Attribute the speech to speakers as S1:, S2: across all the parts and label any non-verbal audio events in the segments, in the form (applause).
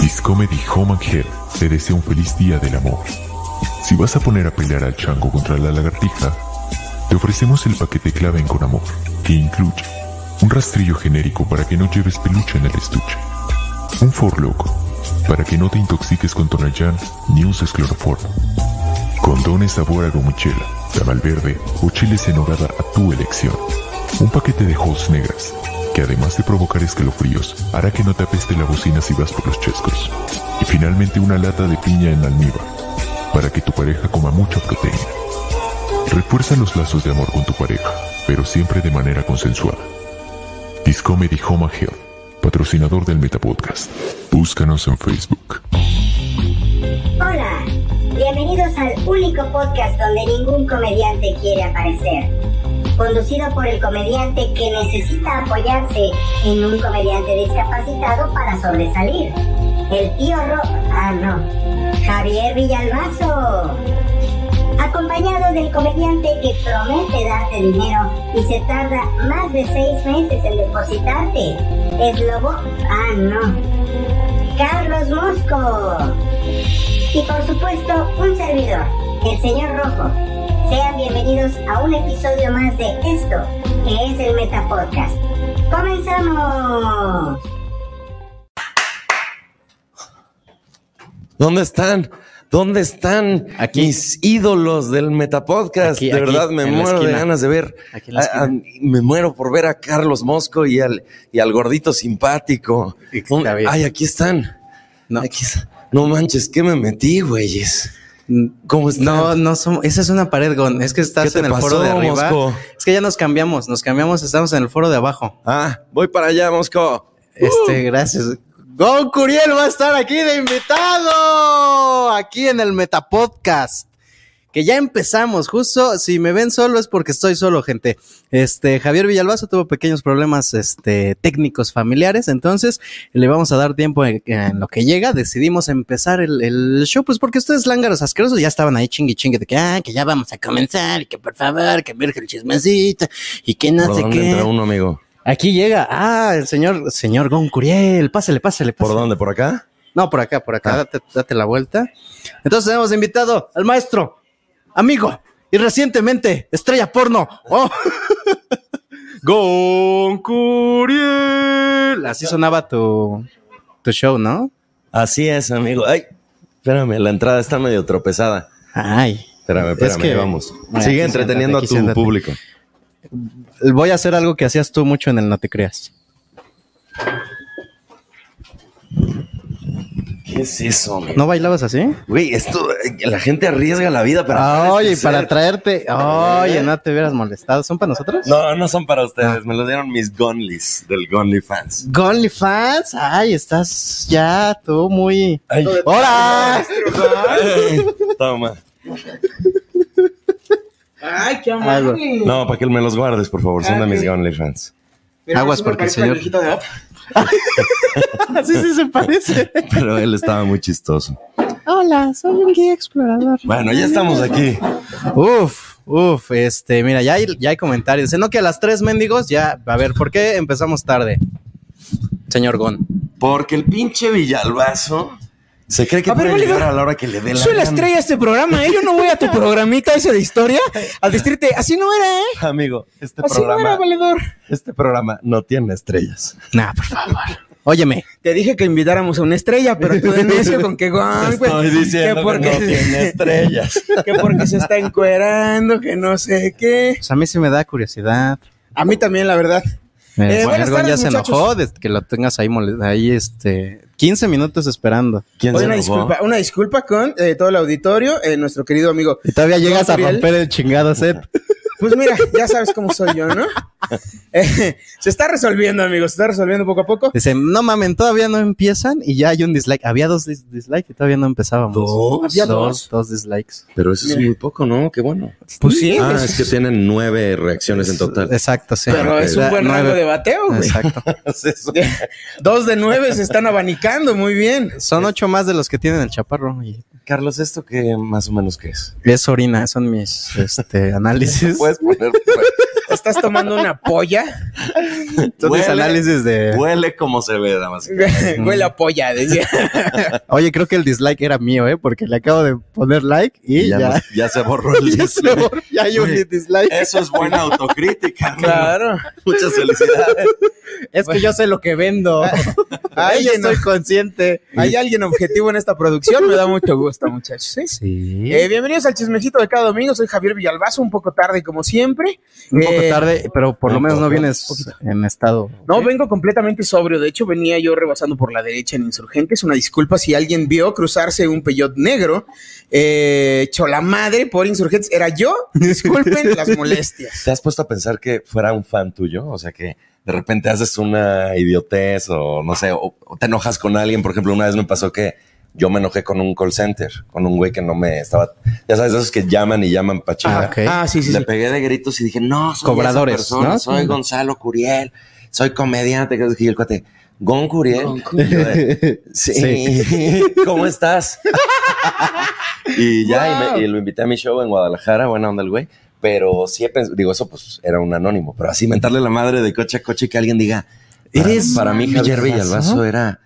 S1: Discomedy Home and Health te desea un feliz día del amor. Si vas a poner a pelear al chango contra la lagartija, te ofrecemos el paquete clave en Con Amor, que incluye un rastrillo genérico para que no lleves peluche en el estuche, un forloco para que no te intoxiques con Tonayán ni uses cloroformo, condones sabor a gomuchela, tamal verde o chiles en nogada a tu elección, un paquete de holes negras que además de provocar escalofríos, hará que no te apeste la bocina si vas por los chescos. Y finalmente una lata de piña en almíbar, para que tu pareja coma mucha proteína. Refuerza los lazos de amor con tu pareja, pero siempre de manera consensuada. Discomedy Home and Health, patrocinador del Metapodcast. Búscanos en Facebook.
S2: Hola, bienvenidos al único podcast donde ningún comediante quiere aparecer. Conducido por el comediante que necesita apoyarse en un comediante discapacitado para sobresalir. El tío Ro... Ah, no. Javier Villalbazo. Acompañado del comediante que promete darte dinero y se tarda más de seis meses en depositarte. Es lobo... Ah, no. Carlos Mosco y por supuesto un servidor, el señor Rojo. Sean bienvenidos a un episodio más de esto, que es el Metapodcast. ¡Comenzamos!
S3: ¿Dónde están? ¿Dónde están
S4: Aquí.
S3: mis ídolos del Metapodcast?
S4: Aquí,
S3: de
S4: aquí,
S3: verdad, me
S4: en la
S3: muero de
S4: esquina.
S3: ganas de ver.
S4: Aquí en la
S3: a- a-
S4: esquina.
S3: me muero por ver a Carlos Mosco y al, y al gordito simpático.
S4: Está bien.
S3: Ay, aquí están.
S4: No,
S3: Aquí está- No manches, ¿qué me metí, güeyes?
S4: Mm.
S3: ¿Cómo están?
S4: no, no somos. Esa es una pared, Gon. Es que
S3: ¿Qué
S4: estás
S3: te
S4: en el
S3: pasó,
S4: foro de arriba.
S3: Mosco?
S4: Es que ya nos cambiamos, nos cambiamos, estamos en el foro de abajo.
S3: Ah, voy para allá, Mosco. Uh.
S4: Este, gracias. Gon Curiel va a estar aquí de invitado. Aquí en el Metapodcast. Que ya empezamos, justo. Si me ven solo es porque estoy solo, gente. Este, Javier Villalbazo tuvo pequeños problemas este, técnicos familiares. Entonces, le vamos a dar tiempo en, en lo que llega. Decidimos empezar el, el show, pues porque ustedes lángaros asquerosos ya estaban ahí chingue chingue de que, ah, que ya vamos a comenzar y que por favor, que virgen chismecito y que no
S3: ¿Por
S4: sé
S3: dónde
S4: qué.
S3: entra uno, amigo?
S4: Aquí llega, ah, el señor, señor Goncuriel, pásale, pásale,
S3: ¿Por
S4: pásale.
S3: dónde? ¿Por acá?
S4: No, por acá, por acá,
S3: Ah.
S4: date, date la vuelta. Entonces tenemos de invitado al maestro, amigo, y recientemente estrella porno. Oh. Goncuriel. Así sonaba tu, tu show, ¿no?
S3: Así es, amigo. Ay, espérame, la entrada está medio tropezada.
S4: Ay,
S3: Espérame,
S4: Es
S3: espérame,
S4: que-
S3: ahí vamos.
S4: Bueno,
S3: Sigue
S4: aquí siéntate,
S3: entreteniendo
S4: aquí
S3: a tu
S4: siéntate.
S3: público.
S4: voy a hacer algo que hacías tú mucho en el No Te Creas.
S3: ¿Qué es eso, amigo?
S4: ¿No bailabas así?
S3: Güey, esto, eh, la gente arriesga la vida para.
S4: Ah,
S3: hacer
S4: Oye, y
S3: este
S4: para
S3: set.
S4: traerte, oye, no te hubieras molestado. ¿Son para nosotros?
S3: ¿Eh? No, no son para ustedes, me lo dieron mis Gonlis del Gonly Fans.
S4: Gonly fans, ay, estás ya tú muy.
S3: Ay. (laughs)
S4: ¡Hola!
S3: Toma.
S5: Ay, qué
S4: amable.
S5: amable.
S3: No, para que me los guardes, por favor, son de mis Gonly Fans.
S4: Aguas porque el señor- Así sí se parece.
S3: Pero él estaba muy chistoso.
S4: (laughs) Hola, soy un guía explorador.
S3: Bueno, ya estamos aquí.
S4: Uf, uf, este, mira, ya hay, ya hay comentarios. No que a las tres mendigos, ya, a ver, ¿por qué empezamos tarde? Señor Gon.
S3: Porque el pinche Villalbazo se cree que
S5: A ver,
S3: puede
S5: Bolívar,
S3: llegar a la hora que le dé la
S5: Soy la
S3: gana.
S5: estrella de este programa, ¿eh? Yo no voy a tu programita ese de historia a decirte, así no era, ¿eh?
S3: Amigo, este
S4: Oh,
S5: Así no era,
S3: programa,
S5: valedor.
S3: este programa no tiene estrellas.
S4: Nah, por favor. Óyeme.
S5: Te dije que invitáramos a una estrella, pero tú de necio con que guau,
S3: Te Estoy diciendo que, no tiene estrellas.
S5: que porque se está encuerando, que no sé qué.
S4: Pues a mí sí me da curiosidad.
S5: A mí también, la verdad.
S4: El
S5: Eh,
S4: señor
S5: buenas
S4: Gon ya
S5: tardes,
S4: se
S5: muchachos.
S4: enojó de que lo tengas ahí, mole- ahí, este, 15 minutos esperando.
S3: ¿Quién
S5: Oye,
S3: se
S5: una
S3: enojó?
S5: disculpa, una disculpa con eh, todo el auditorio, eh, nuestro querido amigo.
S4: Y todavía llegas a
S5: Gabriel.
S4: romper el chingado set.
S5: Pues mira, ya sabes cómo soy yo, ¿no?
S3: (laughs)
S5: Eh, se está resolviendo, amigos, se está resolviendo poco a poco.
S4: Dice, no mamen, todavía no empiezan y ya hay un dislike. Había dos dis- dislikes y todavía no empezábamos.
S3: ¿Dos?
S5: Había
S4: Dos,
S5: dos.
S4: dos dislikes.
S3: Pero eso es muy poco, ¿no? Qué bueno.
S5: Pues sí,
S3: Ah,
S5: es-
S3: es que tienen nueve reacciones en total.
S4: Exacto, sí.
S5: pero es un
S4: Ya,
S5: buen
S4: nueve.
S5: rango de bateo, güey.
S4: Exacto.
S5: Dos de nueve se están abanicando, muy bien.
S4: Son ocho más de los que tienen el chaparro. y
S3: (laughs) Carlos, ¿esto qué más o menos qué es?
S4: es orina, son mis
S3: (laughs)
S4: este, análisis.
S3: Puedes poner.
S5: ¿Estás tomando una polla?
S4: (laughs) son mis
S3: huele-
S4: análisis de...
S3: Huele como se ve,
S5: (laughs)
S3: nada más.
S5: Güey, la
S4: (laughs)
S5: polla, decía.
S4: Oye, creo que el dislike era mío, ¿eh? Porque le acabo de poner like y
S3: (laughs) Ya,
S4: ya.
S3: nos- ya se borró el
S4: Ya se
S3: dislike.
S4: borró, ya hay un
S3: Güey.
S4: dislike.
S3: Eso es buena autocrítica. amigo.
S5: Claro.
S3: Muchas felicidades.
S4: (laughs) Es que yo sé lo que
S3: (laughs)
S4: vendo. Ahí
S5: Oye, no.
S4: estoy consciente.
S5: Hay alguien objetivo en esta producción, me da mucho gusto, muchachos. ¿sí?
S4: Sí.
S5: Eh, bienvenidos al chismecito de cada domingo, soy Javier Villalbazo, un poco tarde como siempre.
S4: Un poco
S5: Eh,
S4: tarde, pero por lo
S3: un
S4: menos no
S3: poco,
S4: vienes en estado.
S5: No, vengo completamente sobrio. De hecho, venía yo rebasando por la derecha en Insurgentes. Una disculpa si alguien vio cruzarse un peyot negro. Eh, chola madre por Insurgentes. Era yo.
S4: (laughs)
S5: Disculpen las molestias.
S3: ¿Te has puesto a pensar que fuera un fan tuyo? O sea, que de repente haces una idiotez o no sé, o, o te enojas con alguien. Por ejemplo, una vez me pasó que yo me enojé con un call center, con un güey que no me estaba. Ya sabes, esos que llaman y llaman para chingar.
S4: Ah, ok.
S5: Ah, sí, sí,
S3: Le
S5: sí.
S3: pegué de gritos y dije, no, soy
S4: Cobradores,
S3: esa persona,
S4: ¿no?
S3: soy
S4: (laughs)
S3: Gonzalo Curiel, soy comediante. Que dije, el cuate, Gon Curiel. Y yo de, sí, (laughs) ¿cómo estás? y ya, y me- y, lo invité a mi show en Guadalajara, buena onda el güey. Pero sí, he pens- digo, eso pues era un anónimo, pero así mentarle la madre de coche a coche y que alguien diga, para,
S4: Eres
S3: para mí Javier Villalbazo era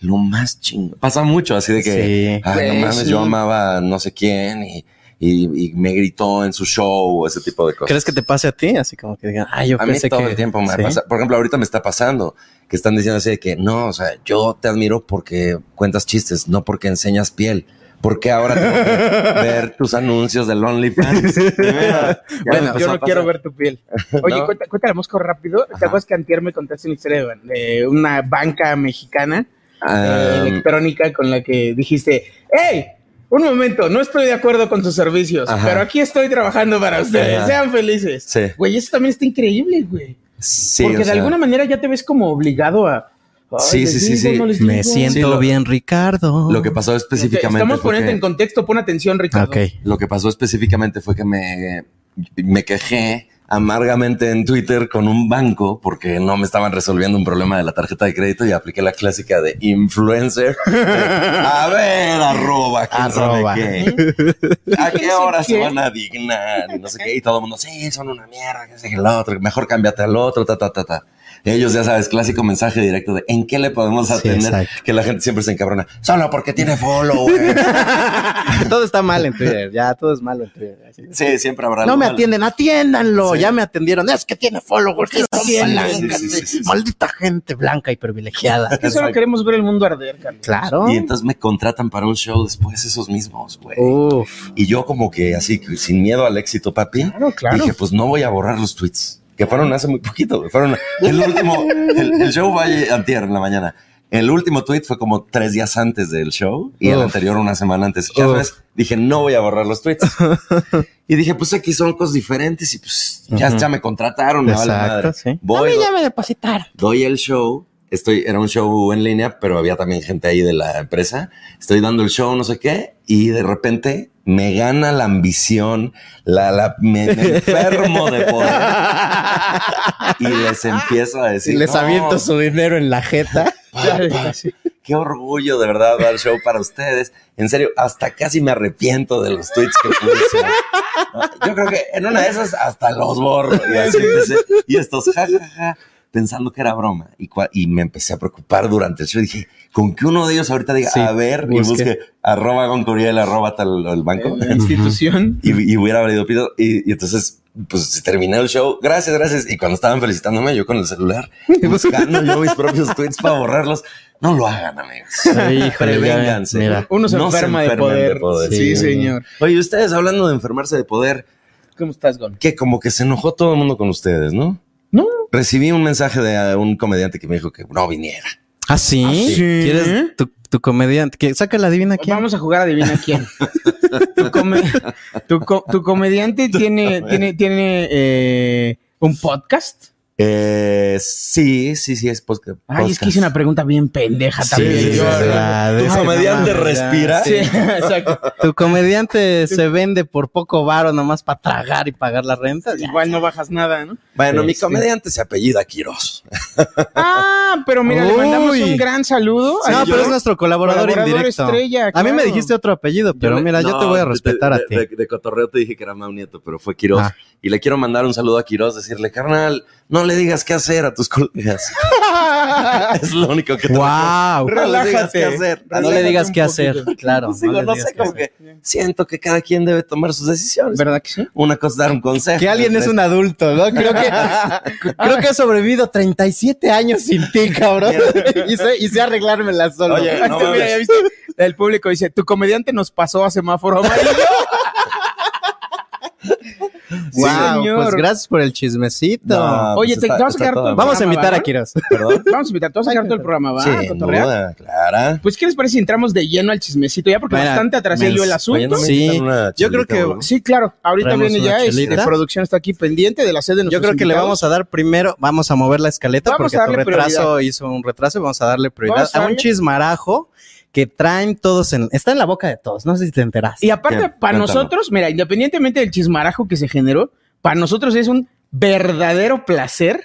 S3: lo más chingo. Pasa mucho así de que,
S4: Sí.
S3: Ay, no
S5: Güey,
S3: mames,
S5: sí.
S3: yo amaba a no sé quién y, y- y me gritó en su show o ese tipo de cosas.
S4: ¿Crees que te pase a ti? Así como que digan, ah, yo
S3: Pues, a mí
S4: pensé
S3: todo
S4: que.
S3: el tiempo me
S4: ¿Sí?
S3: pasa. Por ejemplo, ahorita me está pasando que están diciendo así de que no, o sea, yo te admiro porque cuentas chistes, no porque enseñas piel. Porque ahora tengo
S5: (laughs)
S3: que ver tus anuncios del OnlyFans. De veras, (laughs) ya me
S5: Bueno,
S3: empezó
S5: yo no
S3: a pasar.
S5: quiero ver tu piel.
S3: (laughs)
S5: Oye,
S3: No.
S5: cuenta, cuéntale, Mosco, rápido. ¿Te
S3: Ajá.
S5: acuerdas que antier me contaste una historia de, de una banca mexicana eh,
S6: um,
S3: Ah,
S5: electrónica con la que dijiste, ¡Hey! Un momento, no estoy de acuerdo con tus servicios,
S3: Ajá.
S5: pero aquí estoy trabajando para ustedes.
S3: Ajá.
S5: Sean felices.
S3: Sí.
S5: Güey, eso también está increíble, güey.
S3: sí,
S5: Porque
S3: o
S5: de
S3: sea,
S5: alguna manera ya te ves como obligado a. "Ay,
S3: Sí,
S5: les
S3: sí, sí,
S5: digo,
S3: sí.
S5: no les
S4: Me
S5: digo".
S4: siento
S3: Sí, lo-
S4: bien, Ricardo.
S3: Lo que pasó específicamente.
S5: Estamos
S3: fue
S5: poniendo
S3: que-
S5: en contexto, pon atención, Ricardo.
S4: Ok.
S3: Lo que pasó específicamente fue que me, me quejé amargamente en Twitter con un banco porque no me estaban resolviendo un problema de la tarjeta de crédito y apliqué la clásica de influencer.
S4: (laughs)
S3: de, a ver, arroba, ¿quién
S4: Arroba.
S7: (laughs)
S4: (laughs)
S3: sabe qué? ¿A qué hora se
S5: qué?
S3: van a dignar? Y no sé qué. Y todo el mundo, sí, son una mierda, que sé que el otro, mejor cámbiate al otro, ta, ta, ta, ta. Ellos, ya sabes, clásico mensaje directo de ¿en qué le podemos
S4: Sí,
S3: atender?
S4: exacto.
S3: que la gente siempre se encabrona. Solo porque tiene followers.
S4: (laughs) todo está mal en Twitter. Ya, todo es malo en Twitter. Así.
S3: sí, siempre habrá
S4: No
S3: algo
S4: me
S3: malo.
S4: atienden, atiéndanlo.
S3: Sí.
S4: Ya me atendieron. Es que tiene followers. es tan blanca,
S3: Sí, sí, sí, sí.
S4: Maldita gente blanca y
S3: (laughs)
S4: privilegiada.
S5: Que solo
S3: Exacto.
S5: queremos ver el mundo arder, Carlos.
S4: Claro.
S3: Y entonces me contratan para un show después esos mismos, güey.
S4: Uf.
S3: Y yo como que así, sin miedo al éxito, papi.
S5: Claro, claro.
S3: Dije, pues no voy a borrar los tweets. Que fueron hace muy poquito, güey. Fueron el último, el, el show valle antier en la mañana. El último tweet fue como tres días antes del show y el
S4: Uf.
S3: anterior una semana antes. Ya
S4: Uf.
S3: sabes, dije, no voy a borrar los
S4: (laughs)
S3: tweets. y dije, pues aquí son cosas diferentes y pues ya,
S4: Ujú.
S3: ya me contrataron. me vale
S4: Exacto,
S3: madre.
S4: sí.
S3: Voy, do-
S4: me depositaron.
S3: doy el show. Estoy, era un show en línea, pero había también gente ahí de la empresa. Estoy dando el show, no sé qué, y de repente me gana la ambición, la, la- me, me enfermo de
S4: (laughs)
S3: poder y les empiezo a decir.
S4: Si les
S3: "No, pues,
S4: aviento su dinero en la
S3: (laughs)
S4: jeta.
S3: Qué orgullo de verdad dar show para ustedes. En serio, hasta casi me arrepiento de los tweets que puse. No, Yo creo que en una de esas hasta los borro. Y, así empecé. Y estos jajaja, pensando que era broma. Y, cua- y me empecé a preocupar durante el show. Dije, con que uno de ellos ahorita diga,
S4: Sí,
S3: a ver, y
S4: busque.
S3: busque arroba goncoriel, arroba tal el banco.
S5: La institución.
S3: (laughs) y, y hubiera valido pito. Y, y entonces, pues terminé el show. Gracias, gracias. Y cuando estaban felicitándome, yo con el celular, buscando yo mis propios tweets para borrarlos. No lo hagan, amigos. Prevénganse.
S4: Mira.
S5: Uno se
S3: No se
S5: enferma de
S3: enfermen de
S5: poder.
S3: poder.
S4: Sí.
S5: Sí, señor.
S3: Oye, ustedes hablando de enfermarse de poder,
S5: ¿Cómo estás, Gon?
S3: que como que se enojó todo el mundo con ustedes, ¿no?
S5: No.
S3: Recibí un mensaje de eh, un comediante que me dijo que no viniera.
S4: ¿Ah, sí?
S5: ¿Ah, sí?
S4: ¿Quieres tu, Tu comediante. que- Saca la divina quién.
S5: Vamos a jugar adivina quién. tu, come- tu co-
S4: (laughs)
S5: tu comediante tiene, tiene, tiene eh, un podcast.
S3: Eh, sí, sí, sí, es podcast.
S5: Ay, es que hice una pregunta bien pendeja también.
S4: sí,
S5: Yo-
S4: sí,
S3: Tu
S4: Ay,
S3: comediante
S4: no mames, ya,
S3: respira.
S5: Sí, (laughs) exacto.
S4: Tu comediante se vende por poco varo nomás para tragar y pagar la renta. Ya.
S5: Igual no bajas nada, ¿no? Este.
S3: Bueno, mi comediante se apellida Quiroz.
S5: Ah, pero mira, le mandamos
S4: Uy.
S5: un gran saludo. a-
S4: No,
S3: yo-
S4: pero es nuestro colaborador,
S5: Colaborador
S4: indirecto.
S5: estrella,
S4: A mí me
S5: claro.
S4: dijiste otro apellido, pero
S3: Ah. le-
S4: mira, yo
S3: no,
S4: te voy a
S3: de-
S4: respetar
S3: de-
S4: a ti.
S3: De, de cotorreo te dije que era Mau Nieto, pero fue Quiroz.
S4: Ah.
S3: Y le quiero mandar un saludo a Quiroz, decirle, carnal, no le digas qué hacer a tus colegas. (laughs) es lo único que te
S4: Wow.
S3: No le digas qué hacer.
S4: No le digas qué hacer, claro.
S3: Pues digo,
S4: no le
S3: no
S4: digas
S3: sé,
S4: qué
S3: como
S4: hacer.
S3: que siento que cada quien debe tomar sus decisiones.
S5: ¿Verdad que sí?
S3: Una cosa es dar un consejo.
S4: Que alguien es un
S3: (laughs)
S4: adulto, ¿no? Creo que, creo que he sobrevivido 37 años sin ti, cabrón.
S5: (laughs)
S4: Y sé, y sé arreglármela solo.
S3: Oye, no
S5: Este, Mira,
S3: mames.
S5: ya viste, El público dice, tu comediante nos pasó a semáforo
S3: (laughs)
S5: amarillo.
S4: wow,
S5: señor.
S4: pues gracias por el chismecito.
S3: No,
S5: Oye,
S3: pues
S5: te,
S3: está-
S5: te vas a
S3: está
S5: quedar
S3: toda
S5: todo el
S4: Vamos a
S5: programa,
S4: invitar
S5: ¿va?
S4: a Quiroz. (laughs)
S3: Perdón.
S5: (laughs) Vamos a invitar, te vas a quedar todo el programa, ¿va?
S3: Sin
S5: Cotorrear.
S3: duda, Clara.
S5: Pues, ¿qué les parece si entramos de lleno al chismecito ya? Porque
S4: Mira,
S5: bastante atrasé
S4: mens-
S5: yo el asunto.
S3: Oye, ¿no me
S4: Sí.
S3: invitan una
S4: Yo creo
S3: chelita
S4: que-
S3: o algo?
S5: Sí, claro. Ahorita
S4: Traemos
S5: viene
S4: una
S5: ya. este,
S4: chelita.
S5: producción está aquí pendiente de la sede de
S4: Yo
S5: nuestros
S4: creo que le
S5: invitados.
S4: vamos a dar primero, vamos a mover la escaleta
S5: Vamos
S4: porque
S5: a
S4: tu
S5: darle
S4: retraso
S5: prioridad.
S4: hizo un retraso y vamos a darle prioridad
S5: Vamos a
S4: a, un
S5: darle-
S4: chismarajo que traen todos en, está en la boca de todos, no sé si te enteras.
S5: Y aparte,
S3: Bien,
S5: para
S3: cuéntalo.
S5: nosotros, mira, independientemente del chismarajo que se generó, para nosotros es un verdadero placer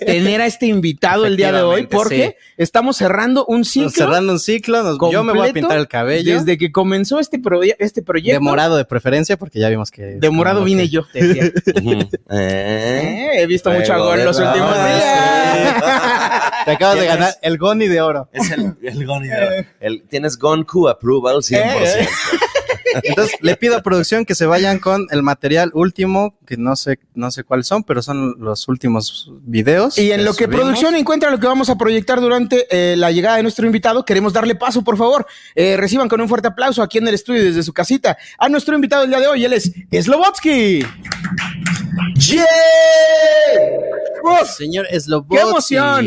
S5: tener a este invitado el día de hoy
S4: Efectivamente,
S5: porque estamos cerrando un ciclo.
S4: Nos cerrando un ciclo, nos- yo me voy a
S5: completo
S4: pintar el cabello
S5: Desde que comenzó este, proye- este proyecto.
S4: de morado de preferencia porque ya vimos que
S5: De morado vine yo,
S4: (laughs)
S5: te decía.
S3: Ujú. Eh.
S5: (laughs) Eh, He visto mucho
S3: Luego
S5: agor
S3: de-
S5: los
S3: no,
S5: últimos
S3: no,
S5: días.
S4: Te acabas de
S3: ¿Quién
S4: ganar
S3: es?
S4: el goni de oro.
S5: (laughs)
S3: Es el, el Goni de- el- Tienes Gonku approval
S4: Eh,
S3: 100%.
S4: Entonces, le pido a producción que se vayan con el material último, que no sé, no sé cuáles son, pero son los últimos videos.
S5: Y en lo que
S4: subimos.
S5: producción encuentra lo que vamos a proyectar durante eh, la llegada de nuestro invitado, queremos darle paso, por favor. Eh, reciban con un fuerte aplauso aquí en el estudio desde su casita a nuestro invitado el día de hoy. Él es Slobotsky.
S4: Señor Slobotsky.
S5: ¡Qué emoción!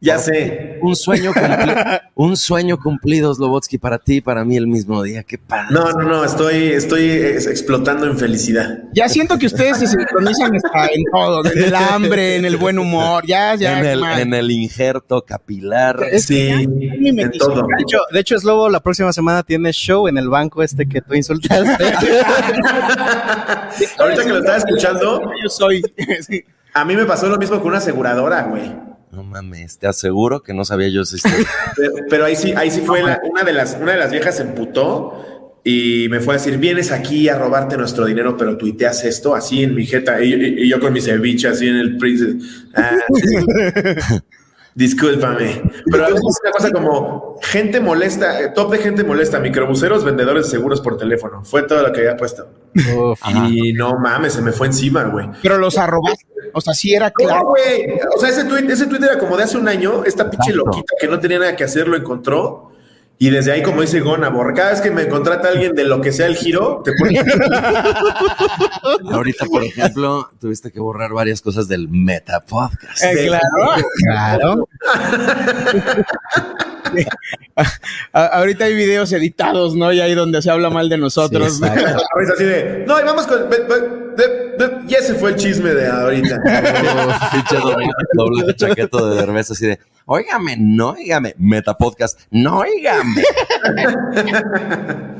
S8: Ya sé.
S3: Un sueño cumplido. un sueño cumplido, Slobotsky, para ti y para mí el mismo día. Qué padre.
S8: No, no, no, estoy, estoy eh, explotando en felicidad.
S5: Ya siento que ustedes se sincronizan hasta en todo, en el hambre, en el buen humor, ya, ya.
S3: en, el,
S5: man.
S3: en el injerto
S4: (laughs)
S3: capilar.
S5: Es que
S8: Sí,
S5: ya me
S8: en
S5: metí.
S8: todo.
S4: De hecho, de hecho, Slobo, la próxima semana tiene show en el banco este que tú
S3: (laughs)
S4: insultaste.
S8: Ahorita que lo estaba escuchando,
S5: Yo soy. (laughs) Sí.
S8: a mí me pasó lo mismo con una aseguradora, güey.
S3: No mames, te aseguro que no sabía yo esa historia.
S8: Pero, pero ahí sí, ahí sí fue la- una de las, una de las viejas se emputó y me fue a decir, vienes aquí a robarte nuestro dinero, pero tuiteas esto así en mi jeta y, y- y yo con mi ceviche así en el Princess.
S5: (laughs)
S8: Ah, sí. Discúlpame, pero a veces es una cosa como gente molesta, eh, top de gente molesta, microbuseros, vendedores de seguros por teléfono. Fue todo lo que había puesto.
S4: Uf.
S8: Y no mames, se me fue encima, güey.
S5: Pero los arrobaste. O sea, sí era
S8: No,
S5: claro.
S8: güey. O sea, ese tweet, ese tweet era como de hace un año. Esta pinche
S3: Exacto.
S8: loquita que no tenía nada que hacer lo encontró. Y desde ahí, como dice Gonabor, cada vez que me contrata alguien de lo que sea el giro, te pone.
S3: Ahorita, por ejemplo, tuviste que borrar varias cosas del Meta Podcast.
S5: Eh, claro.
S4: Claro.
S5: A- ahorita hay videos editados, ¿no? Y ahí donde se habla mal de nosotros.
S4: Sí,
S5: (laughs)
S4: exacto.
S8: A veces así
S3: (laughs)
S8: de. No, y vamos con. ve- ve- de- de- y ese fue el chisme de ahorita.
S3: Pinche doble, doble chaqueto de cerveza así de, óigame, no óigame, Meta Podcast, no óigame.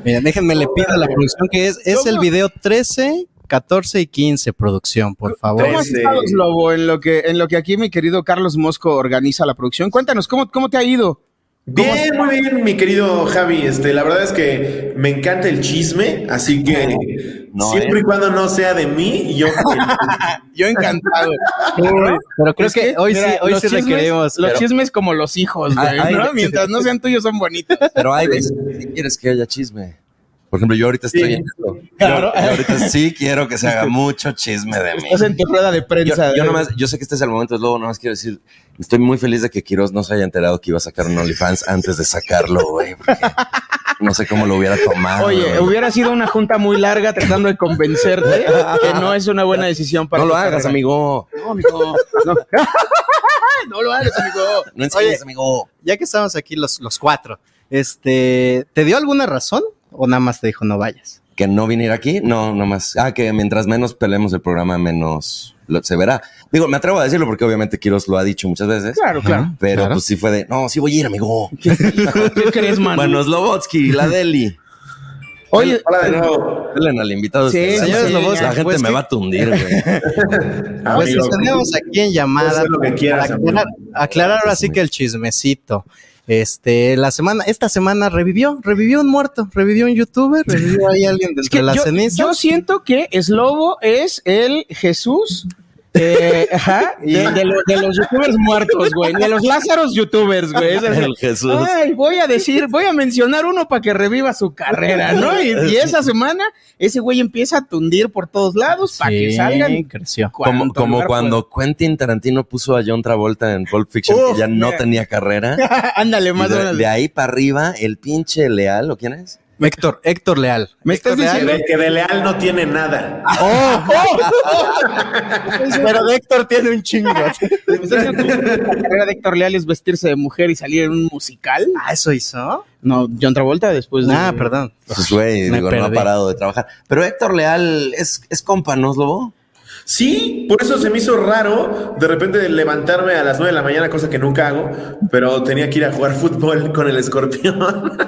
S4: Miren, déjenme le pido a la producción que es, es el video 13, 14 y 15, producción, por favor.
S5: ¿Cómo has
S8: Este-
S5: estado, Slobo, en lo que, en lo que aquí mi querido Carlos Mosco organiza la producción? Cuéntanos, ¿cómo, cómo te ha ido? ¿Cómo has-
S8: Bien, muy bien, mi querido Javi. Este, la verdad es que me encanta el chisme, así que
S3: No,
S8: siempre
S3: eh.
S8: y cuando no sea de mí, yo
S5: Yo
S8: (laughs)
S5: encantado.
S4: Pero creo que, hoy
S5: mira,
S4: sí, hoy
S5: los
S4: sí
S5: chismes-
S4: requeremos.
S5: Los
S4: pero-
S5: chismes como los hijos, güey,
S3: Ay, ay.
S5: ¿no? Mientras no sean tuyos, son bonitos.
S3: Pero hay veces que sí quieres que haya chisme. Por ejemplo, yo ahorita estoy en esto. Yo-
S5: Claro.
S3: yo ahorita sí quiero que se haga mucho chisme
S5: (laughs)
S3: de mí.
S5: Estás en tu rueda de
S3: Yo,
S5: prensa. eh.
S3: yo
S5: güey.
S3: nomás- yo sé que este es el momento, luego nomás quiero decir, estoy muy feliz de que Quiroz no se haya enterado que iba a sacar un OnlyFans antes de sacarlo, güey. porque No sé cómo lo hubiera tomado.
S5: Oye,
S3: güey.
S5: hubiera sido una junta muy larga tratando de convencerte que no es una buena decisión para
S3: no lo
S5: tu
S3: hagas,
S5: carrera.
S3: amigo.
S5: No, amigo. No. (laughs) no lo hagas, amigo.
S3: No enseñes, amigo.
S4: ya que estamos aquí los, los cuatro, Este, ¿te dio alguna razón o nada más te dijo no vayas?
S3: que no viniera aquí, no, nomás. Ah, que mientras menos peleemos el programa, menos lo- se verá. Digo, me atrevo a decirlo porque obviamente Kiros lo ha dicho muchas veces.
S5: Claro, claro.
S3: Pero
S4: claro.
S3: pues sí fue de, no, sí voy a ir, amigo.
S5: ¿Qué crees, mano?
S3: Bueno, Slobotsky, la Deli.
S5: (laughs) Oye,
S8: Hola de nuevo.
S3: Delen al invitado.
S5: Sí,
S3: especial.
S5: señor Slobotsky,
S3: la gente
S4: pues,
S3: me
S4: ¿qué?
S3: va a tundir, güey.
S4: Pues
S8: Amigo,
S4: los tenemos aquí en llamada.
S8: Puedes hacer lo que quieras,
S4: para aclarar, aclarar ahora sí que el chismecito. Este, la semana, esta semana revivió, revivió un muerto, revivió un youtuber, revivió ahí alguien
S5: (laughs) es
S4: dentro
S5: que
S4: de las
S5: yo,
S4: cenizas.
S5: yo siento que Slobo es el Jesús. eh, ajá,
S4: (laughs)
S5: de, de lo- de los youtubers muertos, güey. De los Lázaros youtubers, güey. (laughs) Es
S4: (laughs)
S5: el-
S3: El (laughs) Jesús.
S5: Ay, voy a decir, voy a mencionar uno para que reviva su carrera, ¿no? Y, y esa semana, ese güey empieza a tundir por todos lados para que
S4: Sí,
S5: salgan.
S4: creció.
S3: Como, como cuando Quentin Tarantino puso a John Travolta en Pulp Fiction,
S5: Uf,
S3: que ya no
S5: mira.
S8: (laughs)
S3: tenía carrera.
S5: Ándale,
S3: Y
S5: más o
S3: de,
S5: menos.
S3: de ahí para arriba, el pinche Leal, ¿o quién es?
S4: Héctor, Héctor Leal.
S5: ¿Me estás
S4: Héctor Leal,
S8: Que
S5: diciendo?
S8: de, que de leal no tiene
S5: (laughs)
S8: nada.
S4: ¡Oh! Pero de Héctor tiene un
S5: (laughs)
S4: chingo.
S5: pues, La carrera de Héctor Leal es vestirse de mujer y salir en un musical.
S4: ah, ¿eso hizo?
S5: No, John Travolta después de...
S4: Ah, perdón.
S3: Pues, güey,
S4: me
S3: digo, no ha
S4: perdí.
S3: parado de trabajar. Pero Héctor Leal es, es compa, ¿no, Slobo?
S8: Sí, por eso se me hizo raro de repente levantarme a las 9 de la mañana, cosa que nunca hago, pero tenía que ir a jugar fútbol con el escorpión. (laughs)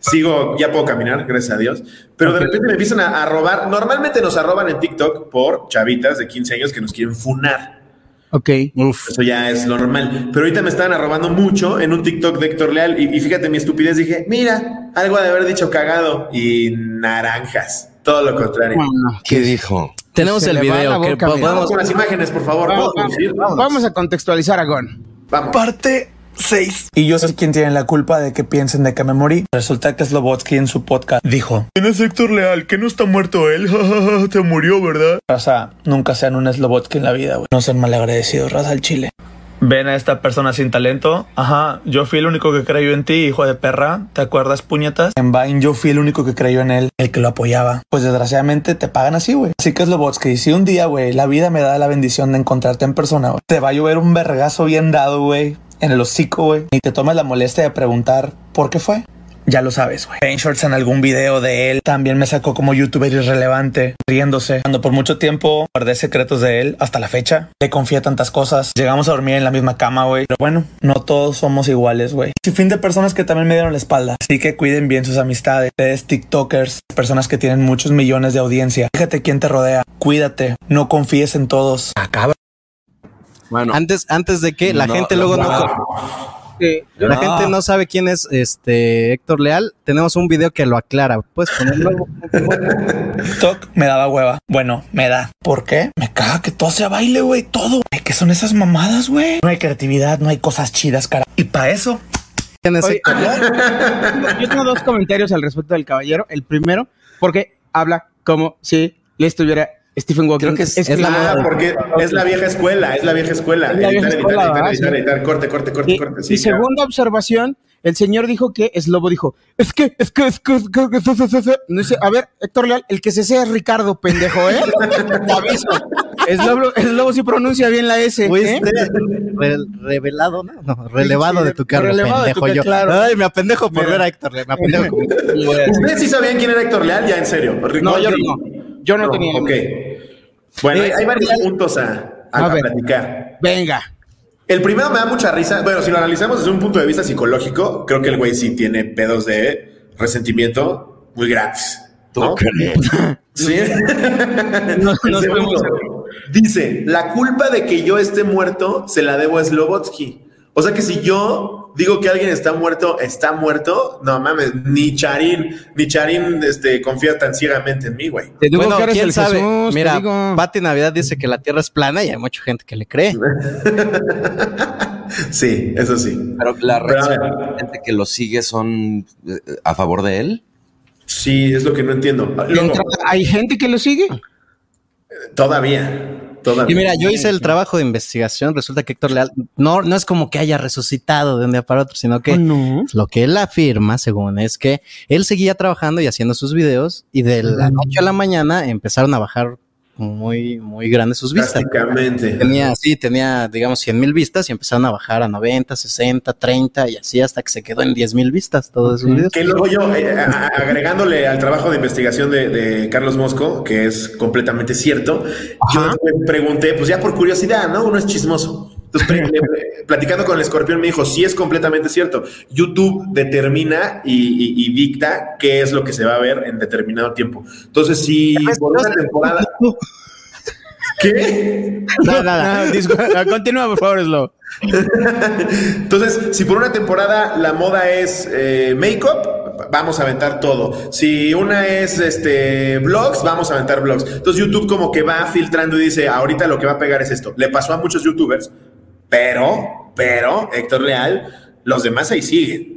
S8: Sigo, ya puedo caminar, gracias a Dios. Pero de repente me empiezan a, a robar. Normalmente nos arroban en TikTok por chavitas de 15 años que nos quieren funar.
S5: Ok.
S4: Uf.
S8: Eso ya es lo normal. Pero ahorita me estaban arrobando mucho en un TikTok de Héctor Leal. Y, y fíjate mi estupidez, dije, mira, algo ha de haber dicho cagado. Y naranjas. Todo lo contrario.
S5: Bueno,
S3: ¿Qué dijo?
S4: Tenemos
S5: Se
S4: el
S5: le va
S4: video
S5: la
S4: que
S5: boca,
S4: po-
S5: mira.
S8: Vamos
S4: podemos.
S8: con las imágenes, por favor.
S5: vamos,
S8: ¿Puedo conducir?
S5: vamos, vamos a contextualizar a Gon.
S8: Vamos.
S9: Parte 6.
S10: Y yo soy quien tiene la culpa de que piensen de que me morí.
S9: Resulta que Slobotsky en su podcast dijo:
S11: ¿Quién es Héctor Leal? ¿Que no está muerto él? (laughs) Te murió, ¿verdad?
S9: Raza, nunca sean un Slobotsky en la vida, güey. No sean malagradecidos, raza al chile. Ven a esta persona sin talento. Ajá, yo fui el único que creyó en ti, hijo de perra. ¿Te acuerdas, puñetas?
S10: En Vine yo fui el único que creyó en él, el que lo apoyaba.
S9: Pues desgraciadamente te pagan así, güey.
S10: Así que Slobotsky, si un día, güey, la vida me da la bendición de encontrarte en persona, güey, te va a llover un vergazo bien dado, güey, en el hocico, güey, y te tomas la molestia de preguntar por qué fue.
S9: Ya lo sabes, güey. En shorts en algún video de él también me sacó como youtuber irrelevante, riéndose. Cuando por mucho tiempo guardé secretos de él hasta la fecha, le confié tantas cosas. Llegamos a dormir en la misma cama, güey. Pero bueno,
S10: No todos somos iguales, güey. Sin fin de personas que también me dieron la espalda. Así que cuiden bien sus amistades. Ustedes TikTokers, personas que tienen muchos millones de audiencia. Fíjate quién te rodea. Cuídate. No confíes en todos.
S9: acaba.
S3: Bueno,
S4: Antes, antes de que Ah, la
S3: No,
S4: gente luego no,
S3: no.
S4: la
S3: No.
S4: gente no sabe quién es este Héctor Leal. Tenemos un video que lo aclara. Puedes ponerlo.
S10: (laughs) TikTok me daba hueva. Bueno, me da.
S9: ¿Por qué?
S10: Me caga que todo sea baile, güey. Todo. Ay, ¿Qué son esas mamadas, güey?
S9: No hay creatividad, no hay cosas chidas, cara. Y para eso,
S4: ¿Quién es
S5: Oye,
S4: Héctor Leal?
S5: (laughs)
S12: (laughs)
S5: Yo tengo dos comentarios al respecto del caballero. El primero, porque habla como si le estuviera Stephen Walking.
S3: Creo que es-
S4: es la
S5: esclavado.
S4: moda.
S8: Porque es la vieja escuela, es la vieja escuela.
S5: Es la vieja escuela,
S8: Editar, editar, editar,
S5: ¿verdad?
S8: editar,
S5: Sí.
S8: editar, corte, corte, corte,
S5: Y,
S8: corte.
S5: y
S8: Sí, claro.
S5: segunda observación, el señor dijo que Slobo dijo, es que, es que, es que, es que, es que- es que- es que-". No dice, a ver, Héctor Leal, el que se sea es Ricardo, pendejo, ¿eh? Te aviso. Slobo, Slobo sí pronuncia bien la S, ¿eh?
S4: Fuiste
S8: este,
S4: re- revelado, ¿no? No, relevado
S5: Sí,
S4: de tu cargo,
S5: relevado de tu
S4: pendejo.
S5: ca-
S4: yo.
S5: claro.
S4: Ay, me apendejo por
S5: Mira.
S4: ver a Héctor Leal. Me
S5: (laughs)
S4: apendejo. Pues,
S8: ¿Ustedes sí sabían quién era Héctor Leal? Ya, en serio.
S5: No, yo
S8: Ricardo.
S5: no. Yo no, tenía.
S8: Ok. Bueno,
S5: Eh,
S8: hay varios puntos a, a-
S5: a
S8: a
S5: ver.
S8: platicar.
S5: Venga.
S8: El primero me da mucha risa. Bueno, si lo analizamos desde un punto de vista psicológico, creo que el güey sí tiene pedos de resentimiento muy graves. ¿no? (laughs)
S5: (laughs)
S8: Sí.
S5: Nos,
S8: El
S5: nos
S8: segundo.
S5: vemos.
S8: Dice, la culpa de que yo esté muerto se la debo a Slobotsky. O sea que si yo digo que alguien está muerto, está muerto, no mames, ni Charín, ni Charín este, confía tan ciegamente en mí, güey.
S5: Te digo
S4: Bueno,
S5: que eres
S4: quién
S5: el
S4: sabe.
S5: Jesús, te
S4: Mira,
S5: digo.
S4: Pati Navidad dice que la Tierra es plana y hay mucha gente que le cree.
S8: Sí, eso sí.
S3: Pero la
S8: Pero a
S3: reacción
S8: ver.
S3: de la gente que lo sigue son eh, a favor de él.
S8: Sí, es lo que no entiendo.
S5: De
S8: Ah, Luego,
S5: entrada, ¿Hay gente que lo sigue?
S8: todavía,
S4: Y
S8: todavía.
S4: mira, yo hice el trabajo de investigación. Resulta que Héctor Leal no, no es como que haya resucitado de un día para otro, sino que
S5: Ah, No.
S4: lo que él afirma, según es que él seguía trabajando y haciendo sus videos y de la noche a la mañana empezaron a bajar muy, muy grandes sus vistas.
S8: Prácticamente.
S4: Tenía, sí, tenía, digamos, 100 mil vistas y empezaron a bajar a 90, 60, 30 y así hasta que se quedó en 10 mil vistas todos esos videos.
S8: Que luego yo, eh, a- a- agregándole al trabajo de investigación de, de Carlos Mosco, que es completamente cierto, yo después pregunté, pues ya por curiosidad, ¿no? Uno es chismoso. Entonces, pre- le- platicando con el escorpión, me dijo, sí es completamente cierto. YouTube determina y, y- y dicta qué es lo que se va a ver en determinado tiempo. Entonces, si por una temporada... ¿Qué?
S4: Nada, nada. Continúa, por favor, Slow.
S8: (laughs) Entonces, si por una temporada la moda es eh, make-up, vamos a aventar todo. Si una es este blogs, vamos a aventar blogs. Entonces, YouTube como que va filtrando y dice, ahorita lo que va a pegar es esto. Le pasó a muchos youtubers, pero, pero, Héctor Real, los demás ahí siguen.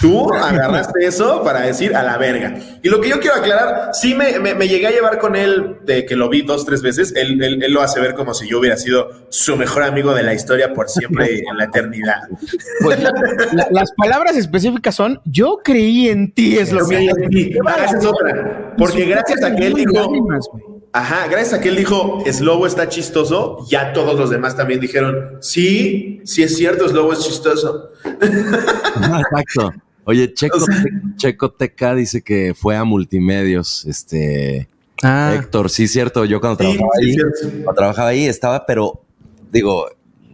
S8: Tú (laughs) agarraste eso para decir a la verga. Y lo que yo quiero aclarar, sí me, me- me llegué a llevar con él de que lo vi dos, tres veces. Él, él- él lo hace ver como si yo hubiera sido su mejor amigo de la historia por siempre (laughs) y en la eternidad.
S5: Pues, la- las palabras específicas son: Yo creí en ti, es lo que.
S8: Sí, ah, esa es otra. Porque gracias a que él dijo, ajá, gracias a que él dijo, Slobo está chistoso, ya todos los demás también dijeron, sí, sí es cierto, Slobo es chistoso.
S3: Exacto. Oye, Checo, Checo TK dice que fue a multimedios, este,
S4: Ah,
S3: Héctor, sí, cierto. Yo cuando
S8: Sí,
S3: trabajaba
S8: sí,
S3: ahí,
S8: cierto.
S3: cuando trabajaba ahí, estaba, pero digo,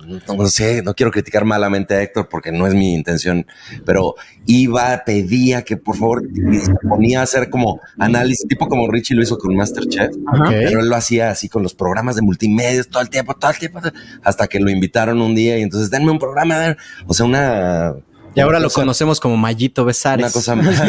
S3: no, no sé, no quiero criticar malamente a Héctor porque no es mi intención, pero iba, pedía que por favor y se ponía a hacer como análisis, tipo como Richie lo hizo con Masterchef, pero él lo hacía así con los programas de multimedia todo el tiempo, todo el tiempo, hasta que lo invitaron un día y entonces denme un programa, den-". o sea, una.
S4: y ahora
S3: una
S4: lo
S3: cosa-
S4: conocemos como Mallito Besares.
S3: Una
S4: (laughs)
S3: cosa más.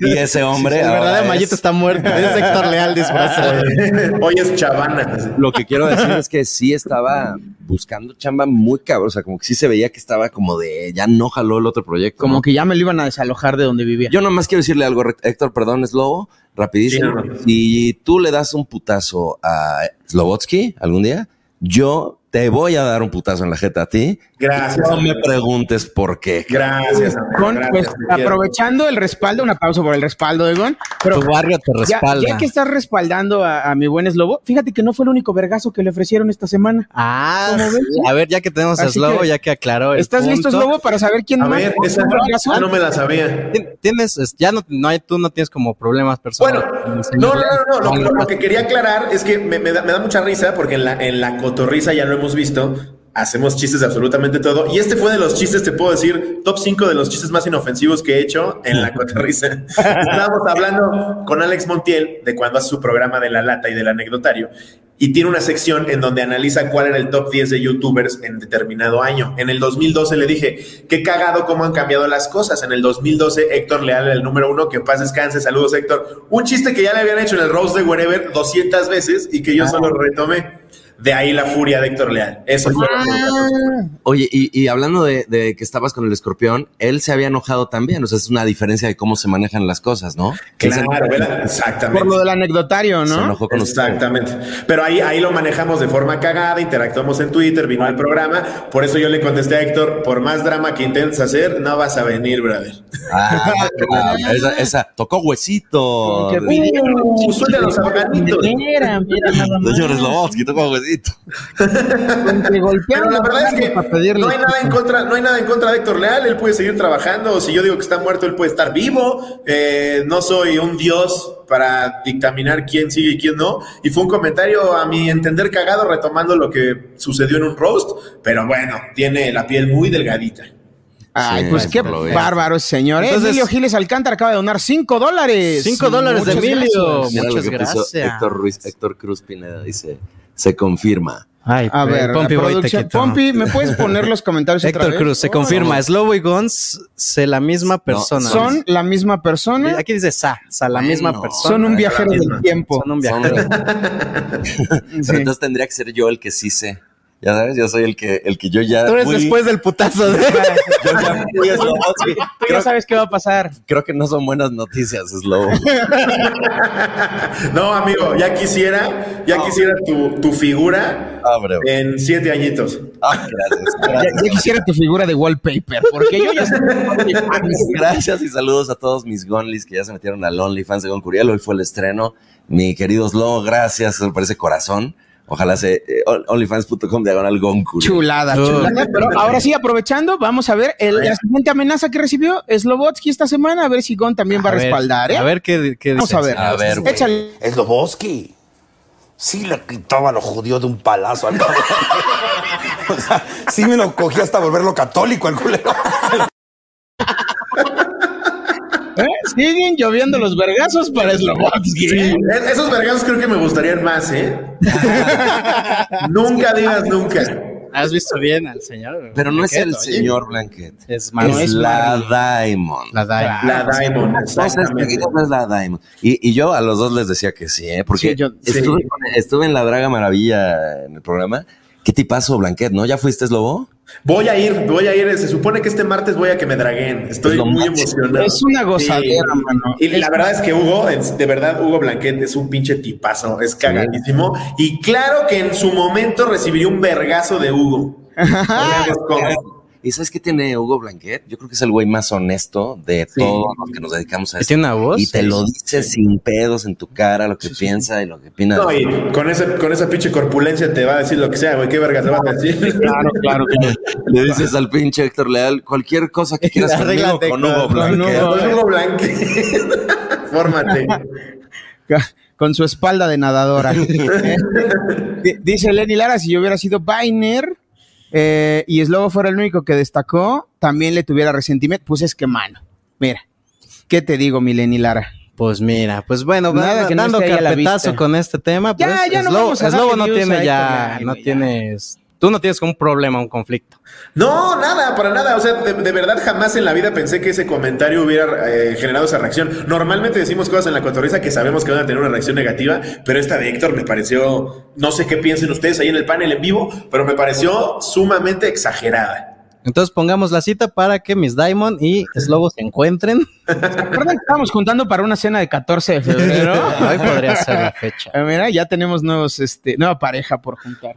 S3: y ese hombre.
S4: el
S3: ahora
S4: verdadero
S3: es-
S4: Mallito está
S3: (laughs)
S4: muerto. Es Héctor Leal disfrazado.
S8: (laughs) Hoy es chavana.
S3: lo que quiero decir es que sí estaba buscando chamba muy cabrón. O sea, como que sí se veía que estaba como de ya no jaló el otro proyecto. ¿no?
S5: Como que ya me lo iban a desalojar de donde vivía.
S3: Yo nomás quiero decirle algo, Re- Héctor, perdón, Slobo, rapidísimo.
S8: Sí, no, no.
S3: Si tú le das un putazo a Slobotsky algún día, yo te voy a dar un putazo en la jeta a ti.
S8: Gracias.
S3: No me preguntes por qué.
S8: Gracias. amigo,
S5: Gon,
S8: gracias,
S5: pues,
S8: te quiero.
S5: aprovechando el respaldo, un aplauso por el respaldo de Gon. Pero
S4: Tu barrio te
S5: ya,
S4: respalda.
S5: ya que estás respaldando a, a mi buen Slobo, fíjate que no fue el único vergazo que le ofrecieron esta semana.
S4: Ah,
S5: ¿Cómo
S4: sí.
S5: ves?
S4: a ver, ya que tenemos a
S5: Así
S4: Slobo,
S5: que-
S4: ya que aclaró. el
S5: ¿Estás
S4: punto.
S5: listo, Slobo, para saber quién
S8: A
S5: más?
S8: ver,
S5: fue
S8: esa
S5: un vergazo?
S8: esa no me la sabía.
S4: Tien- Tienes, es- ya no, no hay, tú no tienes como problemas
S8: Bueno,
S4: personales.
S8: no, no, no, no, Lo, lo que quería aclarar es que me, me da, me da mucha risa porque en la, en la cotorriza ya lo hemos visto. Hacemos chistes de absolutamente todo. Y este fue de los chistes, te puedo decir, top 5 de los chistes más inofensivos que he hecho en la cotorriza. Estábamos hablando con Alex Montiel de cuando hace su programa de la lata y del anecdotario. Y tiene una sección en donde analiza cuál era el top 10 de youtubers en determinado año. En el 2012 le dije, qué cagado cómo han cambiado las cosas. En el 2012 Héctor Leal era el número uno, que en paz descanse, saludos Héctor. Un chiste que ya le habían hecho en el Rose de Wherever 200 veces y que yo solo retomé. De ahí la furia de Héctor Leal. Eso fue.
S3: Oye, y, y hablando de, de que estabas con el escorpión, él se había enojado también. O sea, es una diferencia de cómo se manejan las cosas, ¿no? Él se
S8: Claro, ¿verdad? Exactamente.
S5: Por lo del anecdotario,
S3: Se
S5: ¿no?
S3: enojó con usted.
S8: Exactamente. Pero ahí, ahí lo manejamos de forma cagada, interactuamos en Twitter, vino al programa. Por eso yo le contesté a Héctor, por más drama que intentes hacer, no vas a venir, brother.
S3: Ah, claro. (laughs) esa, esa- tocó huesito.
S5: Qué
S3: De-
S8: Uh, suelta los afganitos.
S5: Mira, mira, nada más.
S3: Señor Slobodsky, tocó huesito.
S5: Te golpearon
S8: Pero la verdad es que
S5: para pedirle-
S8: no hay nada en contra, no hay nada en contra de Héctor Leal, él puede seguir trabajando, si yo digo que está muerto, él puede estar vivo, Eh, no soy un dios para dictaminar quién sigue y quién no, y fue un comentario a mi entender cagado retomando lo que sucedió en un roast, pero bueno, tiene la piel muy delgadita.
S5: Ay,
S3: Sí,
S5: pues qué
S3: lo veo.
S5: bárbaro, señor.
S4: Entonces-
S5: Emilio Giles Alcántara acaba de donar 5 dólares.
S4: 5 dólares de
S5: Muchas
S4: Emilio.
S5: gracias.
S3: Mira lo
S4: Muchas
S3: que puso
S4: gracias.
S3: Héctor, Ruiz, Héctor Cruz Pineda dice, se confirma.
S4: Ay,
S5: A ver,
S4: Pompi,
S5: la
S4: voy, te
S5: producción.
S4: quito.
S5: Pompi, ¿me puedes poner los comentarios otra
S4: Héctor
S5: vez?
S4: Cruz, se
S5: Oh,
S4: confirma. Slobo y Gons, se la misma persona.
S5: Son la misma persona.
S4: Aquí dice Sa, Sa, la
S3: Bueno,
S4: misma persona.
S5: Son un viajero
S8: la
S5: del
S8: misma.
S5: tiempo.
S4: Son un
S3: Son-
S4: viajero.
S3: Pero
S5: Sí.
S3: entonces tendría que ser yo el que sí sé. Ya sabes, yo soy el que, el que yo ya.
S4: Tú eres
S3: fui.
S4: después del ¿eh? putazo de...
S3: (laughs) Yo ya fui
S5: (laughs)
S3: Slobo. Sí,
S5: Tú
S3: creo,
S5: ya sabes qué va a pasar.
S3: creo que no son buenas noticias, Slobo.
S8: (laughs) No, amigo, ya quisiera, ya quisiera tu, tu figura
S3: Ah, bro.
S8: en siete añitos.
S3: Ah, gracias. (laughs)
S5: Ya,
S3: gracias.
S5: ya quisiera tu figura de wallpaper, porque yo ya estoy...
S3: (laughs) Gracias y saludos a todos mis Gonlis que ya se metieron al OnlyFans de Gon Curiel. Hoy fue el estreno. Mi querido Slobo, gracias por ese corazón. Ojalá se. eh, on- OnlyFans.com diagonal Gon Curiel.
S5: Chulada, chulada. Pero ahora sí, aprovechando, vamos a ver el- la siguiente amenaza que recibió Slobotsky esta semana, a ver si Gon también va a,
S4: ver,
S5: respaldar, ¿eh?
S4: A ver qué, qué
S5: vamos
S4: dices.
S5: a ver.
S3: A ver, güey.
S5: Échale.
S6: Es Loboski. Sí le quitaba a los judíos de un palazo
S13: (laughs)
S6: al cabrón. O sea, sí me lo cogí hasta volverlo católico al culero.
S5: ¿Eh? Siguen lloviendo los vergazos para Slobotsky. ¿eh?
S8: Es- esos vergazos creo que me gustarían más,
S3: (laughs)
S8: ¿eh? nunca digas nunca.
S4: Has visto bien al señor.
S3: Pero no es
S4: Blanquet,
S3: el
S4: oye.
S3: señor Blanquet.
S4: Es
S3: Es,
S4: Marlon.
S3: la Diamond.
S4: La Dai.
S6: Ah,
S8: La Diamond,
S3: Entonces,
S6: este
S8: exactamente.
S3: es la Diamond. Y, y yo a los dos les decía que sí, ¿eh? porque
S5: Sí, yo-
S3: estuve, estuve en La Draga Maravilla en el programa. ¿Qué tipazo, Blanquet, no? ¿Ya fuiste, Slobo?
S8: Voy a ir, voy a ir. Se supone que este martes voy a que me draguen. Estoy
S3: Es lo
S8: muy
S3: máximo.
S8: emocionado.
S5: Es una gozadera,
S8: Sí.
S5: mano.
S8: Y la verdad es que Hugo, es- de verdad, Hugo Blanquet es un pinche tipazo. Es cagadísimo. Y claro que en su momento recibiría un vergazo de
S3: (laughs)
S8: Hugo. Sabemos cómo.
S3: ¿Y sabes qué tiene Hugo Blanquet? Yo creo que es el güey más honesto de todos los que nos dedicamos a
S4: ¿Y
S3: esto.
S4: tiene una voz?
S3: Y te lo dice sin pedos en tu cara, lo que piensa y lo que opina.
S8: No, y con, ese, con esa pinche corpulencia te va a decir lo que sea, güey. ¿Qué vergas te vas a decir?
S5: Claro, claro, claro.
S3: (laughs) Le dices al pinche Héctor Leal cualquier cosa (laughs) que quieras conmigo,
S4: Arréglate
S3: con
S4: con-
S3: Hugo
S4: con
S3: Blanquet.
S8: Con Hugo Blanquet. Fórmate.
S5: (laughs) Con su espalda de
S8: (laughs)
S5: nadadora. ¿eh? D- Dice Lenny Lara, si yo hubiera sido Biner eh, y Slobo fuera el único que destacó, también le tuviera resentimiento. Pues es que mano. Mira, ¿qué te digo, mi Lenny Lara?
S4: Pues mira, pues bueno,
S5: Nada
S4: va-
S5: que no
S4: dando
S5: esté ahí a la
S4: carpetazo
S5: vista.
S4: con este tema, pues
S5: Ya, ya no
S4: Slobo,
S5: vamos a
S4: Slobo
S5: darle
S4: no
S5: views a
S4: tiene
S5: esto,
S4: ya,
S5: ya,
S4: no
S5: ya.
S4: tienes, tú no tienes como un problema, un conflicto.
S8: No, nada, para nada. O sea, de, de verdad jamás en la vida pensé que ese comentario hubiera eh, generado esa reacción. Normalmente decimos cosas en la cotorriza que sabemos que van a tener una reacción negativa, pero esta de Héctor me pareció, no sé qué piensen ustedes ahí en el panel en vivo, pero me pareció sumamente exagerada.
S4: Entonces pongamos la cita para que mis Diamond
S8: (laughs)
S4: y Slobo se encuentren.
S5: ¿Recuerdan que estábamos juntando para una cena de 14 de (laughs) febrero?
S4: (laughs) Hoy podría ser la fecha.
S5: Ah, Mira, ya tenemos nuevos, este, nueva pareja por juntar.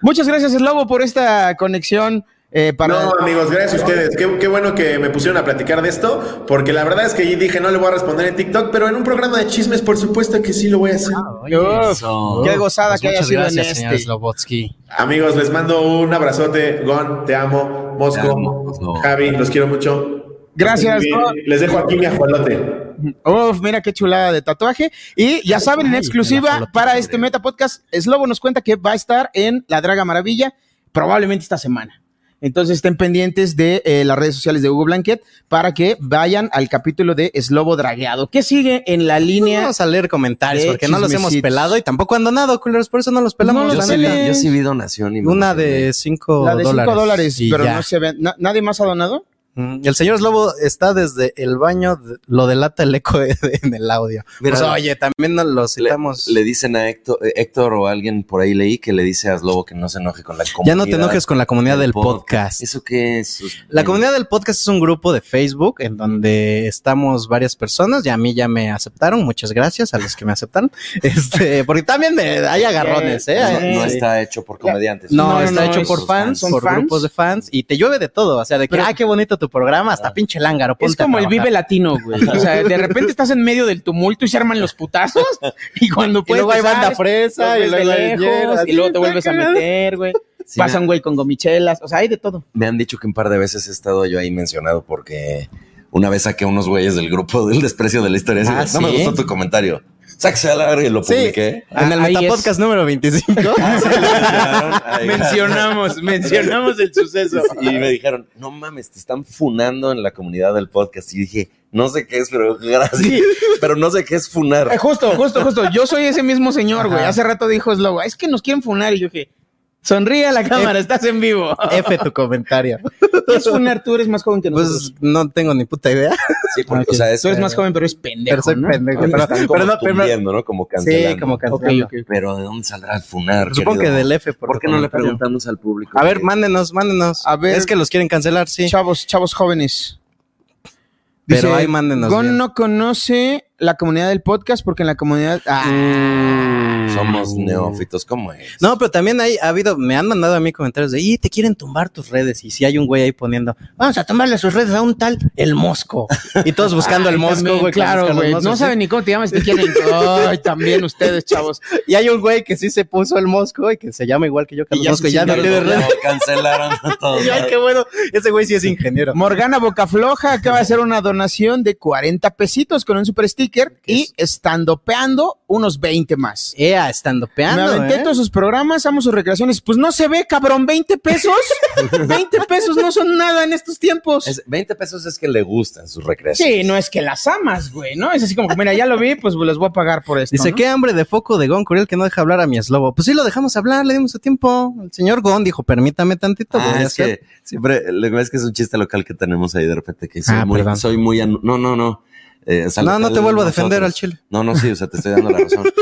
S5: Muchas gracias, Slobo, por esta conexión. eh, para
S8: No, amigos, gracias a ustedes. Qué, qué bueno que me pusieron a platicar de esto, porque la verdad es que yo dije no le voy a responder en TikTok, pero en un programa de chismes, por supuesto que sí lo voy a hacer.
S5: Uf,
S3: eso.
S5: qué gozada
S4: Pues
S5: que haya
S4: muchas
S5: sido
S4: gracias,
S5: en
S4: señor
S5: este.
S4: Slobotsky.
S8: Amigos, les mando un abrazote. Gon, te amo.
S3: Te
S8: Mosco,
S3: amo, Mosco.
S8: Javi, los quiero mucho.
S5: Gracias,
S8: Muy bien.
S5: Gon.
S8: Les dejo aquí mi ajolote.
S5: Uf, mira qué chulada de tatuaje. Y ya saben, en
S4: la
S5: exclusiva
S4: jolotita,
S5: para este Meta Podcast, Slobo nos cuenta que va a estar en La Draga Maravilla probablemente esta semana. Entonces estén pendientes de eh, las redes sociales de Hugo Blanquet para que vayan al capítulo de Slobo Dragueado. ¿Qué sigue en la línea?
S4: Vamos a leer comentarios
S5: Eh,
S4: porque no los hemos
S5: chismecitos.
S4: pelado y tampoco han donado, culeros, por eso no los pelamos.
S5: Pues No los
S4: Pues la
S3: Yo sí,
S4: neta.
S3: vi, yo sí vi donación y me
S4: Una
S3: emocioné.
S4: de cinco
S5: La de 5
S4: dólares.
S5: dólares,
S4: y
S5: pero
S4: ya.
S5: no se ve. na- ¿Nadie más ha donado?
S4: Mm, El señor Slobo está desde el baño, de- lo delata el eco de- de- en el audio.
S3: Mira,
S4: Pues, oye, también nos lo
S3: le,
S4: citamos.
S3: le dicen a Héctor, eh, Héctor o alguien por ahí leí que le dice a Slobo que no se enoje con la comunidad.
S4: Pues, ya no te enojes con la comunidad del podcast.
S3: ¿Eso qué es? Sus- eh,
S4: La comunidad del podcast es un grupo de Facebook en donde estamos varias personas y a mí ya me aceptaron. Muchas gracias a los que me aceptaron. (laughs) Este, porque también me- hay agarrones, ¿eh?
S3: No, no
S4: Hay-
S3: está hecho por comediantes.
S4: No,
S5: No,
S4: está
S5: no,
S4: hecho
S5: es-
S4: por fans,
S5: son
S4: por
S5: fans.
S4: grupos de fans y te llueve de todo. O sea, de que,
S5: Pero-
S4: ay, qué bonito tu programa,
S3: Ah.
S4: hasta pinche lángaro.
S5: Es
S4: ponte a
S5: como el
S4: trabajar".
S5: Vive Latino, güey. O sea, de repente estás en medio del tumulto y se arman los putazos.
S4: (laughs)
S5: Y cuando
S4: Y
S5: puedes.
S4: luego hay
S5: te sales,
S4: banda fresa y
S5: los ves
S4: luego
S5: de
S4: hay
S5: lejos,
S4: llenas,
S5: y luego te vuelves a
S4: está cagado.
S5: meter, güey.
S3: Sí,
S5: Pasa
S3: me-
S5: un güey con gomichelas. O sea, hay de todo.
S3: Me han dicho que un par de veces he estado yo ahí mencionado porque una vez saqué unos güeyes del grupo del desprecio de la historia. Así,
S4: Ah,
S3: no me
S4: ¿sí?
S3: gustó tu comentario. Sáquese a la verga y lo
S4: Sí,
S3: publiqué.
S4: en el
S5: Ah, ahí es.
S4: Metapodcast número (laughs) 25.
S3: Ahí. (laughs)
S5: Mencionamos, mencionamos el suceso.
S3: Y me dijeron, no mames, te están funando en la comunidad del podcast. Y dije, no sé qué es, pero gracias. Pero no sé qué es funar.
S5: Eh, justo, justo, justo. Yo soy ese mismo señor, güey. Hace rato dijo Slobo, es que nos quieren funar. Y yo dije, Sonríe a la cámara, estás en vivo.
S4: F tu comentario.
S5: ¿Qué es funar? Tú eres más joven que nosotros.
S4: (laughs) Pues no tengo ni puta idea. Ah,
S3: Sí, porque, o sea, es-
S5: Tú eres más joven, pero eres (laughs) pendejo.
S4: Pero soy
S5: ¿no?
S4: pendejo.
S3: Ahorita
S4: Pero,
S3: están como
S4: pero no, pero-
S3: tundiendo, ¿no? Como cancelando.
S4: Sí, como
S5: Ok,
S4: cancelando.
S5: ok.
S3: Pero ¿de dónde saldrá el funar?
S4: Supongo
S3: querido?
S4: que del F.
S3: ¿Por qué
S4: tu
S3: no
S4: comentario.
S3: le
S4: Ah,
S3: preguntamos al público?
S4: A ver,
S3: que-
S4: mándenos, mándenos.
S5: A ver.
S4: Es que los quieren cancelar, sí.
S5: Chavos, chavos jóvenes.
S4: Pero ahí mándenos
S5: Gon
S4: bien.
S5: no conoce la comunidad del podcast porque en la comunidad. Ah,
S3: Somos neófitos, ¿cómo es?
S4: No, pero también hay, ha habido, me han mandado a mí comentarios de, y te quieren tumbar tus redes. Y si hay un güey ahí poniendo, vamos a tumbarle sus redes a un tal, el
S5: (laughs)
S4: mosco. Y todos buscando el
S5: Ay,
S4: mosco,
S5: también,
S4: güey.
S5: Claro,
S4: buscan los
S5: güey.
S4: moscos,
S5: No
S4: sí.
S5: saben ni cómo te llamas, te quieren. Ay, también ustedes, chavos.
S4: (laughs) Y hay un güey que sí se puso el mosco y que se llama igual que yo, Carlos
S5: Y ya
S4: Mosco.
S5: se
S4: Y ya no
S3: Pero
S4: tiene
S3: no,
S4: redes.
S3: cancelaron a todos.
S4: Y, (laughs) Ay, qué bueno. Ese güey sí es ingeniero.
S5: Morgana Bocafloja acaba de hacer una donación de 40 pesitos con un super sticker y estandopeando unos 20 más.
S4: Ea, ¿eh? estando
S5: Me
S4: peando.
S5: aventé todos sus programas, amo sus recreaciones. Pues no se ve, cabrón,
S4: (laughs)
S5: 20 pesos. 20 pesos no son nada en estos tiempos.
S3: Es- 20 pesos Pues es que le gustan sus recreaciones.
S5: sí, no es que las amas, güey, ¿no? Es así como que, mira, ya lo vi, pues los voy a pagar por esto.
S4: Dice,
S5: ¿no?
S4: qué hambre de foco de Gon Curiel que no deja hablar a mi eslobo. Pues sí, lo dejamos hablar, le dimos su tiempo. El señor Gon dijo, permítame tantito. voy
S3: Ah,
S4: a
S3: es
S4: hacer".
S3: que siempre, lo que pasa es que es un chiste local que tenemos ahí de repente que soy
S4: Ah,
S3: muy,
S4: perdón.
S3: soy muy, anu- no, no, no. Eh, es algo
S4: No, no
S3: que
S4: te vuelvo a defender
S3: nosotros-
S4: al chile.
S3: No, no, sí, o sea, te estoy dando la razón.
S4: (laughs)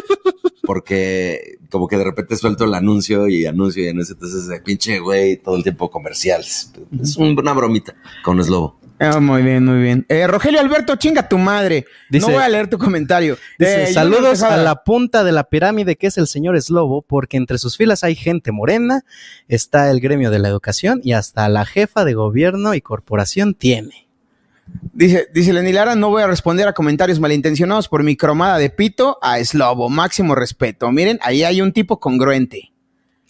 S3: Porque como que de repente suelto el anuncio y anuncio y anuncio, entonces de pinche güey, todo el tiempo comerciales. Es un- una bromita con Slobo.
S5: Ah, muy bien, muy bien. Eh, Rogelio Alberto, chinga tu madre.
S4: Dice-
S5: no voy a leer tu comentario.
S4: Dice,
S5: Eh, yo no
S4: saludos
S5: dejaba-
S4: a la punta de la pirámide que es el señor Slobo, porque entre sus filas hay gente morena, está el gremio de la educación y hasta la jefa de gobierno y corporación tiene.
S5: Dice, dice Lenny Lara, no voy a responder a comentarios malintencionados por mi cromada de pito a Slobo. Máximo respeto. Miren, ahí hay un tipo congruente.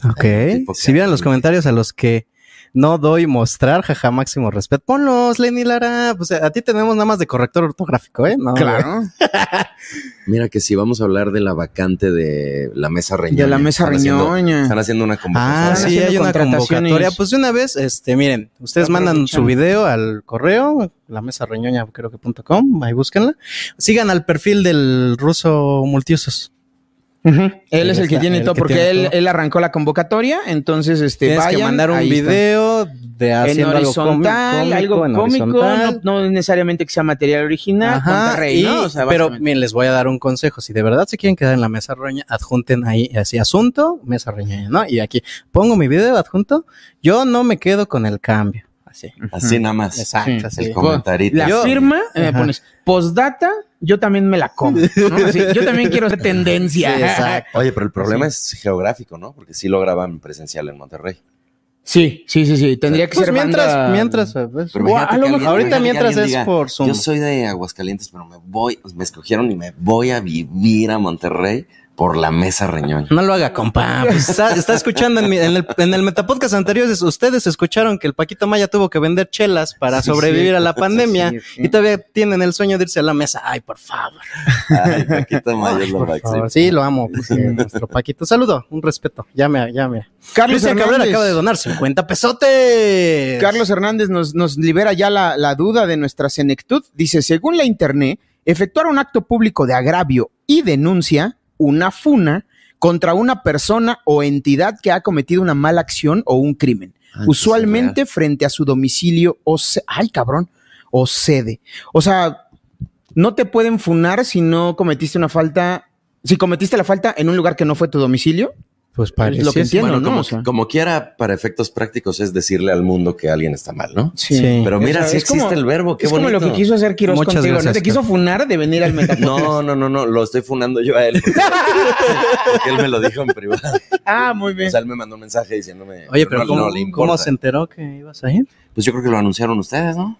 S4: Ok.
S3: tipo que
S4: Si vieran los
S3: hace-
S4: comentarios a los que no doy mostrar, jaja, máximo respeto. Ponlos, Lenny Lara. Pues a ti tenemos nada más de corrector ortográfico, ¿eh? No, güey.
S5: claro.
S3: Mira que sí, vamos a hablar de la vacante de la mesa reñoña.
S5: De la mesa
S3: Están haciendo-
S5: reñoña.
S3: Están haciendo una
S4: Ah,
S3: convocatoria.
S4: sí,
S5: haciendo
S4: hay una
S5: contrataciones.
S4: convocatoria. Pues de una vez, este, miren, ustedes mandan su
S5: Aprovechando.
S4: video al correo, la mesa reñoña, creo que punto com, ahí búsquenla. Sigan al perfil del ruso multiusos.
S5: Él es el que
S4: Está,
S5: tiene
S4: el
S5: todo,
S4: que
S5: porque
S4: tiene
S5: él,
S4: todo.
S5: él arrancó la convocatoria, entonces este
S4: Tienes que
S5: vayan,
S4: mandar un
S5: ahí está.
S4: video de
S5: en
S4: haciendo algo
S5: horizontal,
S4: cómi-
S5: algo
S4: en
S5: cómico,
S4: horizontal.
S5: no, no necesariamente que sea material original,
S4: Ajá,
S5: Monterrey,
S4: y-
S5: ¿no? O sea,
S4: pero
S5: básicamente.
S4: miren, les voy a dar un consejo. Si de verdad se quieren quedar en la mesa reña, adjunten ahí así asunto, mesa reña, ¿no? Y aquí pongo mi video adjunto. Yo no me quedo con el cambio. Así.
S3: Así nada más.
S4: Exacto,
S3: El
S4: así.
S3: comentarito.
S5: la
S4: Yo-
S5: firma, eh,
S4: Ajá.
S5: pones postdata, yo también me la como. ¿no? Así, yo también quiero ser
S4: Sí,
S5: tendencia.
S3: (laughs)
S4: exacto.
S3: Oye, pero el problema es geográfico, ¿no? Porque sí lo graban presencial en Monterrey.
S5: Sí, sí, sí, sí. Tendría que
S4: Pues
S5: ser
S4: mientras,
S5: banda-
S4: mientras, pues,
S3: Pero
S4: o a-
S3: imagínate
S4: a lo
S3: que
S4: mejor-
S3: alguien-
S4: ahorita
S3: imagínate que
S4: mientras
S3: alguien
S4: es
S3: diga,
S4: por Zoom.
S3: Yo soy de Aguascalientes, pero me voy, pues, me escogieron y me voy a vivir a Monterrey por la mesa reñoña.
S4: No lo haga, compa.
S3: (laughs)
S4: Pues está, está escuchando en, mi- en el, en el metapodcast anterior. es- Ustedes escucharon que el Paquito Maya tuvo que vender chelas para sobrevivir a la pandemia y todavía tienen el sueño de irse a la mesa. Ay, por favor. (laughs)
S3: Ay, Paquito Mayor, lo
S4: Por favor.
S3: máximo.
S4: Sí, lo amo. pues, eh, nuestro Paquito. Saludo, un respeto. Llame, llame.
S5: Carlos
S4: Cristian Cabrera
S5: Hernández.
S4: acaba de donar 50 pesotes.
S5: Carlos Hernández nos, nos libera ya la, la duda de nuestra senectud. Dice, según la internet, efectuar un acto público de agravio y denuncia, una funa, contra una persona o entidad que ha cometido una mala acción o un crimen,
S4: Ah,
S3: Ay,
S5: usualmente frente a su domicilio o se- ay cabrón, o sede. O sea, no te pueden funar si no cometiste una falta, si cometiste la falta en un lugar que no fue tu domicilio.
S4: Pues
S5: es lo que entiendo,
S3: Bueno,
S5: ¿no?
S3: como,
S5: O sea,
S3: como quiera, para efectos prácticos es decirle al mundo que alguien está mal, ¿no?
S4: Sí.
S3: Pero mira,
S5: O sea,
S3: sí
S5: es
S3: existe
S5: como-
S3: el verbo, qué
S5: es
S3: bonito.
S5: como lo que quiso hacer Quiroz
S4: Muchas
S5: contigo, ¿no?
S4: gracias,
S5: Te quiso
S4: Carlos.
S5: funar de venir al (laughs) Metapodcast.
S3: (laughs) No, no, no, no, lo estoy funando
S4: (laughs)
S3: yo a él. Porque, porque él me lo dijo en privado.
S5: Ah, muy bien.
S3: O sea, él me mandó un mensaje diciéndome.
S4: Oye, pero
S3: no-
S4: ¿cómo,
S3: no le
S4: cómo
S3: (laughs) importa.
S4: se enteró que ibas a ir?
S3: Pues yo creo que lo anunciaron ustedes, ¿no?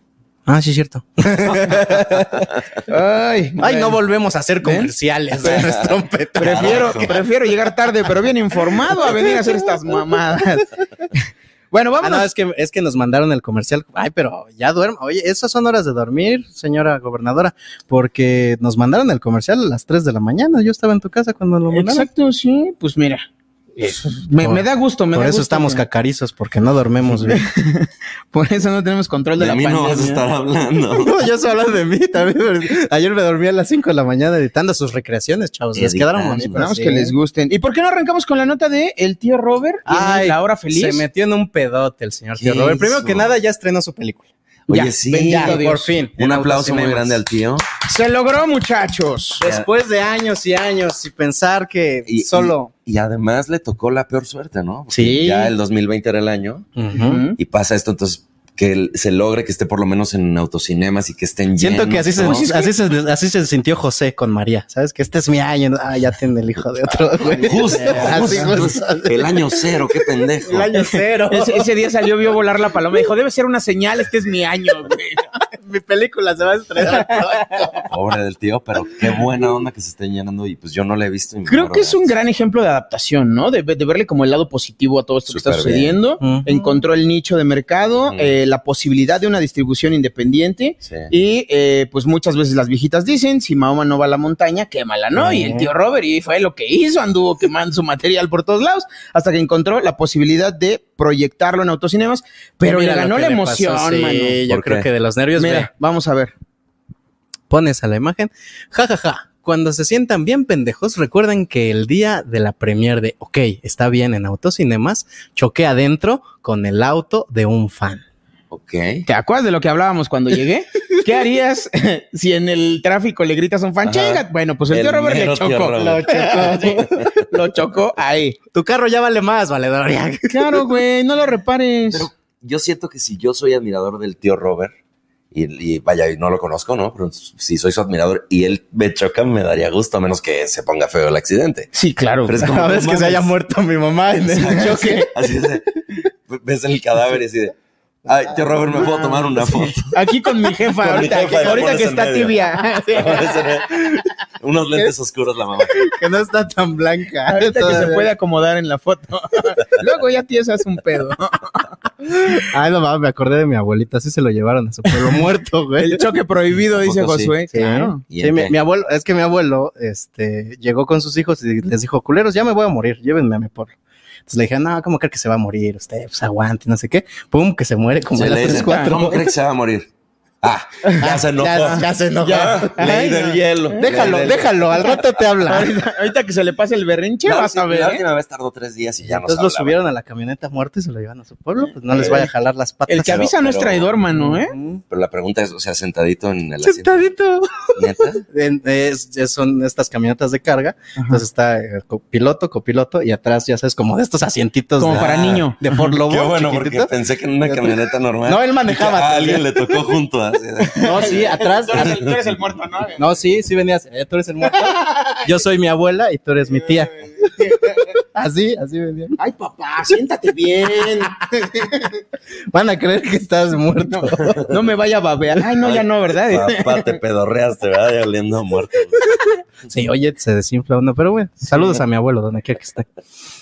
S4: Ah, sí, es cierto.
S5: Ay,
S4: Ay, no
S5: bueno.
S4: volvemos a hacer comerciales. (laughs) de nuestro petróleo. (laughs)
S5: Prefiero, prefiero llegar tarde, pero bien informado a venir a hacer estas
S3: (laughs)
S5: mamadas. (laughs) Bueno,
S4: Ah,
S5: vámonos.
S4: no, es que, es que nos mandaron el comercial. Ay, pero ya duermo. Oye, esas son horas de dormir, señora gobernadora, porque nos mandaron el comercial a las 3 de la mañana. Yo estaba en tu casa cuando lo mandaron.
S5: Exacto, sí. Pues mira, Me, me da gusto, me
S4: Por
S5: da
S4: eso
S5: gusto,
S4: estamos
S5: güey.
S4: cacarizos, porque no dormimos
S5: (laughs)
S4: bien.
S5: Por eso no tenemos control de,
S3: De
S5: la
S3: mí no
S5: pandemia.
S3: vas a estar
S5: (laughs)
S3: hablando.
S4: (laughs) No, yo estoy hablando de mí también. pero Ayer me dormí a las 5 de la mañana editando sus recreaciones, chavos. Les
S3: Editando.
S4: quedaron bonitas. ¿eh?
S5: Esperamos
S4: sí.
S5: que les gusten. ¿Y por qué no arrancamos con la nota de El tío Robert? y
S4: Ay,
S5: la hora feliz.
S4: Se metió en un pedote el señor tío
S3: ¿Qué
S4: Robert. Primero
S3: hizo?
S4: que nada, ya estrenó su película.
S3: Oye,
S5: Ya,
S3: sí.
S5: bendito
S4: Ya,
S5: Dios.
S4: por fin. en
S3: Un aplauso muy
S4: Autocinemas.
S3: grande al tío.
S5: Se logró, muchachos.
S4: Después de años y años y pensar que
S3: Y,
S4: solo.
S3: Y, y además le tocó la peor suerte, ¿no? Porque
S4: Sí.
S3: Ya el 2020 era el año
S4: Ujú.
S3: y pasa esto, entonces que el- se logre que esté por lo menos en autocinemas y que estén
S4: Siento que así se,
S3: llenos, Pues ¿no?
S4: así, se, así se sintió José con María. Sabes que este es mi año. Ah, ya tiene el hijo de otro. güey. (laughs)
S3: Justo,
S4: (laughs) Así,
S3: justo.
S4: justo.
S3: El año cero, qué
S4: (laughs)
S3: pendejo.
S4: El año cero.
S5: (laughs) Ese, ese día salió, vio volar la paloma y dijo, debe ser una señal, este es mi año, (laughs) güey.
S4: mi película se va a estrenar.
S3: Pobre del tío, pero qué buena onda que se estén llenando y pues yo no la he visto. y me
S5: Creo
S3: muero
S5: que
S3: de
S5: es un
S3: ansia.
S5: gran ejemplo de adaptación, ¿no? De, ve- de verle como el lado positivo a todo esto que está
S3: Súper bien.
S5: sucediendo.
S4: Ujú.
S5: Encontró el nicho de mercado,
S3: Ujú.
S5: eh, la posibilidad de una distribución independiente.
S3: Sí.
S5: Y eh, pues muchas veces las viejitas dicen, si Mahoma no va a la montaña, quémala, ¿no? Y el tío Robert, y fue lo que hizo, anduvo (laughs) quemando su material por todos lados, hasta que encontró la posibilidad de proyectarlo en autocinemas, pero
S4: Mira
S5: le
S4: lo
S5: ganó
S4: que
S5: la
S4: le
S5: emoción,
S4: pasó, sí,
S5: mano.
S4: yo
S3: ¿Por
S4: creo
S3: qué?
S4: que de los nervios.
S5: Mira,
S4: ve,
S5: vamos a ver.
S4: pones a la imagen. Ja, ja, ja. Cuando se sientan bien pendejos, recuerden que el día de la premier de OK, está bien en autocinemas, choqué adentro con el auto de un fan.
S3: Ok.
S5: ¿Te acuerdas de lo que hablábamos cuando llegué? ¿Qué harías (laughs) si en el tráfico le gritas a un fan?
S3: Ajá.
S5: "Chinga"? Bueno, pues el, tío
S3: El
S5: Robert le
S3: mero tío
S5: chocó.
S3: Robert.
S5: Lo (laughs) chocó. lo chocó ahí.
S4: Tu carro ya vale más, valedoria.
S5: (laughs) Claro, güey, no lo repares.
S3: Pero yo siento que si yo soy admirador del tío Robert, y, y vaya, y no lo conozco, ¿no? Pero si soy su admirador y él me choca, me daría gusto, a menos que se ponga feo el accidente.
S5: sí, claro.
S4: (laughs)
S3: Pero es como,
S4: Cada vez
S3: no
S4: que se
S3: (laughs) mames.
S4: haya ¿eh? muerto mi mamá en (laughs) el choque.
S3: Así es, de- ves el cadáver y así de, ay, tío Robert, me puedo tomar una foto. (laughs)
S5: Aquí con mi jefa,
S3: Con mi
S5: ahorita,
S3: jefa,
S5: que,
S3: la
S5: ahorita
S3: pones
S5: que
S3: en
S5: está
S3: medio.
S4: (laughs)
S5: tibia. (laughs) Sí.
S3: Unos
S4: ¿Eh?
S3: lentes oscuros la mamá.
S4: Que no está tan blanca.
S5: Ahorita que se
S4: Todavía.
S5: puede acomodar en la foto. (laughs) Luego ya tío se hace un pedo.
S4: Ay, no mames, me acordé de mi abuelita. Así se lo llevaron a su
S5: (laughs)
S4: pueblo muerto, güey.
S5: El choque prohibido, dice
S3: Tampoco sí.
S5: Josué.
S4: Sí,
S5: Claro.
S3: ¿Y
S4: Sí,
S3: en
S4: mi,
S3: qué?
S4: mi abuelo, es que mi abuelo este, llegó con sus hijos y les dijo, culeros, ya me voy a morir, llévenme a mi pueblo. Entonces le dije, no, ¿cómo cree que se va a morir usted? Pues aguante, no sé qué. Pum, que se muere como
S3: Se
S4: a las
S3: le dice, "Ah,
S4: 3, 4.
S3: ¿Cómo crees que se va a morir? Ah, ya se enojó.
S4: Ya, ya se enojó.
S3: Ya, ley
S4: Ay,
S3: del
S4: no.
S3: hielo.
S4: Déjalo,
S3: Ley del-
S4: déjalo, al rato te habla.
S5: ¿Eh? Ahorita, ahorita que se le pase el berrinche,
S3: La,
S5: vas a
S3: última-
S5: ver.
S3: la
S5: ¿eh?
S3: última vez tardó tres días y ya no
S4: Entonces lo subieron a la camioneta muerto y se lo llevan a su pueblo, pues no les vaya a jalar las patas.
S5: El que
S3: Pero-
S5: avisa no es
S3: pero-
S5: traidor, mano, ¿eh?
S3: Pero la pregunta es, o sea, sentadito en el asiento.
S4: Sentadito.
S3: ¿Neta?
S4: En- es- es- son estas camionetas de carga. Entonces está eh, co- piloto, copiloto y atrás, ya sabes, como de estos asientitos
S5: Como
S4: de, ah,
S5: para niño.
S4: de Ford Lobo.
S3: Qué bueno,
S4: chiquititos.
S3: porque pensé que en una camioneta normal.
S4: No, él manejaba.
S3: A
S4: también.
S3: alguien le tocó junto. así de-
S4: (laughs) No, sí, atrás.
S5: el muerto, ¿no?
S4: No, sí, sí venías. eh, tú eres el muerto. Yo soy mi abuela y tú eres mi tía. Así, así venía.
S5: Ay, papá, siéntate bien.
S4: (laughs) Van a creer que estás muerto.
S5: No me vaya a babear. Ay, no, ya no, ¿verdad?
S3: Papá, te pedorreaste, ¿verdad? Ya oliendo a muerto.
S4: Sí, oye, se desinfla uno. Pero bueno, saludos a mi abuelo, donde quiera que esté.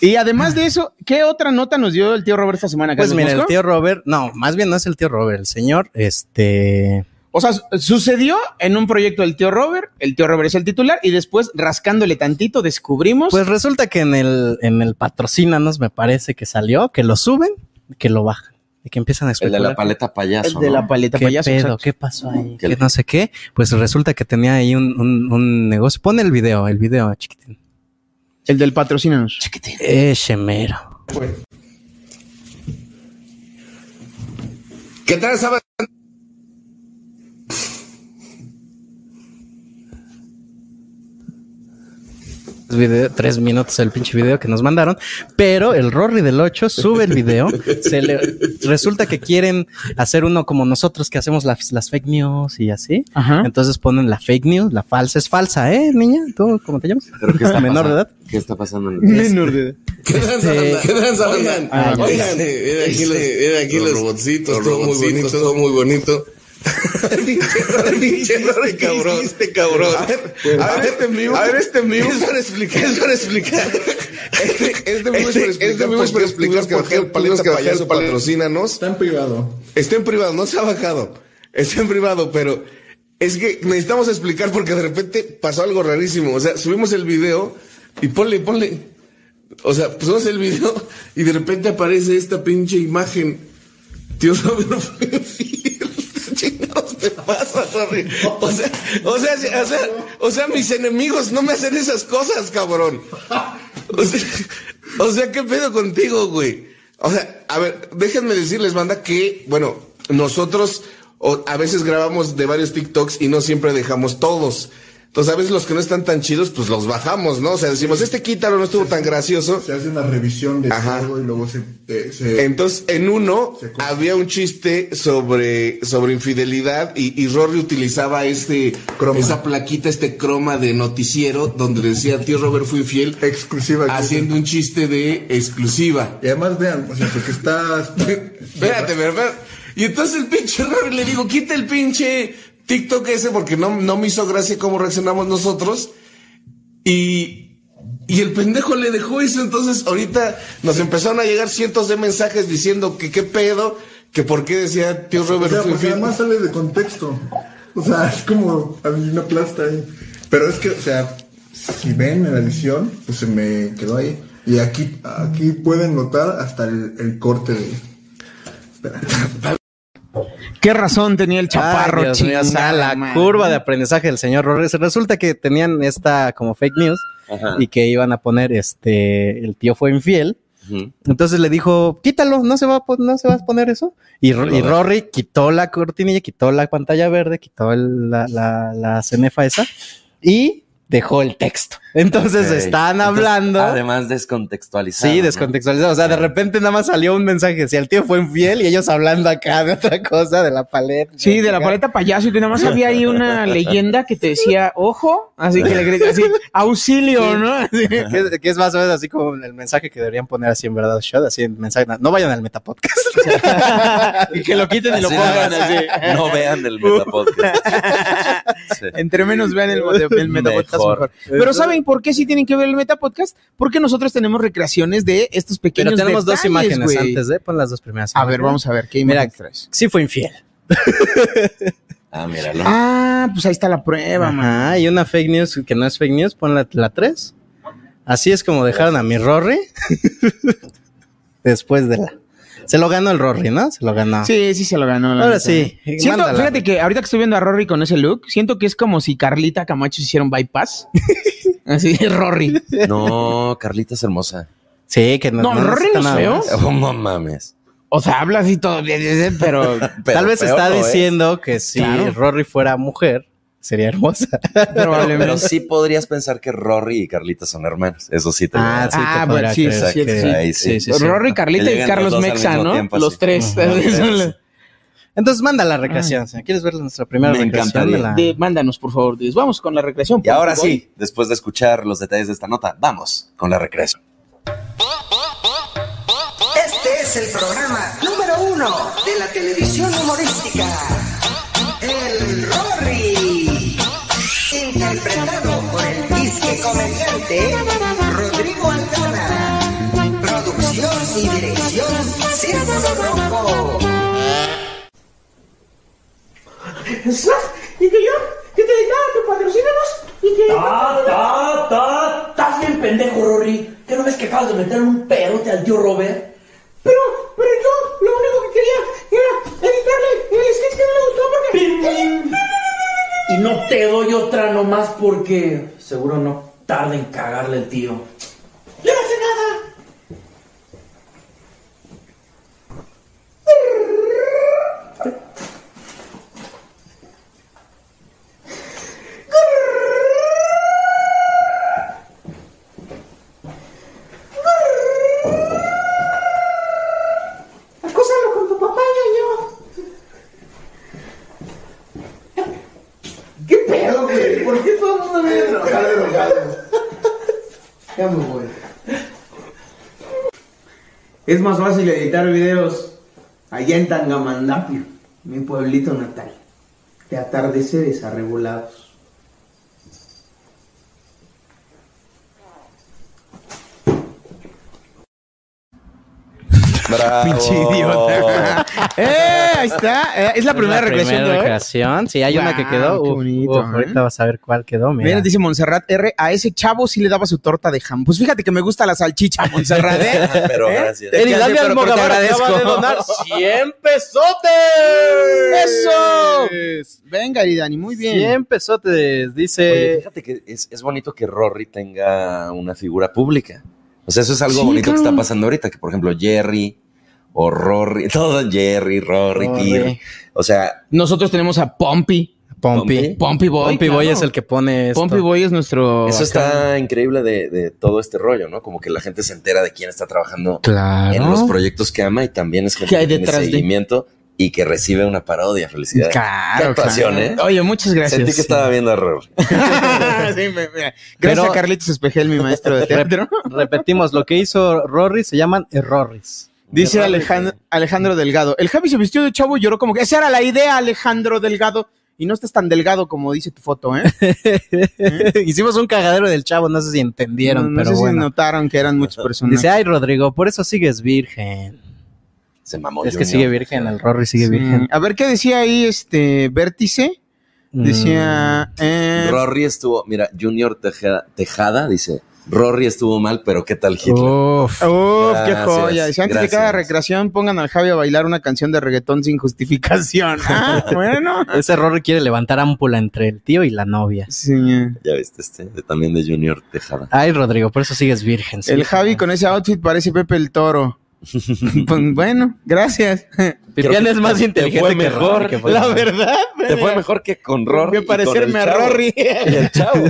S5: Y además de eso, ¿qué otra nota nos dio el tío Robert esta semana?
S4: Pues
S5: Carlos
S4: mira, el
S5: Mosco?
S4: tío Robert, no, más bien no es el tío Robert, el señor, este.
S5: O sea, su- sucedió en un proyecto del tío Robert, el tío Robert es el titular, y después, rascándole tantito, descubrimos.
S4: Pues resulta que en el, en el patrocínanos, me parece que salió, que lo suben, que lo bajan, y que empiezan a
S3: El de
S4: especular.
S3: la paleta payaso.
S5: el de la
S3: ¿no?
S5: paleta
S4: ¿Qué
S5: payaso.
S4: pedo?
S5: exacto.
S4: ¿Qué pasó ahí?
S3: Que
S4: Que
S3: le-
S4: no sé qué. Pues resulta que tenía ahí un, un- un negocio. Pon el video, el video, chiquitín.
S5: El del patrocínanos.
S4: Eh, chemero.
S6: ¿Qué tal esa
S4: Es video- tres minutos el pinche video que nos mandaron. Pero el Rory del 8 sube el video. se le, resulta que quieren hacer uno como nosotros que hacemos las, las fake news y así.
S5: Ajá.
S4: Entonces ponen la fake news, la falsa es falsa, ¿eh, niña? ¿Tú cómo te llamas?
S3: Pero ¿qué está
S4: Menor de
S3: pasando?
S4: edad.
S3: ¿Qué está pasando? en el-
S6: Este, (laughs) ¿Qué tranza,
S4: Este-
S6: banda? ¿Qué tranza, banda?
S4: Ah, ya.
S6: Oigan, eh, mira
S5: eh,
S6: aquí, los, mira aquí los, robotcitos, todo muy bonito, todo muy bonito. (laughs) Pinche Rory, cabrón. Este cabrón. A ver, a ver este en vivo. A ver este en (laughs) vivo. Es para explicar, es para explicar. Este, este mismo es para explicar por qué Paleta Payaso patrocínanos. Está en privado. Está en privado, no se ha bajado. Está en privado, pero es que necesitamos explicar porque de repente pasó algo rarísimo. O sea, subimos el video y ponle, ponle. O sea, pues hace el video y de repente aparece esta pinche imagen. Tío, sabe no puedo decir. (laughs) Chingados te pasa, Torre. O sea, o sea, si- o sea, o sea, mis enemigos no me hacen esas cosas, cabrón. O sea, o sea, ¿qué pedo contigo, güey? O sea, a ver, déjenme decirles, banda, que, bueno, nosotros o- a veces grabamos de varios TikToks y no siempre dejamos todos. Entonces, a veces los que no están tan chidos, pues los bajamos, ¿no? O sea, decimos, este quítalo, no estuvo tan gracioso.
S14: Se hace una revisión de todo y luego se, eh, se-
S6: Entonces, en uno había un chiste sobre, sobre infidelidad y, y Rory utilizaba este esa plaquita, este croma de noticiero donde decía tío Robert fue infiel.
S14: Exclusiva.
S6: Haciendo un chiste de exclusiva.
S14: Y además vean, o sea, porque está...
S6: Espérate, pero, pero- Y entonces el pinche Rory le digo, quita el pinche TikTok ese porque no, no me hizo gracia cómo reaccionamos nosotros. Y, y el pendejo le dejó eso. Entonces ahorita nos empezaron a llegar cientos de mensajes diciendo que qué pedo, que por qué decía tío
S14: O
S6: Robert
S14: sea,
S6: fue
S14: porque
S6: infiel.
S14: además sale de contexto. O sea, es como a mí una plasta ahí. Pero es que, o sea, si ven en la edición, pues se me quedó ahí. Y aquí, aquí pueden notar hasta el, el corte
S12: (laughs)
S14: de.
S5: ¿Qué razón tenía el chaparro,
S4: Ay, Dios mío, o sea,
S5: chingada
S4: la
S5: madre?
S4: curva de aprendizaje del señor Rodríguez. Resulta que tenían esta como fake news
S3: Ajá.
S4: y que iban a poner este el tío fue infiel. Entonces le dijo, quítalo, no se va a, pon- no se va a poner eso. Y, Ro-
S3: Lo
S4: y
S3: dejo.
S4: Rory quitó la cortinilla, quitó la pantalla verde, quitó el- la, la, la cenefa esa y dejó el texto. (laughs) Entonces
S3: Ok.
S4: están
S3: Entonces, ah,
S4: hablando.
S3: además, descontextualizado.
S4: Sí,
S3: ¿no?
S4: descontextualizado. O sea, de repente nada más salió un mensaje que decía el tío fue infiel y ellos hablando acá de otra cosa, de la paleta.
S5: Sí, de la paleta payaso. Y que nada más había
S4: (laughs)
S5: ahí una leyenda que te decía, ojo, así que le grité así, auxilio, ¿no?
S4: (laughs)
S5: Así.
S4: que, es- que es más o menos así como el mensaje que deberían poner así en verdad, shot, así en mensaje. No vayan al Metapodcast. (laughs) y que lo quiten y lo
S3: Así nada
S4: pongan
S3: más,
S4: así.
S3: No vean
S5: (laughs)
S3: el metapodcast. Sí.
S5: Entre menos vean el, el Metapodcast mejor.
S3: Mejor.
S5: Pero ¿saben por qué sí tienen que ver el Metapodcast? Porque nosotros tenemos recreaciones de estos pequeños
S4: Pero tenemos dos
S5: detalles,
S4: imágenes
S5: güey.
S4: antes, ¿eh? Pon las dos primeras.
S5: A ver, vamos a ver, ¿qué
S4: Mira,
S5: imágenes traes?
S4: Sí fue infiel.
S3: Ah, míralo.
S5: Ah, pues ahí está la prueba, man.
S4: Ajá, y una fake news que no es fake news, pon la, la tres. Así es como dejaron a mi Rory (laughs) después de la... Se lo ganó el Rory, ¿no? Se lo ganó.
S5: Sí, sí se lo ganó. la
S4: Ahora
S5: neta.
S4: sí,
S5: Siento-
S4: mándala.
S5: fíjate que ahorita que estoy viendo a Rory con ese look, siento que es como si Carlita Camacho se hiciera
S15: (laughs)
S5: un bypass. (laughs) Así, (laughs) Rory.
S3: No, Carlita es hermosa.
S4: Sí, que no,
S5: No,
S4: no
S5: Rory
S4: necesita
S5: no es
S4: nada
S5: feo.
S4: más.
S3: Oh, no mames.
S5: O sea, habla así todo, pero
S3: (laughs) Pero
S4: Tal vez
S3: feo
S4: está
S3: no es.
S4: diciendo que si
S5: Claro.
S4: Rory fuera mujer, sería hermosa.
S3: Pero,
S5: probablemente.
S3: sí podrías pensar que Rory y Carlita son hermanos. Eso sí te lo
S4: Ah,
S3: digo.
S4: sí,
S5: Ah,
S4: te
S5: bueno,
S4: podría
S5: sí,
S4: creer
S5: sí,
S4: que-
S3: sí, ahí sí.
S5: Rory, Carlita
S3: Que
S5: y
S3: llegan
S5: Carlos
S3: los dos al
S5: Mexa,
S3: mismo
S5: ¿no?
S3: tiempo,
S5: los
S3: así.
S5: tres. (laughs)
S3: Ujú, los
S5: Son
S3: tres,
S5: la-
S3: sí.
S4: Entonces manda la recreación. señor. ¿Quieres ver nuestra primera
S3: Me
S4: recreación? de la-
S5: De- mándanos, por favor, Dios. Vamos con la recreación.
S3: Y (laughs) ahora
S5: Voy.
S3: sí, después de escuchar los detalles de esta nota, vamos con la recreación.
S7: Este es el programa número uno de la televisión humorística. El Rory. Interpretado por el disque comediante Rodrigo Aldana. Producción y dirección Circo Rojo.
S15: Y que yo, que te dejaba que patrocínanos y que.
S5: Ah,
S16: ¡Ta, ta, ta! ¡Estás bien pendejo, Rory! ¿Qué no ves que acabas de meter un pedote al tío Robert?
S15: Pero, pero yo lo único que quería era editarle el sketch que no le gustó porque.
S16: Y no te doy otra nomás porque seguro no tarda en cagarle el tío.
S15: ¡Yo no sé nada! Acúsalo con tu papá, yo. ¿Qué pedo, güey? ¿Por qué todo el mundo me viene enojado, enojado? Ya me voy.
S16: Es más fácil editar videos allá en Tangamandapio, mi pueblito natal, de atardeceres arregulados.
S3: Bravo.
S4: Pinche
S3: (laughs)
S4: idiota.
S5: ¡Eh! Ahí está. Eh, es la primera recreación de hoy.
S4: recreación. Sí, hay una que quedó.
S5: Wow, qué
S4: Uf,
S5: bonito,
S4: uf,
S5: ¿eh?
S4: Ahorita vas a ver cuál quedó. Mira.
S5: Mira, (laughs) dice Montserrat R, a ese chavo sí le daba su torta de jamón. Pues fíjate que me gusta la
S16: (laughs)
S5: salchicha, Montserrat. ¿eh?
S3: Pero
S5: ¿Eh?
S3: gracias.
S5: Te quedas bien, pero- pero te agradezco. (laughs)
S4: 100 pesotes.
S5: ¡Eso! Pues, Venga, Iridani, muy bien.
S4: 100 pesotes,
S3: Oye,
S4: dice.
S3: fíjate que es, es bonito que Rory tenga una figura pública. O sea, eso es algo
S4: Sí,
S3: bonito que
S4: claro.
S3: está pasando ahorita, que por ejemplo Jerry o Rory, (laughs) todo Jerry, Rory,
S5: Rory.
S3: Tir. O sea,
S5: Nosotros tenemos a Pompey.
S4: Pompey.
S5: Pompey Boy.
S4: Pompey Boy
S5: claro.
S4: es el que pone esto.
S5: Pompey Boy es nuestro.
S3: eso
S5: Oh, acá.
S3: está increíble de, de todo este rollo, ¿no? Como que la gente se entera de quién está trabajando
S4: Claro.
S3: en los proyectos que ama y también es gente
S5: ¿Qué hay
S3: que tiene
S5: detrás de?
S3: seguimiento y que recibe una parodia. Felicidades. Qué
S5: Claro,
S3: actuación,
S5: claro.
S3: ¿eh?
S5: Oye, muchas gracias. Ah,
S3: Sentí que estaba viendo a Rory.
S5: Sí, me- mira. Gracias
S4: Pero-
S5: a Carlitos Espejel, mi maestro de
S4: (laughs) Rep-
S5: teatro.
S4: repetimos, lo que hizo
S5: (laughs)
S4: Rory se llaman errores.
S5: Dice Alejandro, Alejandro Delgado. El Javi se vistió de chavo y lloró como que esa era la idea, Alejandro Delgado. Y no estás tan delgado como dice tu foto,
S4: (laughs)
S5: ¿eh?
S4: (laughs) Hicimos un cagadero del chavo, no sé si entendieron,
S5: No- no
S4: pero
S5: sé si
S4: bueno.
S5: notaron que eran muchas personas.
S4: Dice, ay, Rodrigo, por eso sigues virgen.
S3: Se mamó.
S4: Es que
S3: Junior.
S4: sigue virgen, el Rory sigue
S5: Sí.
S4: virgen.
S5: A ver qué decía ahí este vértice.
S4: Mm.
S5: Decía. eh,
S3: Rory estuvo, mira, Junior Tejeda- Tejada dice, Rory estuvo mal, pero ¿qué tal Hitler?
S5: Oh.
S4: Uf,
S5: Uf, qué
S3: Gracias,
S5: joya. Dice, antes de
S3: gracias.
S5: cada recreación, pongan al Javi a bailar una canción de reggaetón
S4: (laughs)
S5: sin justificación. (laughs) Ah, bueno.
S4: Ese Rory quiere levantar ámpula entre el tío y la novia.
S5: Sí.
S3: Ya viste este, de- también de Junior Tejada.
S4: Ay, Rodrigo, por eso sigues virgen. sí.
S5: El Javi con ese outfit parece Pepe el
S4: (laughs)
S5: Toro. Pues, bueno, gracias.
S4: Pipián es más
S3: Te fue
S4: inteligente que
S3: mejor,
S4: Rory. que fue-
S5: La verdad.
S3: Te fue mejor que con Rory.
S5: Que
S3: y con
S5: parecerme
S3: el
S5: a
S3: chavo.
S5: Rory.
S3: Y
S5: (laughs)
S3: el chavo,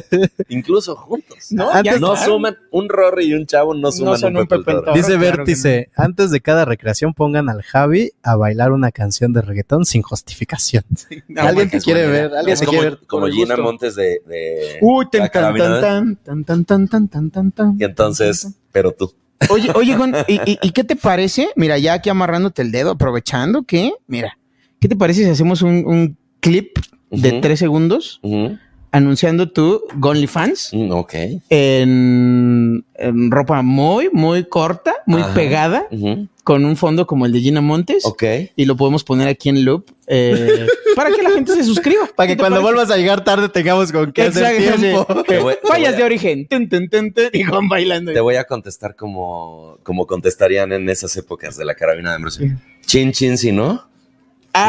S3: incluso juntos.
S5: No,
S4: Antes-
S5: ya
S3: No
S5: está.
S3: suman un Rory y un chavo, no suman
S5: son
S3: un
S5: un
S3: Pepe
S5: Pepe
S3: el
S5: el
S3: Toro.
S4: Dice
S5: Claro que
S4: Vértice, antes de cada recreación pongan al Javi a bailar una canción de reggaetón sin (laughs) justificación.
S5: No,
S4: Alguien te
S3: Es
S4: quiere
S3: buena idea.
S4: ver, alguien
S3: Es
S4: te
S3: como,
S4: quiere ver.
S3: como
S4: por el
S3: Gina
S4: gusto.
S3: Montes de... de
S5: Uy, tan,
S3: la
S5: tan,
S3: caminada.
S5: tan, tan, tan, tan, tan, tan, tan, tan.
S3: Y entonces, pero tú.
S5: Oye, oye, Gon, ¿y, y, y qué te parece? Mira, ya aquí amarrándote el dedo, aprovechando que, mira, ¿qué te parece si hacemos un, un clip de
S3: Ujú.
S5: tres segundos
S3: Ujú.
S5: anunciando tu GonlyFans
S3: Mm, ok.
S5: en, en ropa muy, muy corta, muy
S3: Ajá.
S5: pegada,
S3: Ujú.
S5: con un fondo como el de Gina Montes?
S3: Ok.
S5: Y lo podemos poner aquí en loop
S4: (laughs)
S3: (laughs)
S5: eh, para que la gente se suscriba.
S4: Para que
S5: ¿Qué te
S4: cuando
S5: parece?
S4: vuelvas a llegar tarde tengamos con qué hacer
S5: Exacto,
S4: tiempo.
S5: sí.
S3: Te voy- te
S5: Fallas
S3: voy a-
S5: de origen. Tun, tun, tun, tun, (laughs) y Juan bailando.
S3: Te voy a contestar como, como contestarían en esas épocas de la carabina de Ambrosio. Chin, chin, si no.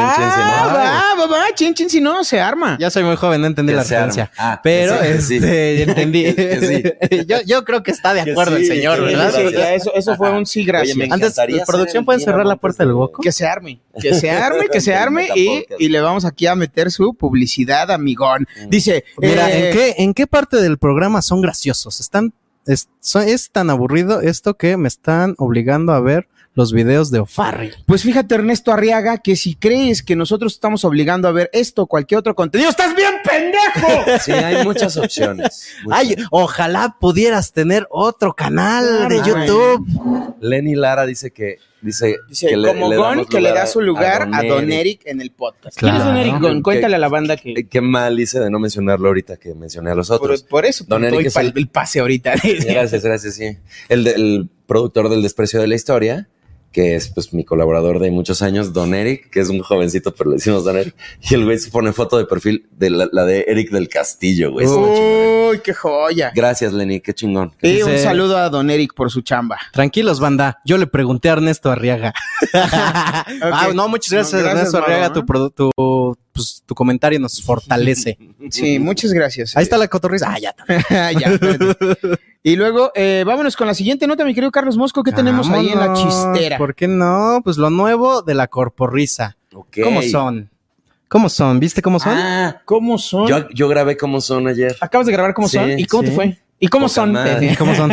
S5: Ah, va, va, va, chin, chin, si no, se arma.
S4: Ya soy muy joven, no entendí
S3: Que
S4: la
S3: se arma.
S4: referencia.
S3: Ah,
S4: pero
S3: que sí, que
S4: este, entendí. (laughs)
S3: Que
S5: (laughs)
S4: yo, yo creo que está de
S3: Que
S4: acuerdo el
S3: sí,
S4: señor,
S3: que
S4: ¿verdad?
S5: Sí,
S3: gracias.
S5: ya, eso, eso fue un sí, gracias.
S3: Oye, me
S4: Antes,
S3: encantaría ser
S4: producción,
S3: el
S4: ¿pueden
S3: Gina
S4: cerrar la
S3: Montes
S4: puerta del
S3: de-
S4: hueco?
S5: Que se arme, (laughs) que se arme,
S4: (laughs)
S5: que
S3: (laughs)
S5: se
S3: Del
S5: arme y,
S3: Metapodcast.
S5: y le vamos aquí a meter su publicidad, amigón.
S3: Mm.
S5: Dice,
S4: Mira,
S5: eh,
S4: ¿en, qué, ¿en qué parte del programa son graciosos? Están, es, so- es tan aburrido esto que me están obligando a ver los videos de O'Farrill.
S5: Pues fíjate, Ernesto Arriaga, que si crees que nosotros estamos obligando a ver esto o cualquier otro contenido, ¡estás bien pendejo!
S3: (laughs) Sí, hay muchas opciones. Muchas.
S4: Ay, (laughs) ojalá pudieras tener otro canal de
S5: Claro,
S4: YouTube.
S3: Lenny Lara dice que dice,
S5: Dice,
S3: que le-
S5: como
S3: le
S5: Gon,
S3: damos
S5: que le
S3: lugar
S5: da su lugar a Don Eric en el podcast. ¿Quién es
S4: Claro.
S5: Don Eric Gon? Cuéntale a la banda que...
S3: Eh, Qué mal hice de no mencionarlo ahorita que mencioné a los otros.
S5: Por, por eso,
S3: Don
S5: te
S3: Eric
S5: doy
S3: es
S5: pa-
S3: el-
S5: el pase ahorita.
S3: Gracias, gracias, sí. El, de- el productor del desprecio de la historia, que es pues mi colaborador de muchos años, Don Eric, que es un jovencito, pero le decimos Don Eric. Y el güey se pone foto de perfil de la, la de Eric del Castillo, güey. Es una chingonería.
S5: Uy, qué joya.
S3: Gracias, Lenny, qué chingón.
S5: Y un
S4: Dice-
S5: saludo a Don Eric por su chamba.
S4: Tranquilos, banda. Yo le pregunté a Ernesto Arriaga. (laughs) (laughs) Ah, no, muchas gracias,
S5: No, gracias,
S4: Ernesto
S5: Maro,
S4: Arriaga.
S5: ¿eh?
S4: Tu, produ- tu, pues, tu comentario nos fortalece.
S5: (laughs) Sí, muchas gracias.
S4: Ahí está la cotorriza. Ah, ya.
S5: Ah, ya, espérate. (laughs) y luego, eh, vámonos con la siguiente nota, mi querido Carlos Mosco. ¿Qué tenemos ahí en la
S4: Vámonos,
S5: chistera?
S4: ¿Por qué no? Pues lo nuevo de la corporrisa.
S3: Ok.
S4: ¿Cómo son? ¿Cómo son? ¿Viste cómo son?
S3: Ah,
S5: ¿Cómo son?
S3: yo, yo grabé cómo son ayer.
S5: Acabas de grabar cómo
S3: Sí,
S5: son. ¿Y cómo
S4: sí.
S5: te fue? ¿Y cómo
S3: Poca
S5: son?
S3: madre.
S4: ¿Cómo
S3: (laughs)
S4: son?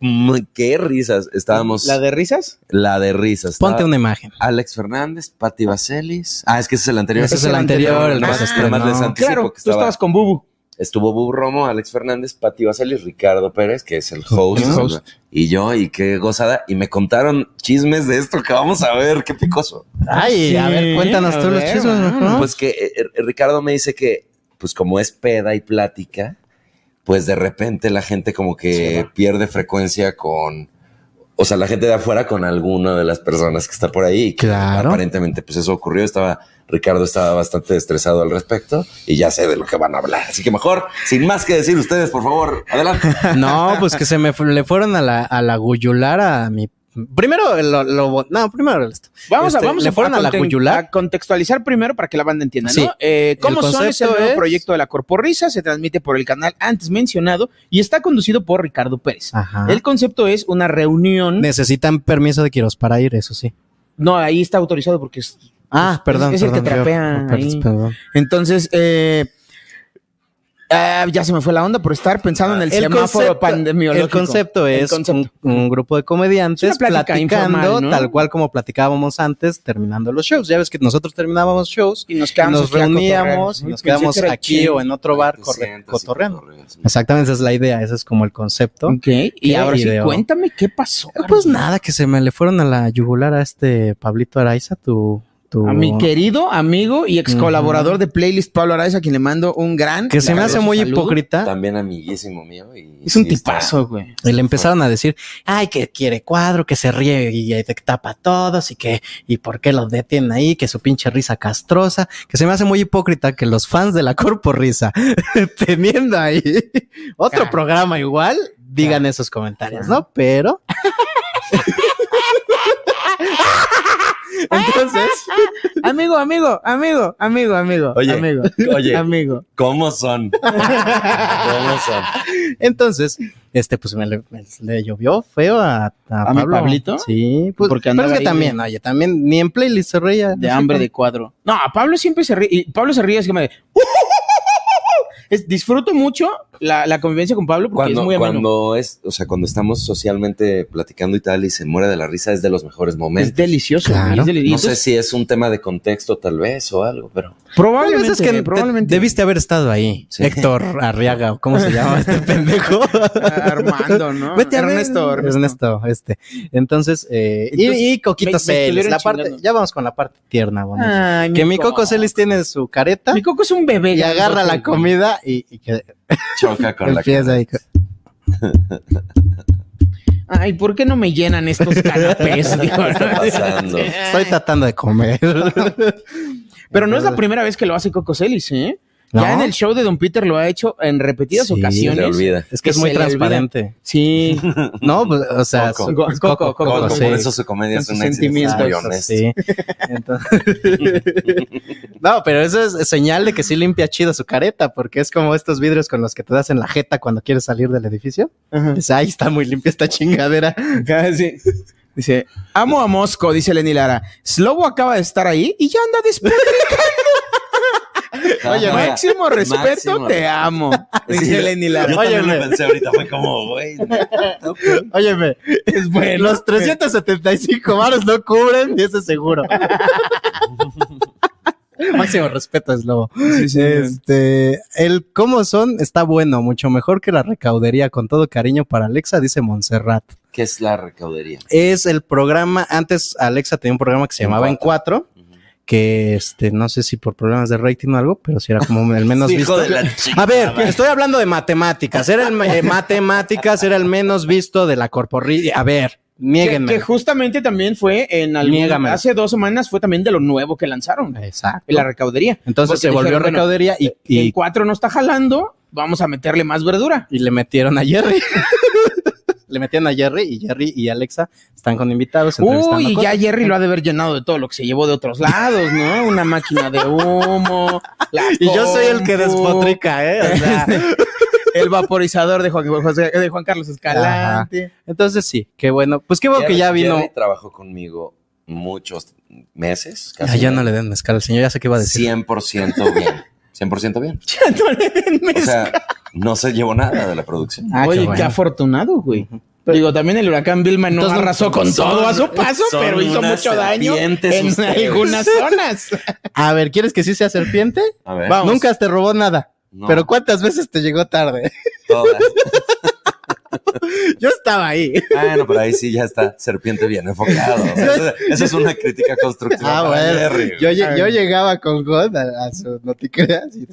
S3: Mm, Qué risas. Estábamos
S5: ¿La de risas?
S3: la de risas. Estaba-
S4: Ponte una imagen.
S3: Alex Fernández, Patti Vaselis. Ah, es que ese es el anterior.
S4: Ese es el anterior, Ah, el que
S3: Nomás-
S4: se estrenó.
S3: nomás les anticipo
S5: Claro,
S3: que
S5: tú
S3: estaba-
S5: estabas con Bubu.
S3: Estuvo Bub Romo, Alex Fernández, Patti Vaselis, Ricardo Pérez, que es el host,
S5: El host.
S3: y yo, y qué gozada. Y me contaron chismes de esto que vamos a ver, qué picoso.
S4: Ay,
S5: sí,
S4: a ver, cuéntanos
S5: a
S4: tú los
S5: ver,
S4: chismes, ¿no?
S3: Pues que eh, eh, Ricardo me dice que, pues como es peda y plática, pues de repente la gente como que pierde frecuencia con, o sea, la gente de afuera con alguna de las personas que está por ahí. Claro. Aparentemente, pues eso ocurrió. Estaba Ricardo estaba bastante estresado al respecto y ya sé de lo que van a hablar. Así que mejor, sin más que decir ustedes, por favor, adelante.
S4: (laughs) No, pues que se me fu- le fueron a la, a la guyular a mi. Primero lo, lo- no, primero esto.
S5: Vamos
S4: Este,
S5: a, vamos
S4: le
S5: a-
S4: fueron
S5: a
S4: a, la
S5: conten-
S4: guyular.
S5: a contextualizar primero para que la banda entienda,
S4: Sí.
S5: ¿no? Eh,
S4: El
S5: ¿Cómo son? Es el
S4: concepto
S5: nuevo
S4: es-
S5: proyecto de la Corporrisa, se transmite por el canal antes mencionado y está conducido por Ricardo Pérez. El concepto es una reunión.
S4: Necesitan permiso de Quiros para ir, eso sí.
S5: No, ahí está autorizado porque es.
S4: Ah,
S5: es-
S4: perdón.
S5: Es, el que
S4: perdón, yo-
S5: trapea.
S4: per-
S5: ahí.
S4: perdón.
S5: Entonces, eh, ah, ya se me fue la onda por estar pensando en el, semáforo
S4: Ah,
S5: pandemiológico.
S4: el concepto
S5: El
S4: es
S5: concepto.
S4: Un, un grupo de comediantes
S5: Es una plática
S4: platicando
S5: informal, ¿no?
S4: tal cual como platicábamos antes, terminando los shows. Ya ves que nosotros terminábamos shows y nos,
S5: quedábamos aquí a
S4: reuníamos
S5: cotorrear.
S4: y nos
S5: Pensé que
S4: quedamos
S5: era
S4: aquí
S5: chill.
S4: o en otro bar corre- cotorreando. Exactamente, esa es la idea, ese es como el concepto.
S5: Ok, y ahora sí, cuéntame qué pasó.
S4: Pues nada, que se me le fueron a la yugular a este Pablito Araiza, tu... tu
S5: A mi querido amigo y ex colaborador de Playlist Pablo Araiza, a quien le mando un gran.
S4: Que se me hace muy
S5: saludo. (laughs)
S4: hipócrita.
S3: También amiguísimo mío. Y
S4: Es un
S3: sí está-
S4: tipazo, güey. Y le empezaron a decir, ay, que quiere cuadro, que se ríe y eh, tapa a todos y que, y por qué los detienen ahí, que su pinche risa castrosa, que se me hace muy hipócrita que los fans de la Corpo Risa, (laughs) teniendo ahí otro programa igual, digan esos comentarios, ¿no? Pero. (laughs) Entonces.
S5: amigo, amigo, amigo, amigo, amigo.
S3: Oye,
S5: (laughs) amigo.
S3: oye.
S5: Amigo.
S3: ¿Cómo son? ¿Cómo son?
S4: Entonces, este, pues me le, me le llovió feo a, a,
S5: mi
S4: Pablo.
S5: Pablito?
S4: Sí, pues,
S5: Porque
S4: pero es
S5: andaba
S4: que
S5: ahí-
S4: también, oye, también ni en playlist se reía. (laughs)
S5: De hambre de cuadro. No, a Pablo siempre se ríe. Y Pablo se ríe es que me. (laughs) Es- disfruto mucho la, Ah, la convivencia con Pablo porque
S3: Cuando,
S5: es muy ameno.
S3: cuando es, o sea, cuando estamos socialmente platicando y tal y se muere de la risa, es de los mejores momentos.
S5: Es delicioso. güey, es deli-
S3: No
S5: entonces-
S3: sé si es un tema de contexto, tal vez, o algo, pero.
S5: Probablemente,
S4: Probablemente, que
S5: probablemente.
S4: debiste haber estado ahí, Héctor Arriaga, o cómo se llama
S5: (laughs)
S4: este pendejo.
S5: Armando, ¿no?
S4: Vete a ver.
S5: Ernesto, Ernesto.
S4: Ernesto, este. Entonces, eh, y-
S5: Entonces,
S4: y,
S5: me-
S4: Coquito
S5: me
S4: Celis,
S5: estuvieron
S4: la parte,
S5: chingando.
S4: ya vamos con la parte tierna, bonita.
S5: Ay, mi
S4: que mi Coco,
S5: Coco.
S4: Celis tiene su careta. Mi
S5: Coco es un bebé.
S4: Y agarra la
S5: güey.
S4: comida y, y que (laughs)
S3: Choca con la
S4: empieza
S3: (laughs)
S4: ahí.
S5: Ay, ¿por qué no me llenan estos
S4: (laughs)
S5: canapés? Digo, ¿no?
S4: Estoy tratando de comer.
S5: (laughs) Pero no es la primera vez que lo hace Coco Celis, ¿eh? Ya
S4: ¿No?
S5: en el show de Don Peter lo ha hecho en repetidas
S4: Sí,
S5: ocasiones.
S4: se le olvida. Es que es muy
S5: se le olvida.
S4: transparente. (laughs)
S5: Sí.
S4: No, pues, o sea,
S5: Coco.
S4: su-
S5: Coco, Coco, Coco,
S4: sí.
S3: por eso su comedia es
S4: Con
S3: un
S4: sus
S3: éxito, es muy
S4: sentimientos,
S3: honesto.
S4: sí. (laughs) No, pero eso es señal de que sí limpia chido su careta, porque es como estos vidrios con los que te das en la jeta cuando quieres salir del edificio. Dices, ahí está muy limpia esta chingadera.
S5: Casi. Dice, amo a Mosco, dice Lenny Lara. Slobo acaba de estar ahí y ya anda
S3: (laughs)
S5: despotricando. Oye,
S3: Ajá.
S5: máximo respeto,
S3: Máximo
S5: te
S3: respeto.
S5: amo. Dice
S3: Sí,
S5: Lenny
S3: Yo
S5: Lara.
S3: también lo pensé ahorita, fue como, güey.
S4: Óyeme, los 375 baros no cubren y eso es seguro. Máximo respeto, es lobo. este, el cómo son está bueno, mucho mejor que la recaudería, con todo cariño para Alexa, dice Montserrat.
S3: ¿Qué es la recaudería?
S4: Es el programa, antes Alexa tenía un programa que se llamaba En Cuatro, que este, no sé si por problemas de rating o algo, pero si era como
S3: (laughs)
S4: el menos
S3: Hijo
S4: visto.
S3: de la chingada.
S4: A ver, estoy hablando de matemáticas, era el eh, matemáticas, era el menos visto de la corporrilla. A ver,
S5: Que,
S4: nieguenme.
S5: que justamente también fue en algún,
S4: Niégamelo.
S5: hace dos semanas fue también de lo nuevo que lanzaron.
S4: Exacto.
S5: La recaudería.
S4: Entonces se volvió recaudería y- y-
S5: el cuatro no está jalando, vamos a meterle más verdura.
S4: Y le metieron a Jerry. (laughs) Le metían a Jerry y Jerry y Alexa están con invitados. entrevistando
S5: Uy, ya
S4: cosas.
S5: Jerry lo ha de haber llenado de todo lo que se llevó de otros lados, ¿no? Una máquina de humo.
S4: Y yo soy el que despotrica, ¿eh? O sea,
S5: (laughs) el vaporizador de Juan, José- de Juan Carlos
S4: Ajá.
S5: Escalante.
S4: Entonces sí, qué bueno. Pues qué bueno que ya
S3: Jerry-
S4: vino.
S3: Jerry trabajó conmigo muchos meses,
S4: Ah,
S3: casi.
S4: ya no le den mezcal al señor, ya sé qué iba a decir.
S3: 100% bien. (laughs) 100% bien. O sea, no se llevó nada de la producción.
S5: Oye, qué, afortunado, güey. Digo, también el huracán Vilma no
S3: Entonces,
S5: arrasó con
S3: son-
S5: todo a su paso,
S3: son
S5: pero hizo
S3: unas
S5: mucho daño en
S3: serpientes ustedes.
S5: algunas zonas.
S4: (laughs) A ver, ¿quieres que sí sea serpiente?
S3: A ver.
S4: Vamos. Nunca te robó nada.
S3: No.
S4: Pero ¿cuántas veces te llegó tarde? (laughs)
S3: Todas.
S4: Yo estaba ahí.
S3: Bueno, pero ahí sí ya está serpiente bien enfocado. O sea, eso- esa es una crítica constructiva.
S4: Ah,
S3: para Jerry,
S4: bueno.
S3: güey.
S4: Yo, lle- yo llegaba con God a, a su, no te creas. y-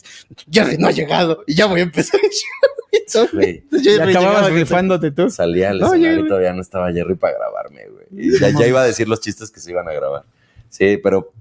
S4: Jerry no ha llegado y ya voy a empezar. (laughs)
S3: Güey.
S5: Ya acababas rifándote tú.
S3: Salía al
S5: No,
S3: escenario
S5: yo-
S3: y todavía no estaba Jerry para grabarme, güey. Y Ya, ya iba a decir los chistes que se iban a grabar. Sí, pero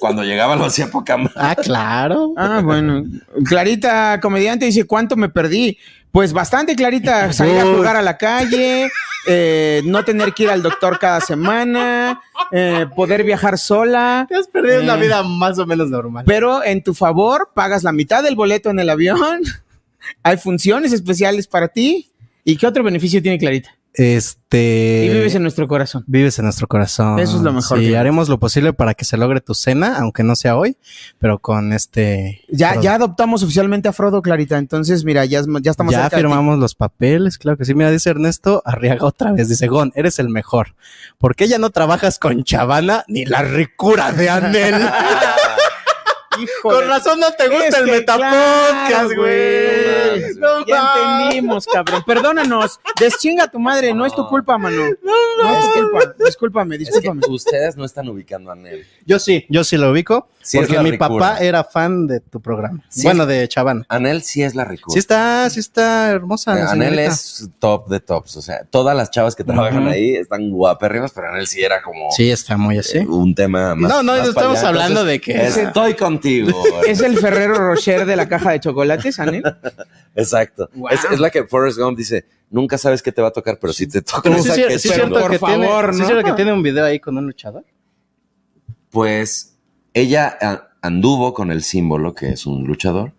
S3: cuando llegaba lo hacía poca madre.
S5: Ah, claro. Ah, bueno. Clarita, comediante, dice, ¿cuánto me perdí? Pues bastante,
S4: (laughs)
S5: Clarita, salir a
S3: Uy.
S5: jugar a la calle, eh, no tener que ir al doctor cada semana, eh, poder viajar sola. Te has
S4: perdido una vida más o menos normal.
S5: Pero en tu favor, pagas la mitad del boleto en el avión, (laughs) hay funciones especiales para ti. ¿Y qué otro beneficio tiene Clarita?
S4: Este.
S5: Y vives en nuestro corazón.
S4: Vives en nuestro corazón.
S5: Eso es lo mejor,
S4: Sí,
S5: Diego.
S4: haremos lo posible para que se logre tu cena, aunque no sea hoy, pero con este.
S5: Ya,
S4: Frodo.
S5: ya adoptamos oficialmente a Frodo, Clarita. Entonces, mira, ya, es- ya estamos
S4: Ya
S5: cerca de ti.
S4: firmamos los papeles, claro que sí. Mira, dice Ernesto Arriaga otra vez. Dice, Gon, eres el mejor. ¿Por qué ya no trabajas con Chavana ni la ricura de
S5: (laughs)
S4: Anel?
S5: Con razón no te
S4: gusta el Metapodcast, güey.
S5: No ya entendimos, cabrón. Perdónanos. Deschinga a tu madre. No, es tu culpa, mano. No, es tu culpa. Discúlpame, discúlpame.
S3: Ustedes no están ubicando a Nel.
S4: Yo sí, yo sí lo ubico.
S3: Sí, es
S4: porque
S3: la
S4: mi
S3: ricura.
S4: papá era fan de tu programa.
S3: Sí,
S4: bueno,
S3: es-
S4: de Chavana.
S3: Anel sí es la ricura. Eh,
S4: Sí está, Ah, sí está hermosa. la
S3: Anel
S4: señorita.
S3: es top de tops. O sea, todas las chavas que trabajan
S4: Ujú.
S3: ahí están guapérrimas, pero Anel sí era como
S4: Sí, está muy así.
S3: eh, un tema más.
S4: No, no,
S3: más
S4: estamos
S3: para allá.
S4: hablando de que- (laughs)
S3: Estoy contigo.
S5: ¿Es
S3: eh.
S5: el Ferrero Rocher de la caja de chocolates, Anel?
S3: (laughs) Exacto.
S5: Wow.
S3: Es, es la que Forrest Gump dice: Nunca sabes qué te va a tocar, pero si te toca.
S4: Pero sí,
S3: esa
S4: es cier-
S3: que
S4: sí es
S3: chingo".
S4: cierto que tiene, sí es cierto que
S3: Ajá.
S4: tiene un video ahí con un luchador.
S3: Pues ella a- anduvo con el símbolo, que es un luchador,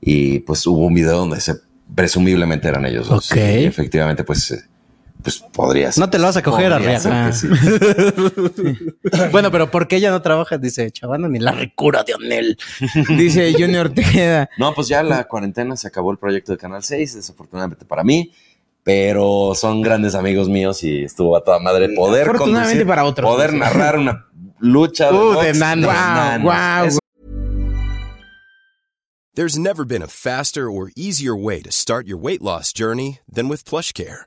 S3: y pues hubo un video donde se presumiblemente eran ellos dos.
S4: Ok.
S3: Y efectivamente, pues, eh, pues podría ser.
S4: No te lo vas a coger, Ah.
S3: Podría ser
S4: Arriaga.
S3: que sí.
S4: (laughs) bueno, pero ¿por qué ella no trabaja? Dice Chavana ni la ricura de (laughs) Anel.
S5: (laughs) Dice Junior Tejeda.
S3: No, pues ya la cuarentena se acabó el proyecto de Canal 6, desafortunadamente para mí, pero son grandes amigos míos y estuvo a toda madre poder
S5: Afortunadamente
S3: conducir,
S5: para otros.
S3: poder narrar una lucha de,
S5: Uh, de
S3: box
S5: nanos. Guau, guau,
S3: Eso
S17: There's never been a faster or easier way to start your weight loss journey than with PlushCare.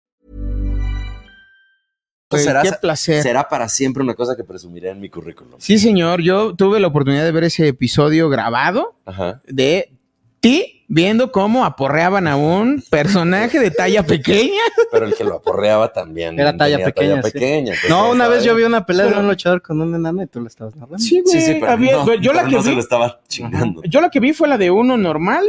S5: Güey,
S3: será,
S5: qué placer.
S3: será para siempre una cosa que presumiré en mi currículum.
S5: Sí, señor. Yo tuve la oportunidad de ver ese episodio grabado
S3: Ajá.
S5: de ti viendo cómo aporreaban a un personaje de talla pequeña.
S3: Pero el que lo aporreaba también.
S4: Era talla
S3: tenía
S4: pequeña, sí.
S3: pequeña, pues, entonces
S4: No, una
S3: estaba
S4: vez yo
S3: ahí.
S4: vi una pelea
S5: Pero-
S4: de un luchador con un enano y tú lo estabas narrando.
S5: Sí, güey. había- yo la
S3: pero
S5: que
S3: no se
S5: vi-
S3: lo estaba chingando.
S5: Yo la que vi fue la de uno normal.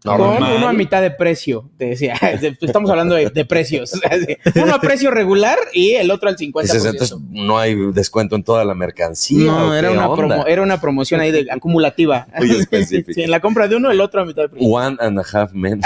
S5: Con
S3: Normal.
S5: uno a mitad de precio, te decía. (laughs) Estamos hablando de, de precios. (laughs) Uno a precio regular y el otro al 50%.
S3: Dices, Pues entonces no hay descuento en toda la mercancía.
S5: no,
S3: ¿o
S5: era
S3: qué
S5: una,
S3: onda?
S5: promo- era una promoción ahí de acumulativa.
S3: Muy específica.
S5: Sí, en la compra de uno, el otro a mitad de precio.
S3: One and a half men.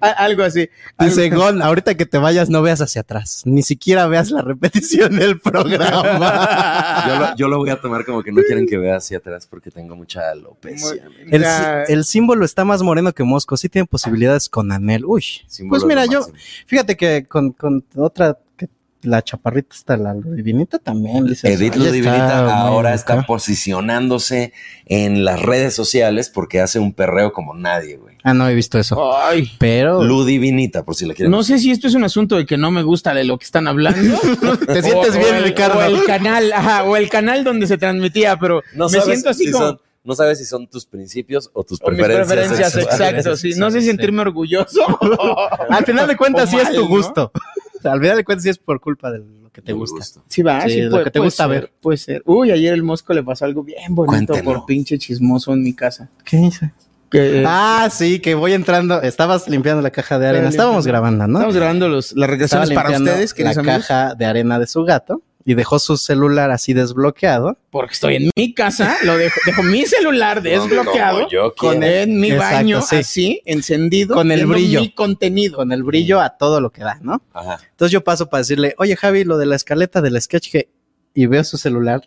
S5: A- algo así.
S4: Dice Gon, ahorita que te vayas no veas hacia atrás, ni siquiera veas la repetición del programa.
S3: yo, lo, yo lo voy a tomar como que no quieren que vea hacia atrás porque tengo mucha alopecia.
S4: El, sí- el símbolo está más moreno que Mosco, sí tiene posibilidades con Anel. Uy,
S3: Símbolo
S4: pues mira,
S3: es lo
S4: yo, fíjate que con, con otra, que la chaparrita está la divinita también. dices,
S3: Edith
S4: "Ay,
S3: Lo
S4: está muy
S3: Divinita ahora
S4: loca".
S3: está posicionándose en las redes sociales porque hace un perreo como nadie, güey.
S4: Ah, no he visto eso. Pero.
S3: Lu Divinita, por si la quieren.
S5: No sé si esto es un asunto de que no me gusta de lo que están hablando.
S3: Te sientes bien,
S5: el-
S3: Ricardo.
S5: O el canal, ajá, o el canal donde se transmitía, pero
S3: No
S5: me
S3: sabes
S5: siento así
S3: si
S5: como.
S3: son- no sabes si son tus principios o tus
S5: o mis
S3: preferencias.
S5: preferencias,
S3: sexuales.
S5: exacto. Sí. No sé si sentirme orgulloso.
S4: (laughs) Al final de cuentas, sí es tu gusto. Al final de cuentas, sí es por culpa de lo que te gusta.
S5: Sí, va, sí,
S4: lo
S5: puede-
S4: que te
S5: puede
S4: gusta
S5: ser,
S4: ver.
S5: Puede ser. Uy, ayer el Mosco le pasó algo bien bonito por pinche chismoso en mi casa.
S4: ¿Qué dice?
S5: Que-
S4: Ah, sí, que voy entrando. Estabas limpiando la caja de arena.
S5: Estaba
S4: Estábamos
S5: limpiando.
S4: grabando, ¿no?
S5: Estábamos grabando los, las
S4: Estaba
S5: regresiones para
S4: limpiando
S5: ustedes,
S4: la
S5: queridos amigos.
S4: caja de arena de su gato y dejó su celular así desbloqueado.
S5: Porque estoy en mi casa, lo dejo, dejo mi celular desbloqueado,
S4: como yo
S5: con
S4: quiera.
S5: en mi
S4: Exacto,
S5: baño,
S4: sí.
S5: así, encendido,
S4: Con el
S5: viendo
S4: brillo.
S5: mi contenido.
S4: Con el brillo a todo lo que da, ¿no?
S3: Ajá.
S4: Entonces yo paso para decirle, oye Javi, lo de la escaleta del sketch que... Y veo su celular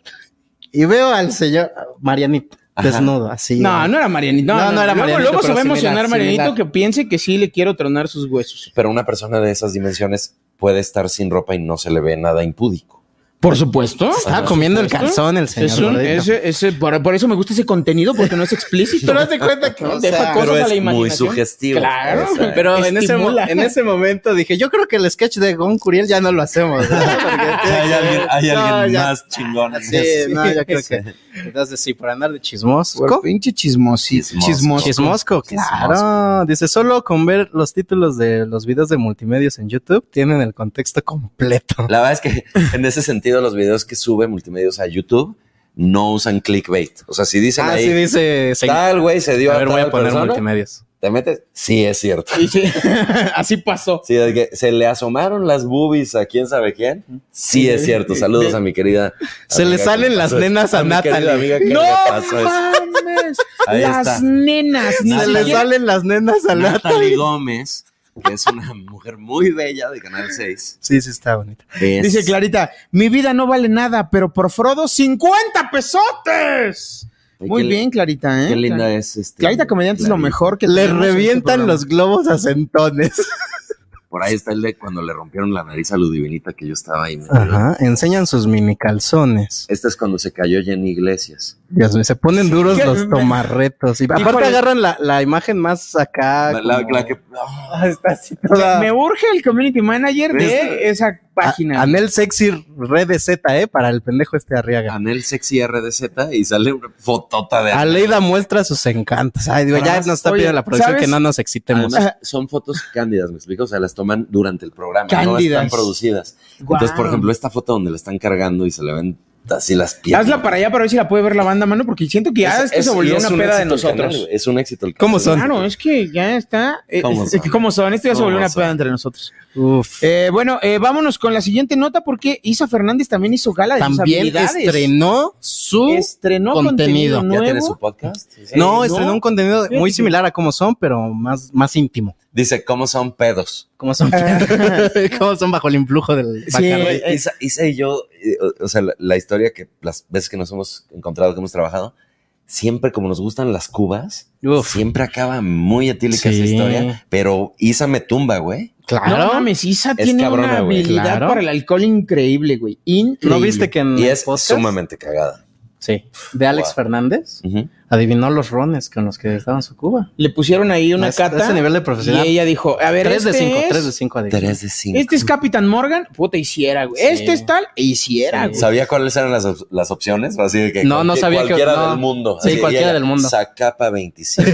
S4: y veo al señor Marianito desnudo, así.
S5: No, no era Marianito. No, no, era luego,
S4: Marianito,
S5: Luego se
S4: pero
S5: va a
S4: similar,
S5: emocionar
S4: similar.
S5: Marianito que piense que sí le quiero tronar sus huesos.
S3: Pero una persona de esas dimensiones puede estar sin ropa y no se le ve nada impúdico.
S5: Por supuesto.
S4: Se estaba comiendo el calzón el señor
S5: Es un-
S4: gordito.
S5: ese- ese- por, por eso me gusta ese contenido, porque no es explícito. ¿No das cuenta (laughs) que
S4: O
S5: deja
S4: sea,
S5: cosas
S4: pero
S5: a la
S4: es muy
S5: imaginación?
S4: sugestivo.
S5: Claro.
S4: Pero en ese, mo-
S5: Estimula.
S4: en ese momento dije, yo creo que el sketch de Gon Curiel ya no lo hacemos.
S3: (laughs)
S4: ¿no? Porque-
S3: Hay alguien, hay
S4: No,
S3: alguien
S4: ya- Ah,
S3: más chingón.
S4: Sí, no, yo creo que.
S3: (laughs)
S4: Entonces, sí, por andar de chismosco.
S5: Pinche chismosi.
S4: Chismosco. Chismosco, claro. Dice, solo con ver los títulos de los videos de multimedios en YouTube tienen el contexto completo.
S3: La verdad es que en ese sentido los videos que sube multimedios a YouTube no usan clickbait. O sea, si dicen
S4: Ah,
S3: ahí,
S4: sí, dice. se-
S3: tal güey se dio
S4: A ver, voy
S3: tal
S4: a poner
S3: persona",
S4: multimedios.
S3: ¿Te metes? Sí, (laughs) es cierto.
S5: Así pasó.
S3: Sí, de que se le asomaron las boobies a quién sabe quién. Sí, es cierto. Saludos a mi querida.
S4: Se
S3: amiga
S4: le
S3: que
S4: salen
S3: me
S4: las
S3: pasó-
S4: nenas a
S3: mi querida
S4: Natalie.
S3: amiga que
S4: ¡No
S3: me
S5: pues,
S3: pasó eso.
S5: mames!
S3: Ahí
S5: Las
S3: está.
S5: nenas.
S3: Se
S5: ni
S3: le
S5: siquiera-
S3: sale-
S4: Salen las nenas a la.
S3: Natalie Gómez, que es una mujer muy bella de Canal 6.
S4: Sí, sí, está bonita.
S3: Es-
S5: Dice Clarita, mi vida no vale nada, pero por Frodo, 50 pesotes.
S3: Ay,
S5: Muy
S3: qué-
S5: bien, Clarita, ¿eh?
S3: Qué linda
S5: Clarita.
S3: es este.
S5: Clarita Comediante es lo mejor que
S4: Le
S5: tenemos en este
S4: revientan
S5: programa.
S4: los globos a centones.
S3: (laughs) Por ahí está el de cuando le rompieron la nariz a Ludivinita que yo estaba ahí. metido.
S4: Ajá, enseñan sus mini calzones.
S3: Este es cuando se cayó Jenny Iglesias.
S4: Dios mío, se ponen duros los tomarretos. Y aparte
S3: Híjole.
S4: agarran la, la imagen más acá.
S3: La, la-
S4: como-
S3: la que-
S5: Ah, está así
S4: toda-
S5: Me urge el community manager de esa página.
S4: A- Anel Sexy Red Z, ¿eh? Para el pendejo este Arriaga.
S3: Anel Sexy RDZ y sale una fotota de
S4: Aleida muestra sus encantos. Ay, digo, ya
S5: Ah,
S3: Además,
S4: nos está
S3: oye,
S4: pidiendo la producción
S3: ¿sabes?
S4: que no nos excitemos.
S3: Además, son fotos cándidas, me explico, o sea, las toman durante el programa, no
S5: Cándidas.
S3: están producidas.
S5: Guau.
S3: Entonces, por ejemplo, esta foto donde la están cargando y se le ven así las piernas.
S5: Hazla para allá para ver si la puede ver la banda, mano, porque siento que ya
S3: Es-
S5: es, que
S3: es-
S5: se
S3: y
S5: volvió
S3: es
S5: una
S3: un
S5: peda de
S3: éxito el canal,
S5: nosotros.
S3: güey, es un éxito el
S4: ¿Cómo son?
S5: Claro, es que ya está. eh,
S3: ¿Cómo
S5: es-
S3: son?
S5: que ¿Cómo son? Esto ya se
S3: ¿Cómo
S5: volvió una
S3: son?
S5: peda entre nosotros. Eh, bueno, eh, vámonos con la siguiente nota porque Isa Fernández también hizo gala de sus
S4: También
S5: habilidades.
S4: estrenó su
S5: Estrenó
S4: contenido.
S5: contenido nuevo.
S3: ¿Ya tiene su podcast?
S4: No,
S5: Eh, no.
S4: estrenó un contenido
S5: Fíjate
S4: muy
S5: que-
S4: similar a Cómo Son, pero más, más íntimo.
S3: Dice, ¿cómo son pedos?
S4: Cómo Son,
S5: Ah.
S4: (laughs) Cómo Son bajo el influjo del Bacardi.
S3: Güey,
S5: eh,
S3: Isa, Isa y yo, eh, o- o sea, la, la historia que las veces que nos hemos encontrado, que hemos trabajado, siempre como nos gustan las cubas, siempre acaba muy etílica esa
S4: Sí.
S3: historia, pero Isa me tumba, güey.
S4: Claro.
S5: No mames, Isa
S3: Es
S5: tiene
S3: cabrona,
S5: una
S3: güey.
S5: habilidad
S3: Claro.
S5: para el alcohol increíble, güey. Increíble.
S4: ¿No viste que en
S3: Y
S4: el
S3: es
S4: podcast
S3: sumamente cagada.
S4: Sí, de Alex
S3: Wow.
S4: Fernández
S3: Ujú.
S4: adivinó los rones con los que estaban su Cuba?
S5: Le pusieron ahí una
S4: A ese- a
S5: cata.
S4: ese nivel de profesional.
S5: Y ella dijo, a ver,
S4: Tres de
S5: este
S4: cinco,
S5: es-
S4: tres de cinco adivinó.
S3: Tres de cinco.
S5: Este es Capitán Morgan, puta, hiciera, güey.
S4: Sí.
S5: Este es tal, e hiciera, güey.
S3: ¿Sabía cuáles eran las, op- las opciones? Así de que
S4: No, no
S3: cualquier-
S4: sabía que-
S3: cualquiera
S4: no.
S3: del mundo.
S4: Sí,
S3: Así,
S4: cualquiera
S3: y ella,
S4: del mundo. (laughs)
S3: Zacapa 25.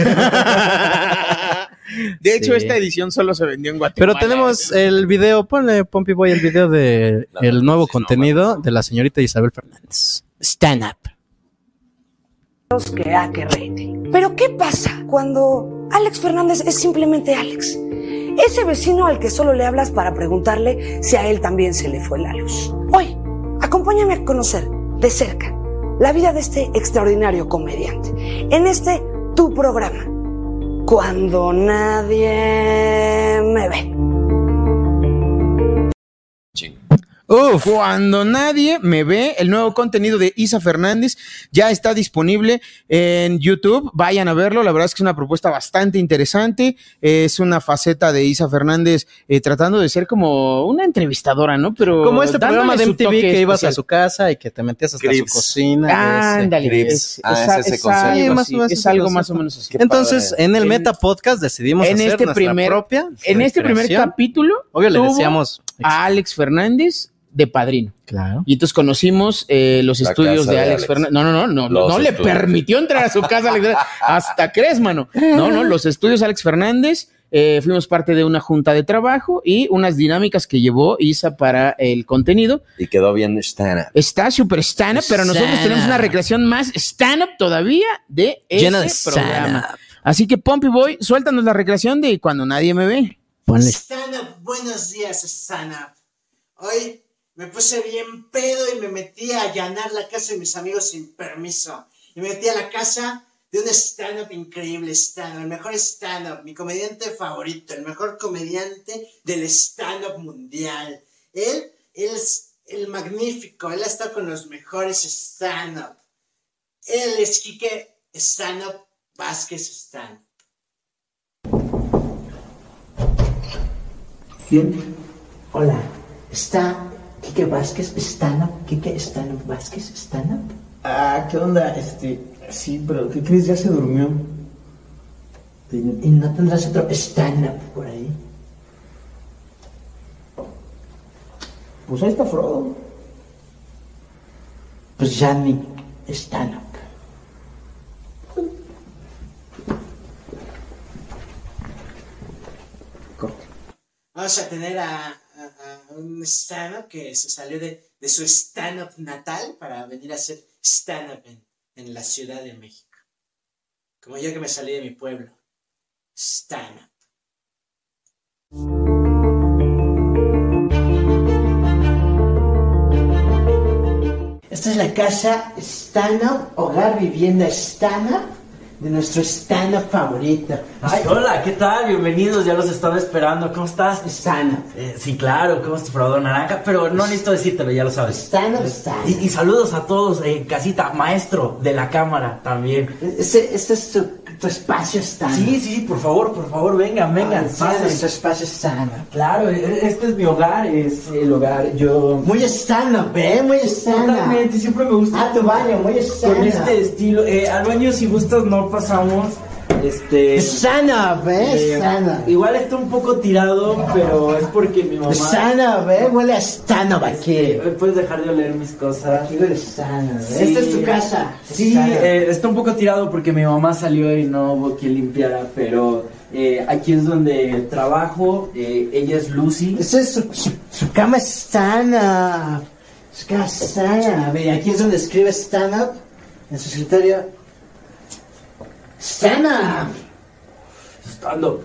S5: De hecho,
S4: Sí.
S5: esta edición solo se vendió en Guatemala.
S4: Pero tenemos
S5: ¿eh?
S4: el video, ponle Pompey Boy el video de el nuevo contenido de la señorita Isabel Fernández. Stand up.
S18: que a que rete. Pero ¿qué pasa cuando Alex Fernández es simplemente Alex? Ese vecino al que solo le hablas para preguntarle si a él también se le fue la luz. Hoy, acompáñame a conocer de cerca la vida de este extraordinario comediante. En este tu programa, Cuando nadie me ve.
S5: Uf. Cuando nadie me ve, el nuevo contenido de Isa Fernández ya está disponible en YouTube. Vayan a verlo. La verdad es que es una propuesta bastante interesante. Es una faceta de Isa Fernández eh, tratando de ser como una entrevistadora, ¿no? Pero
S4: Como este
S5: dándole
S4: programa de
S5: su
S4: MTV que
S5: toque
S4: ibas
S5: especial.
S4: a su casa y que te metías hasta
S3: Crips.
S4: su cocina.
S5: Ándale,
S4: Crips.
S5: es-
S3: Ah,
S5: es
S3: es
S5: a-
S3: ese
S5: es
S3: concepto.
S5: algo
S4: Sí, más
S5: así,
S4: o menos
S5: es
S4: ese
S5: algo
S4: concepto.
S5: más o menos así.
S4: Entonces, en el Meta Podcast decidimos
S5: en
S4: hacer
S5: este
S4: nuestra
S5: primer,
S4: propia.
S5: En este primer
S4: recreación.
S5: capítulo,
S4: Obvio, le
S5: tuvo
S4: decíamos-
S5: a Alex Fernández de padrino.
S4: Claro.
S5: Y entonces conocimos eh, los
S3: La
S5: estudios
S3: casa
S5: de
S3: de
S5: Alex,
S3: Alex.
S5: Fernández. No, no, no, no,
S3: Los
S5: no le
S3: estudios.
S5: permitió entrar a su casa. Alex
S3: (laughs)
S5: Fernández. Hasta crees, mano. No, no, los estudios de Alex Fernández. eh, fuimos parte de una junta de trabajo y unas dinámicas que llevó Isa para el contenido.
S3: y quedó bien stand up.
S5: Está súper stand-up, pero nosotros
S4: Stand-up.
S5: tenemos una recreación más stand-up todavía de
S4: Llena
S5: ese
S4: de
S5: programa.
S4: stand-up.
S5: Así que, Pompey Boy, suéltanos la recreación de cuando nadie me ve.
S4: Ponle.
S19: Stand up, buenos días, stand up. Hoy me puse bien pedo y me metí a allanar la casa de mis amigos sin permiso. Y me metí a la casa de un stand up increíble, stand up, el mejor stand up, mi comediante favorito, el mejor comediante del stand up mundial. Él, él es el magnífico, él ha estado con los mejores stand up. Él es Quique Stand up Vázquez Stand.
S16: Bien. Hola,
S19: Está Quique Vázquez, stand up, Quique stand up, Vázquez, stand up.
S16: Ah, ¿qué onda? Este, sí, pero ¿qué crees? Ya se durmió.
S19: ¿Y y no tendrás otro stand up por ahí?
S16: Pues ahí está Frodo.
S19: Pues ya ni stand up. Vamos a tener a, a- a un stand-up que se salió de, de su stand-up natal para venir a hacer stand-up en, en la Ciudad de México. Como yo que me salí de mi pueblo. Stand-up. Esta es la casa stand-up, hogar, vivienda stand-up de nuestro stand-up favorito.
S20: Ay, hola, ¿qué tal? Bienvenidos, ya los estaba esperando. ¿Cómo estás? Eh,
S19: Sana.
S20: sí, claro, ¿cómo estás, Frodo Naranja? Pero no necesito decírtelo, ya lo sabes. Eh,
S19: Sana, sana.
S20: Y, y saludos a todos, eh, casita, maestro de la cámara también.
S19: Este, este es tu, tu espacio stand
S20: Sí, sí, por favor, por favor, vengan, vengan, pasen.
S19: nuestro espacio stand-up.
S20: Claro, e- este es mi hogar, es el hogar, yo...
S19: Muy stand-up, ¿eh? Muy stand-up.
S20: Totalmente, siempre me gusta.
S19: Ah, tu baño, muy
S20: Con
S19: stand-up.
S20: este estilo, eh, al baño si gustas no pasamos, este...
S19: Stand-up, ¿eh? Stand-up.
S20: Igual está un poco tirado, pero es porque mi mamá...
S19: Stand-up, ¿eh? Huele a stand-up aquí.
S20: Eh, Puedes dejar de oler mis cosas.
S19: Aquí huele stand-up, ¿eh? Esta es tu casa.
S20: Sí,
S19: Stand-up.
S20: eh, está un poco tirado porque mi mamá salió y no hubo quien limpiara, pero eh, aquí es donde trabajo. eh, ella es Lucy.
S19: Esta es su, su- su cama stand-up. Su cama stand-up. Y aquí es donde escribe stand-up. En su escritorio. ¡Stand-up!
S20: Stand-up.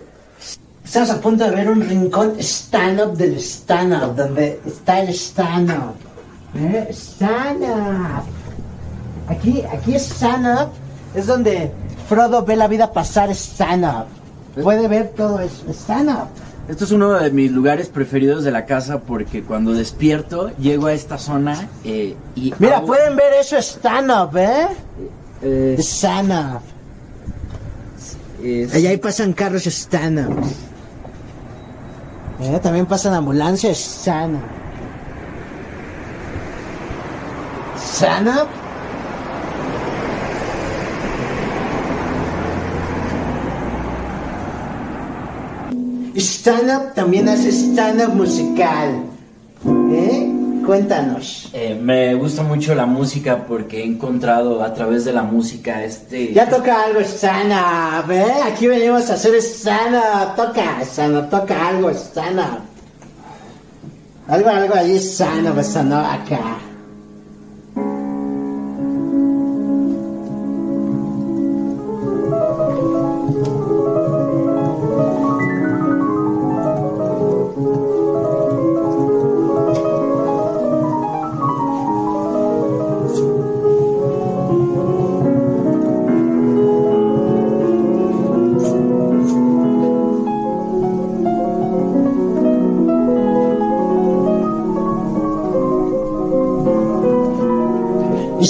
S19: Estamos a punto de ver un rincón stand-up del stand-up, donde está el stand-up. ¿Eh? Stand-up. Aquí, aquí es stand-up, es donde Frodo ve la vida pasar stand-up. Puede ver todo eso, stand-up.
S20: Esto es uno de mis lugares preferidos de la casa porque cuando despierto llego a esta zona eh, y...
S19: Mira,
S20: hago-
S19: pueden ver eso stand-up, ¿eh? Stand-up.
S20: es-
S19: Allá ahí pasan carros stand-up. ¿Eh? También pasan ambulancias stand-up. ¿Stand-up? Stand-up también hace stand-up musical. ¿Eh? Cuéntanos.
S20: Eh, me gusta mucho la música porque he encontrado a través de la música este...
S19: Ya toca algo stand-up, ¿eh? Aquí venimos a hacer stand-up. Toca stand-up, toca algo stand-up. Algo, algo ahí stand-up, stand-up acá.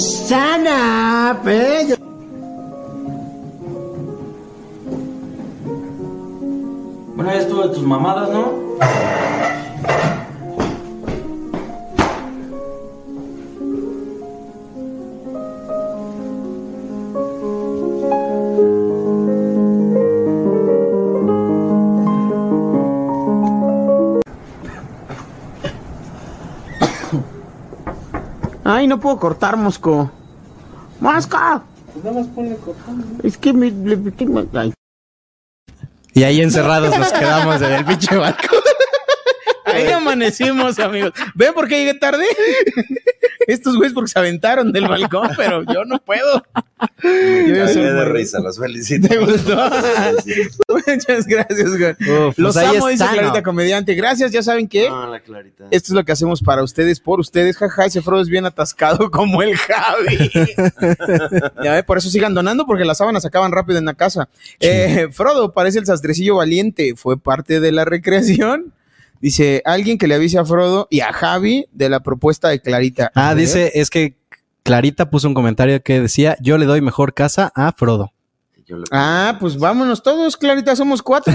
S19: ¡Stand-up, eh! Yo-
S20: Bueno, ya estuvo de tus mamadas, ¿no?
S5: Ay, no puedo cortar, Mosco. ¡Mosco! Es que me... le- que me- ay.
S4: Y ahí encerrados nos quedamos en el pinche balcón.
S5: Ahí amanecimos, amigos. ¿Ven por qué llegué tarde? Estos güeyes porque se aventaron del balcón, pero yo no puedo.
S3: Me
S5: Yo soy
S3: cagué de
S5: muy-
S3: risa, los
S5: (laughs)
S3: felicito.
S5: ¿Te gustó? Muchas gracias, güey.
S3: pues
S5: Los
S3: ahí
S5: amo, dice
S3: está,
S5: Clarita
S3: ¿no?
S5: Comediante. Gracias, ya saben que
S3: Hola, Ah, Clarita.
S5: esto es lo que hacemos para ustedes, por ustedes. Jaja, ese Frodo es bien atascado (laughs) como
S4: (laughs)
S5: el Javi. ya ve, por eso sigan donando, porque las sábanas se acaban rápido en la casa. Eh, Frodo parece el sastrecillo valiente. Fue parte de la recreación. Dice, alguien que le avise a Frodo y a Javi de la propuesta de Clarita.
S4: Ah,
S5: A ver.
S4: dice, es que Clarita puso un comentario que decía, yo le doy mejor casa a Frodo.
S3: yo lo-
S5: Ah, pues vámonos todos, Clarita,
S4: (laughs)
S5: somos cuatro.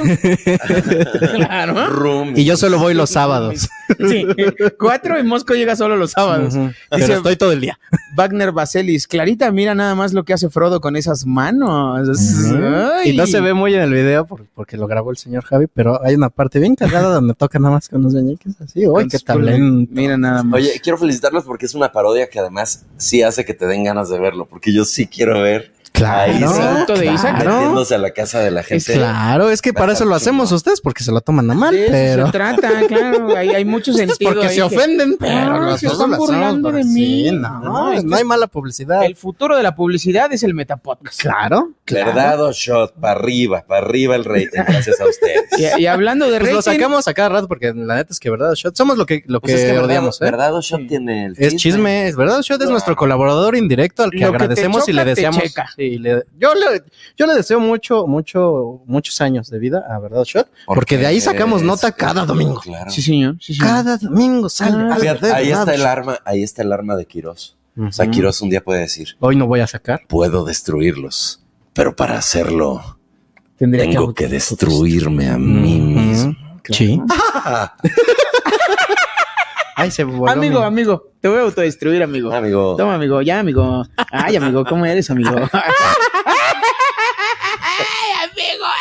S5: claro.
S3: Room.
S4: Y yo solo voy los sábados.
S5: Sí, eh, cuatro y Mosco llega solo los sábados.
S4: Ujú, pero estoy todo el día.
S5: Wagner Baselis, Clarita, mira nada más lo que hace Frodo con esas manos. Ay.
S4: Y no se ve muy en el video por- porque lo grabó el señor Javi, pero hay una parte bien cargada donde toca nada más con los meñiques así. Uy,
S5: Con
S4: qué
S5: sus pulgares.
S4: talento.
S5: Mira nada más.
S3: Oye, quiero felicitarlos porque es una parodia que además sí hace que te den ganas de verlo, porque yo sí quiero ver a
S4: Claro,
S3: Isa
S4: Exacto, de Isa, claro.
S3: metiéndose a la casa de la
S4: Es
S3: gente.
S4: claro, es que
S3: Va a
S4: para
S3: estar
S4: eso lo hacemos ustedes porque se lo toman a mal,
S5: De eso
S4: pero
S5: se trata, claro. Hay, hay mucho
S4: Ustedes
S5: sentido.
S4: (laughs) Pues porque
S5: ahí
S4: se
S5: que-
S4: ofenden, pero
S5: Claro, se
S4: nosotros
S5: están
S4: lo hacemos
S5: burlando de
S4: porque
S5: mí.
S4: sí, no, no
S5: esto
S4: hay
S5: es-
S4: mala publicidad.
S5: El futuro de la publicidad es el metapodcast.
S4: Claro. (laughs)
S3: ¿Verdad o shot? Para arriba, para arriba el rey. Gracias a ustedes.
S5: Y, y hablando de
S4: Pues lo
S5: rating-
S4: sacamos a cada rato porque la neta es que verdad o shot somos lo que lo
S3: Pues
S4: que,
S3: es que verdad,
S4: odiamos, ¿eh?
S3: verdad o shot tiene el
S4: Es chisme, es verdad o shot es nuestro colaborador indirecto al que
S5: Lo que te
S4: agradecemos y le
S5: choca, te
S4: deseamos
S5: checa.
S4: sí, le- yo le yo le deseo mucho mucho muchos años de vida a verdad o shot porque de ahí sacamos
S3: es-
S4: nota
S3: es-
S4: cada domingo.
S3: claro.
S5: Sí, señor. Sí, señor.
S4: Cada domingo sale. algo
S3: Fíjate,
S4: de
S3: ahí
S4: Verdad
S3: está
S4: o
S3: el
S4: Shot.
S3: arma, ahí está el arma de Quirós. O sea,
S4: Ujú.
S3: Quirós un día puede decir,
S4: Hoy no voy a sacar.
S3: puedo destruirlos, pero para hacerlo
S5: Tendría
S3: tengo que, destruirme a mí mismo.
S4: Sí. Ay, se voló
S5: Amigo,
S4: mi-
S5: amigo, te voy a autodestruir, amigo.
S3: Amigo.
S5: Toma, amigo, ya, amigo. Ay, amigo, ¿cómo eres, amigo?
S4: (laughs)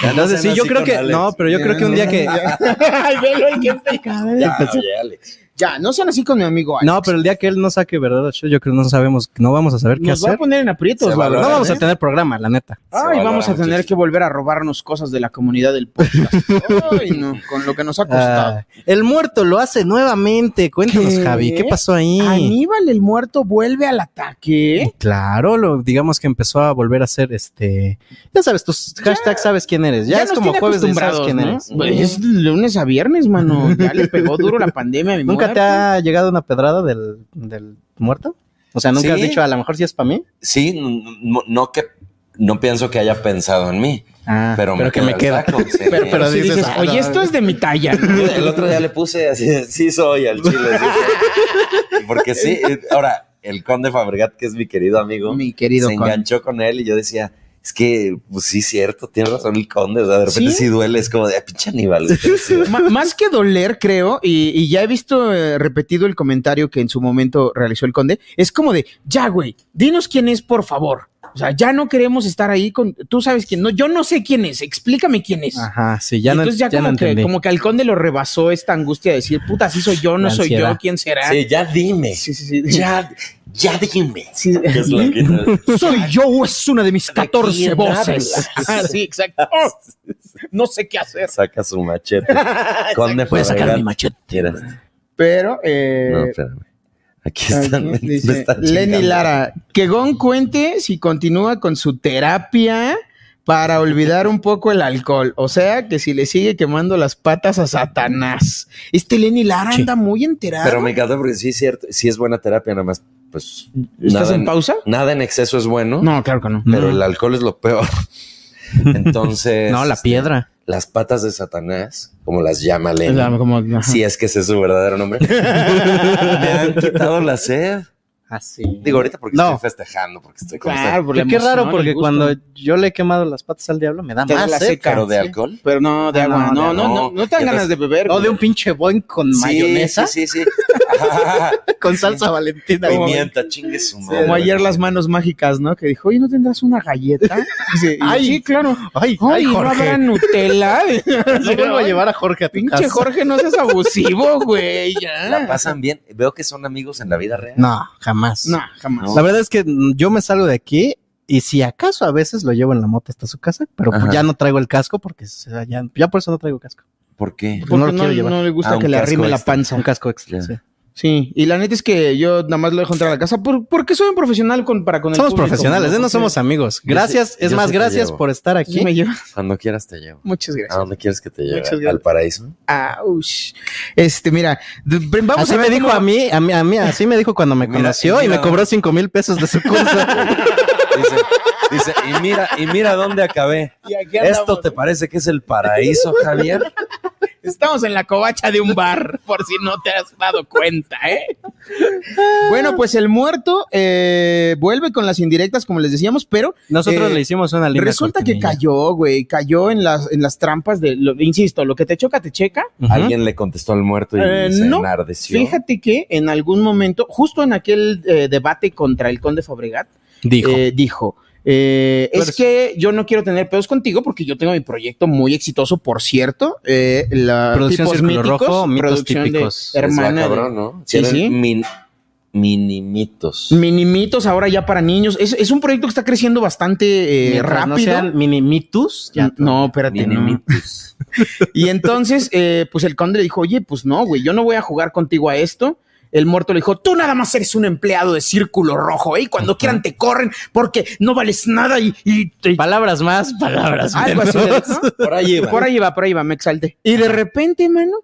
S3: Ya no
S4: Entonces,
S3: sean
S4: sí, yo
S3: así
S4: creo
S3: con
S4: que.
S3: Alex.
S4: No, pero yo creo que un día que.
S5: (laughs) Ay, velo el que está.
S3: Ya,
S4: Empezó.
S3: oye, Alex.
S5: Ya, no sean así con mi amigo. Alex.
S4: (laughs) No, pero el día que él no saque verdad, yo, yo creo que no sabemos, no vamos a saber qué
S5: Nos va a
S4: hacer.
S5: poner en aprietos,
S4: No
S5: la verdad.
S4: vamos
S5: ¿eh?
S4: a tener programa, la neta.
S5: Ay, vamos a tener que volver a robarnos cosas de la comunidad del
S4: (laughs)
S5: podcast. Ay, no, con lo que nos ha costado.
S4: Ah, el muerto lo hace nuevamente. Cuéntanos,
S5: ¿Qué?
S4: Javi, ¿qué pasó ahí?
S5: Aníbal el muerto vuelve al ataque.
S4: Claro, lo, digamos que empezó a volver a hacer este. Ya sabes, tus hashtags sabes quién eres. Ya,
S5: Ya
S4: es
S5: nos
S4: como
S5: tiene
S4: jueves de sabes
S5: acostumbrados,
S4: quién
S5: ¿no?
S4: eres.
S5: Pues es lunes a
S4: (laughs)
S5: viernes, mano. Ya le pegó duro la pandemia a mi
S4: ¿Nunca te
S5: muerto.
S4: ha llegado una pedrada del, del muerto? O sea, nunca has
S3: Sí.
S4: dicho, a lo mejor sí es para mí.
S3: Sí, n- no, no que no pienso que haya pensado en mí, pero,
S4: Ah, pero
S3: me
S4: que
S3: queda
S4: me
S3: el
S4: queda.
S3: saco,
S4: (laughs)
S3: sí.
S5: Pero, pero sí dices, oye,
S4: este
S5: esto es de mi talla. ¿no?
S3: Yo el otro
S5: (laughs)
S3: día le puse así, (laughs) sí soy al chile. sí soy. Porque sí, eh, ahora, el conde Fabregat, que es mi querido amigo,
S5: Mi querido
S3: se
S5: conde.
S3: enganchó con él y yo decía, es que, pues sí, cierto, tiene razón el conde, o sea, de repente sí,
S5: ¿Sí?
S3: duele, es como de, "Ah, pinche Aníbal. sí,
S5: Ma- más que doler, creo, y, y ya he visto eh, repetido el comentario que en su momento realizó el conde, es como de, ya, güey, dinos quién es, por favor. O sea, ya no queremos estar ahí con, tú sabes quién, no, yo no sé quién es, explícame quién es.
S4: Ajá, sí, ya
S5: Y
S4: no,
S5: entonces ya,
S4: ya no
S5: como, que,
S4: entendí.
S5: como que al conde lo rebasó esta angustia de decir, puta, si soy yo, no
S4: La
S5: soy
S4: ansiedad.
S5: yo, ¿quién será?
S3: ya dime,
S5: Sí, sí, sí.
S3: ya, ya dime.
S5: Sí.
S3: Que es lo
S5: (laughs)
S3: que-
S5: Soy yo, es una de mis 14
S3: quién (laughs)
S5: voces.
S3: hablas?
S5: Ajá, sí, exacto. Oh, no sé qué hacer.
S3: Saca
S5: (laughs)
S3: su machete. Conde
S5: Voy a sacar
S3: Fabregat,
S5: mi machete.
S3: quieras.
S5: Pero, eh,
S3: No, espérame. Aquí están. (laughs) me-
S5: Aquí
S3: me
S5: dice,
S3: están
S5: Lenny
S3: chingando.
S5: Lara, que Gon cuente si continúa con su terapia para olvidar un poco el alcohol. O sea, que si le sigue quemando las patas a Satanás. Este Lenny Lara anda muy enterado.
S3: Pero me encanta porque sí es cierto, sí es buena terapia, nada más, pues.
S5: ¿Estás
S3: nada
S5: en pausa?
S3: Nada en exceso es bueno,
S5: No, claro que no.
S3: pero el alcohol es lo
S4: (laughs)
S3: peor. Entonces.
S4: No, la
S3: este,
S4: piedra.
S3: Las patas de Satanás, como las llama Lenny.
S5: La- como- ajá.
S3: Si es que ese es su verdadero
S4: (laughs)
S3: nombre. me han quitado la sed.
S4: Así.
S3: Digo, ahorita porque
S4: No.
S3: estoy festejando, porque estoy con
S5: Ah, Claro,
S3: sed.
S5: por la
S4: qué
S5: emoción,
S4: raro, porque
S5: el gusto.
S4: cuando yo le he quemado las patas al diablo, me da
S5: Te da
S4: más
S5: la
S4: sed,
S5: seca.
S3: Pero de
S5: Sí.
S3: alcohol.
S5: Pero no, de
S4: Ah,
S5: agua.
S4: no,
S5: No,
S4: de
S5: no, no,
S3: agua.
S5: no, te dan
S3: Entonces-
S5: ganas de beber.
S4: O de
S5: güey.
S4: un pinche boing con
S3: Sí,
S4: mayonesa,
S3: Sí, sí, sí. Ajá.
S4: (laughs) con salsa valentina.
S3: Pimienta, chingue su madre.
S5: Como ayer las manos mágicas, ¿no? Que dijo, oye, ¿no tendrás una galleta? (laughs) Sí, y-
S4: Ay.
S5: sí, claro.
S4: Ay,
S5: Ay,
S4: ay,
S5: ¿no
S4: Jorge. (laughs)
S5: habrá Nutella?
S4: No vuelvo a llevar a Jorge a tu
S5: Pinche
S4: casa.
S5: Jorge, no seas abusivo, güey.
S3: La
S5: Ya.
S3: pasan bien. Veo que son amigos en la vida real.
S4: No, jamás.
S5: No, jamás.
S4: La verdad es que mm, yo me salgo de aquí y si acaso a veces lo llevo en la moto hasta su casa, pero pues,
S3: Ajá.
S4: ya no traigo el casco porque se- ya, ya por eso no traigo casco.
S3: ¿Por qué?
S4: no lo
S5: Porque no,
S4: quiero llevar.
S5: no le gusta
S3: Ah,
S5: que
S3: un
S5: le
S3: casco este,
S5: arrime la
S3: extra.
S5: panza.
S4: Un casco extra.
S3: Ya.
S4: sí.
S5: Sí, y la neta es que yo nada más lo dejo entrar a la casa por- porque soy un profesional con, para con el
S4: Somos
S5: público,
S4: profesionales, ¿eh? no
S5: Porque-
S4: somos amigos.
S3: Yo
S4: Gracias,
S3: sí-
S4: es
S3: yo
S4: más,
S3: sí te
S4: gracias
S3: llevo.
S4: por estar
S5: Sí,
S4: aquí.
S5: me lleva-
S3: Cuando quieras te llevo.
S5: Muchas
S3: ¿A
S5: gracias.
S3: dónde quieres que te lleve?
S5: Muchas gracias.
S3: ¿Al paraíso?
S5: Aush. Este, mira, d- vamos
S4: así
S5: a ver
S4: me dijo
S5: cómo-
S4: a mí, a mí, a mí, así me dijo cuando me
S3: Mira,
S4: conoció y
S3: mira.
S4: me cobró cinco mil pesos de su curso.
S3: Dice, dice, y mira, y mira dónde acabé.
S5: Y aquí andamos.
S3: ¿Esto te parece que es el paraíso, Javier?
S5: Estamos en la covacha de un bar, por si no te has dado cuenta, ¿eh? Bueno, pues el muerto eh, vuelve con las indirectas, como les decíamos, pero.
S4: Nosotros
S5: eh,
S4: le hicimos una linda
S5: Resulta que
S4: cortinilla.
S5: cayó, güey. Cayó en las, en las trampas de. lo- insisto, lo que te choca, te checa.
S3: Alguien le contestó al muerto y
S5: Eh,
S3: se
S5: no,
S3: enardeció.
S5: Fíjate que en algún momento, justo en aquel eh, debate contra el conde Fabregat,
S4: Dijo.
S5: eh, dijo. eh, es que yo no quiero tener pedos contigo porque yo tengo mi proyecto muy exitoso, por cierto. eh,
S3: Ah,
S5: la
S4: Producción
S5: Tipos
S4: Círculo
S5: Míticos,
S4: Rojo, Mitos
S5: producción de
S4: Típicos.
S5: Hermana.
S3: Está
S5: de-
S3: cabrón, ¿no?
S5: Sí,
S3: Tienen
S5: sí.
S3: min- minimitos.
S5: Minimitos ahora ya para niños. Es, es un proyecto que está creciendo bastante eh,
S4: Mientras
S5: rápido.
S4: no sean
S5: minimitus. no, espérate. no. Y entonces, eh, pues el conde le dijo, oye, pues no, güey, yo no voy a jugar contigo a esto. El muerto le dijo, tú nada más eres un empleado de Círculo Rojo, ¿eh? Y cuando quieran te corren porque no vales nada y...
S4: Palabras más, palabras
S5: Algo
S4: menos.
S5: así, ¿no?
S4: Por ahí ¿eh? va.
S5: Por ahí va, por ahí va, me exalté. Y de repente, mano,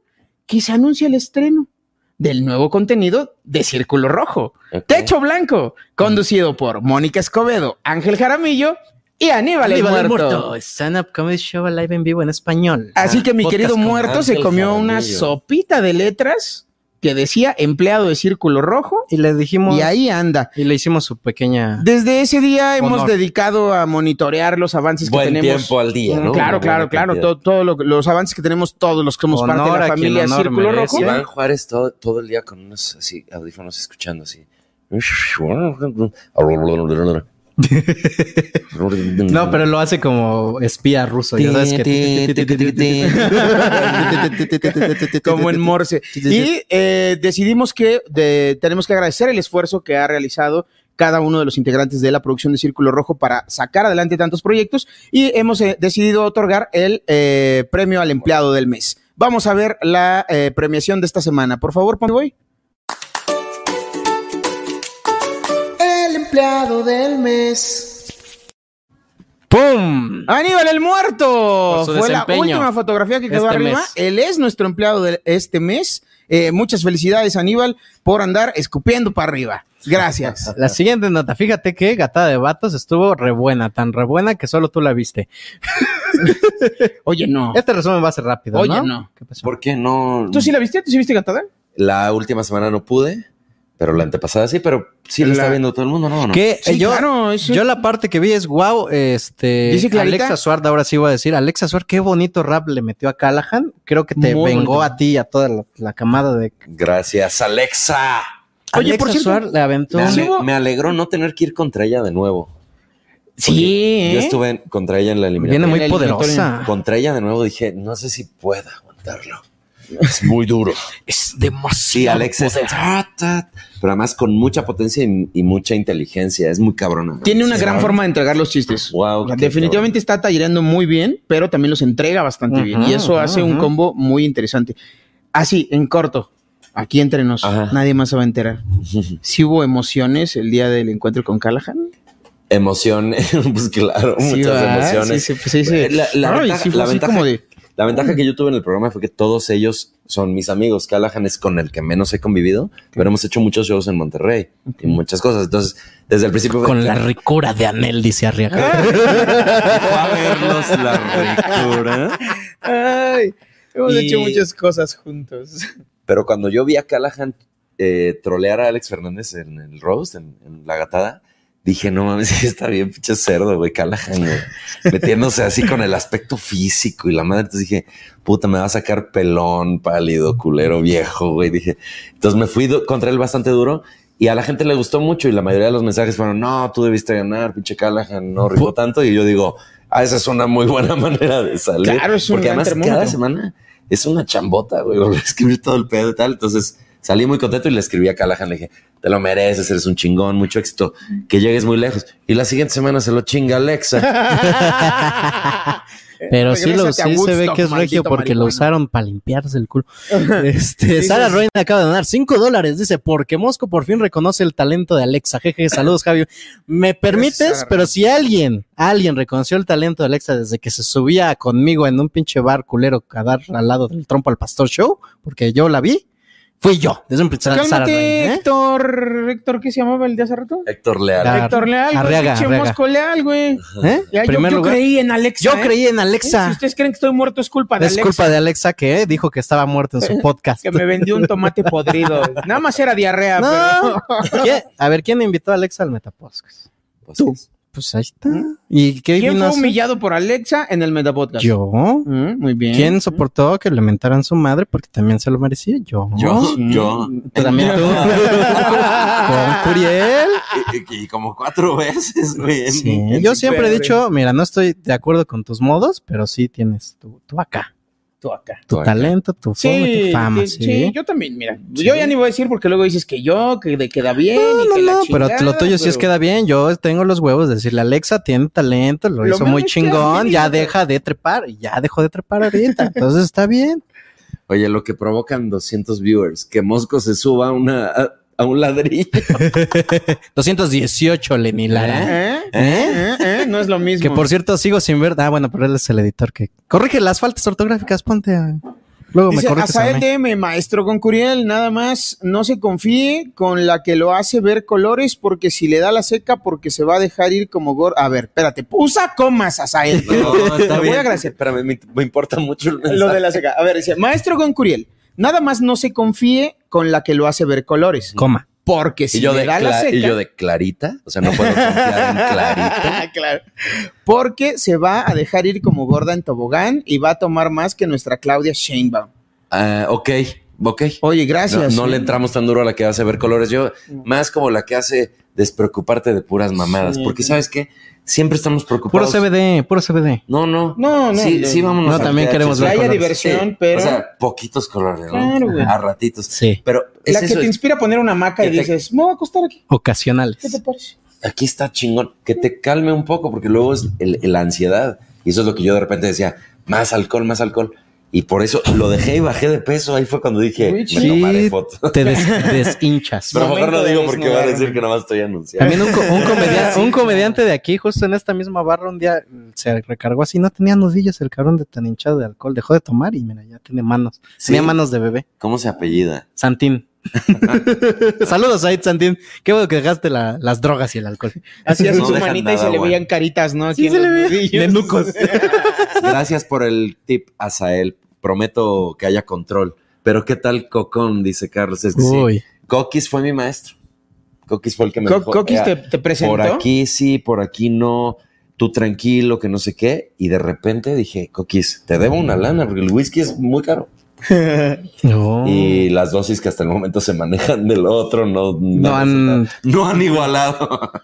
S5: que se anuncia el estreno del nuevo contenido de Círculo Rojo. Techo Blanco, conducido por Mónica Escobedo, Ángel Jaramillo y Aníbal, el
S4: Aníbal el
S5: Muerto. Ah,
S4: Muerto. Stand Up Comedy Show Live en vivo en español.
S5: Así que mi
S4: Podcast
S5: querido
S4: con
S5: muerto se
S4: Ángel
S5: comió una
S4: Jaramillo.
S5: sopita de letras que decía empleado de Círculo Rojo.
S4: Y le dijimos.
S5: Y ahí anda.
S4: Y le hicimos su pequeña.
S5: Desde ese día hemos
S4: Honor.
S5: dedicado a monitorear los avances
S4: Buen
S5: que tenemos.
S4: tiempo al día,
S5: Mm,
S4: ¿no?
S5: Claro,
S4: Una
S5: claro,
S4: buena
S5: claro.
S4: cantidad.
S5: Todos los avances que tenemos todos los que somos parte de la familia Círculo Rojo.
S3: Iván Juárez todo, todo el día con unos así, audífonos escuchando (laughs) así.
S4: No, pero lo hace como espía ruso. Ya sabes que.
S5: (laughs) como en Morse. Y eh, decidimos que de- tenemos que agradecer el esfuerzo que ha realizado cada uno de los integrantes de la producción de Círculo Rojo para sacar adelante tantos proyectos y hemos eh, decidido otorgar el eh, premio al empleado del mes. Vamos a ver la eh, premiación de esta semana. Por favor, ponme voy.
S19: El empleado del mes.
S4: ¡Pum!
S5: Aníbal el Muerto.
S4: Por su
S5: Fue la
S4: desempeño.
S5: última fotografía que quedó
S4: Este
S5: arriba.
S4: mes.
S5: Él es nuestro empleado de este mes. Eh, muchas felicidades, Aníbal, por andar escupiendo para arriba. Gracias.
S4: (laughs) La siguiente nota, fíjate que Gatada de Vatos estuvo rebuena, tan rebuena que solo tú la viste.
S5: Oye, no.
S4: Este resumen va a ser rápido.
S3: Oye,
S4: ¿no?
S3: no.
S4: ¿Qué pasó?
S3: ¿Por qué no?
S5: ¿Tú sí la viste? ¿Tú sí viste Gatada?
S3: La última semana no pude, pero la antepasada sí, pero sí la, está viendo todo el mundo, ¿no? ¿O no?
S4: Que eh, yo, yo la parte que vi es wow, este
S3: Dice Clarita-
S4: Alexa Suárez, ahora sí voy a decir, Alexa Suárez, qué bonito rap le metió a Callahan. Creo que te
S3: Muy
S4: vengó
S3: bonito.
S4: a ti y a toda la, la camada de
S3: Gracias, Alexa.
S4: Oye, por cierto, le aventó
S3: Me, ale-
S4: Sí hubo-
S3: me alegró no tener que ir contra ella de nuevo.
S5: Sí. ¿eh?
S3: Yo estuve en- contra ella en la eliminatoria.
S4: Viene muy
S3: En la eliminatoria.
S4: poderosa.
S3: Contra ella de nuevo dije, no sé si pueda aguantarlo. Es muy duro.
S5: (laughs) es demasiado.
S3: Sí, Alexa es- ta, ta, pero además con mucha potencia y, y mucha inteligencia. Es muy cabrona. ¿no?
S5: Tiene una
S3: Sí,
S5: gran
S3: wow.
S5: forma de entregar los chistes.
S3: Wow. qué
S5: Definitivamente está tallereando muy bien, pero también los entrega bastante bien.
S3: Ujú,
S5: Y eso hace
S3: ujú.
S5: un combo muy interesante. Así, en corto, aquí entre nos, nadie más se va a
S3: (laughs)
S5: enterar. ¿Sí hubo emociones el día del encuentro con Callahan?
S3: Emoción, (laughs) pues claro,
S5: Sí,
S3: muchas
S5: ¿verdad?
S3: emociones.
S5: Sí, sí, pues sí, sí.
S3: La, la
S5: Ay,
S3: ventaja,
S5: sí, fue
S3: la
S5: así
S3: ventaja-
S5: como de-
S3: la ventaja que yo tuve en el programa fue que todos ellos son mis amigos. Callahan es con el que menos he convivido, pero hemos hecho muchos shows en Monterrey y muchas cosas. Entonces, desde el principio.
S4: Con la ricura de Anel, dice Arriaga.
S3: A verlos (laughs) la ricura.
S5: Ay, hemos
S3: Y-
S5: hecho muchas cosas juntos.
S3: Pero cuando yo vi a Callahan eh, trolear a Alex Fernández en el roast, en, en la gatada, dije, no mames, (laughs) sí está bien, pinche cerdo, güey, Callahan, güey.
S5: (laughs)
S3: Metiéndose así con el aspecto físico y la madre. Entonces dije, puta, me va a sacar pelón, pálido, culero, viejo, güey. Dije, entonces me fui du- contra él bastante duro. Y a la gente le gustó mucho y la mayoría de los mensajes fueron, no, tú debiste ganar, pinche Callahan, no rifó tanto. Y yo digo, ah, esa es una muy buena (laughs) manera de salir.
S5: Claro, es un
S3: Porque
S5: gran
S3: además cada
S5: termómetro.
S3: semana es una chambota, güey, (laughs) volver a escribir todo el pedo y tal. Entonces salí muy contento y le escribí a Callahan, le dije, te lo mereces, eres un chingón, mucho éxito, que llegues muy lejos. Y la siguiente semana se lo chinga Alexa.
S4: Pero sí, lo,
S5: Eh, Regrésate a
S4: sí se ve
S5: Woodstock,
S4: que es regio
S5: maldito
S4: porque lo
S5: marihuana.
S4: usaron para limpiarse el culo. Este,
S5: (laughs) Sí,
S4: Sara
S5: sí, sí.
S4: Roin acaba de donar 5 dólares, dice, porque Mosco por fin reconoce el talento de Alexa. Jeje, saludos, Javi. Me permites,
S5: Sara
S4: pero si alguien, alguien reconoció el talento de Alexa desde que se subía conmigo en un pinche bar culero a dar al lado del trompo al pastor show, porque yo la vi, Fui yo, desde un principio. Sara
S5: Cálmate,
S4: Reina, ¿eh?
S5: Héctor, Héctor, ¿qué se llamaba el de hace rato?
S3: Héctor Leal.
S5: Héctor Leal, güey,
S4: Arriaga,
S5: pinche
S4: Arriaga.
S5: mosco Leal, güey.
S4: ¿Eh?
S5: Ya, yo,
S4: Primer
S5: yo
S4: lugar.
S5: creí en Alexa.
S4: Yo
S5: ¿eh?
S4: creí en Alexa.
S5: Eh, Si ustedes creen que estoy muerto, es culpa de
S4: Es
S5: Alexa.
S4: culpa de Alexa que eh, dijo que estaba muerta en
S5: (laughs)
S4: su podcast.
S5: Que me vendió un
S4: (laughs)
S5: tomate podrido. Nada más era diarrea,
S4: No.
S5: pero...
S4: ¿Qué? A ver, ¿quién invitó a Alexa al Metapodcast?
S3: Tú.
S4: Pues ahí está. ¿Y qué
S5: ¿Mm?
S4: vino
S5: ¿Quién
S4: a
S5: fue
S4: hacer?
S5: humillado por Alexa en el Metapodcast?
S4: Yo.
S5: muy bien.
S4: ¿Quién soportó que le mentaran su madre porque también se lo merecía? Yo.
S3: Yo,
S4: Sí.
S3: yo.
S4: Tú también tú. Con Curiel.
S3: Y, y- y como cuatro veces, güey. en-
S4: Sí,
S3: en
S4: Yo
S3: mi
S4: siempre he
S3: perre.
S4: dicho, mira, no estoy de acuerdo con tus modos, pero sí tienes tu, tu acá.
S5: Tú acá.
S4: Tu talento, tu, forma, tu fama.
S5: sí,
S4: Sí,
S5: sí, yo también, mira. Yo ya ni voy a decir porque luego dices que yo, que de- queda bien. y que la
S4: No, pero
S5: chingada,
S4: lo tuyo sí es
S5: pero-
S4: queda bien. Yo tengo los huevos de decirle, Alexa tiene talento, lo,
S5: Lo
S4: hizo muy
S5: mío queda
S4: chingón,
S5: bien,
S4: ya deja de trepar, y ya dejó de trepar ahorita. Entonces
S5: (laughs)
S4: está bien.
S3: Oye, lo que provocan 200 viewers, que Mosco se suba a, una, a, a un (laughs) ladrillo.
S4: 218, Lenny Lara.
S5: ¿Eh? ¿Eh? ¿Eh? No es lo mismo.
S4: Que por cierto, sigo sin ver. Ah, bueno, pero él es el editor que corrige las faltas ortográficas. Ponte a. Luego
S5: Dice
S4: me corriges a
S5: Azael
S4: mí.
S5: DM, maestro con Curiel, nada más no se confíe con la que lo hace ver colores porque si le da la seca porque se va a dejar ir como gor... A ver, espérate, usa comas, Azael.
S3: (laughs) No,
S5: Te
S3: está
S5: lo
S3: bien.
S5: voy a agradecer.
S3: Espérame, me, me importa mucho el
S5: Lo
S3: mensaje.
S5: de la seca. A ver, dice, maestro con Curiel, nada más no se confíe con la que lo hace ver colores.
S4: Coma.
S5: Porque si
S3: y yo,
S5: le
S3: de
S5: da la
S3: cla-
S5: seca...
S3: y yo
S5: (laughs)
S3: de clarita, o sea, no puedo confiar en clarita.
S5: Ah, claro. Porque se va a dejar ir como gorda en tobogán y va a tomar más que nuestra Claudia Sheinbaum.
S3: Ah, ok, ok.
S5: Oye, gracias.
S3: No, no le entramos tan duro a la que hace ver colores. Yo, más como la que hace despreocuparte de puras mamadas.
S4: Sí.
S3: porque, ¿sabes qué? Siempre estamos
S4: Puro
S3: preocupados.
S4: CBD, puro CBD.
S3: No, no.
S5: No, no.
S3: Sí,
S5: no.
S3: sí, vámonos.
S4: No, también
S3: al
S4: queremos
S3: THC.
S4: ver Que haya colores.
S5: diversión,
S3: Sí,
S5: pero-
S3: O sea, poquitos colores, ¿no?
S5: Claro, güey.
S3: A ratitos.
S4: Sí.
S3: Pero es
S5: La que
S3: eso,
S5: te
S3: es-
S5: inspira a poner una hamaca y
S3: Que te- Pues,
S5: dices, me voy a acostar aquí.
S4: Ocasionales.
S5: ¿Qué te parece?
S3: aquí está chingón, que te calme un poco, porque luego es el- el- la ansiedad. Y eso es lo que yo de repente decía, más alcohol, más alcohol. Y por eso lo dejé y bajé de peso. Ahí fue cuando dije, me
S4: Sí,
S3: tomaré foto.
S4: te
S3: (laughs)
S4: des- deshinchas.
S3: Pero mejor
S4: Momento
S3: no
S4: de
S3: digo porque va a
S4: desnudarme.
S3: decir que nada más estoy anunciando.
S4: También un, co-
S5: (laughs)
S4: un comediante, un comediante de aquí, justo en esta misma barra, un día se recargó así, no tenía nudillos el cabrón de tan hinchado de alcohol, dejó de tomar y mira, ya tiene manos. Tenía manos de bebé.
S3: ¿Cómo se apellida? (laughs)
S4: Santín. Saludos ahí, Santín. Qué bueno que dejaste la- las drogas y el alcohol.
S5: Hacías
S3: No
S5: su
S3: dejan
S5: manita y
S3: nada,
S5: se le
S3: güey.
S5: veían caritas, ¿no? Aquí
S4: Sí,
S5: en
S4: se
S5: los
S4: le veían
S5: nudillos. (laughs)
S3: Gracias por el tip, Azael. Prometo que haya control. Pero ¿qué tal Cocón? Dice Carlos. Es que sí.
S4: Uy.
S3: Coquis fue mi maestro. Coquis fue el que me
S5: Co-
S3: dijo,
S5: Coquis
S3: "Ea,
S5: te- te presentó".
S3: Por aquí sí, por aquí no. Tú tranquilo, que no sé qué. Y de repente dije, Coquis, te debo una lana porque el whisky es muy caro.
S4: No.
S5: (laughs)
S3: Y las dosis que hasta el momento se manejan del otro no,
S4: No han.
S3: no han igualado.
S4: Mm.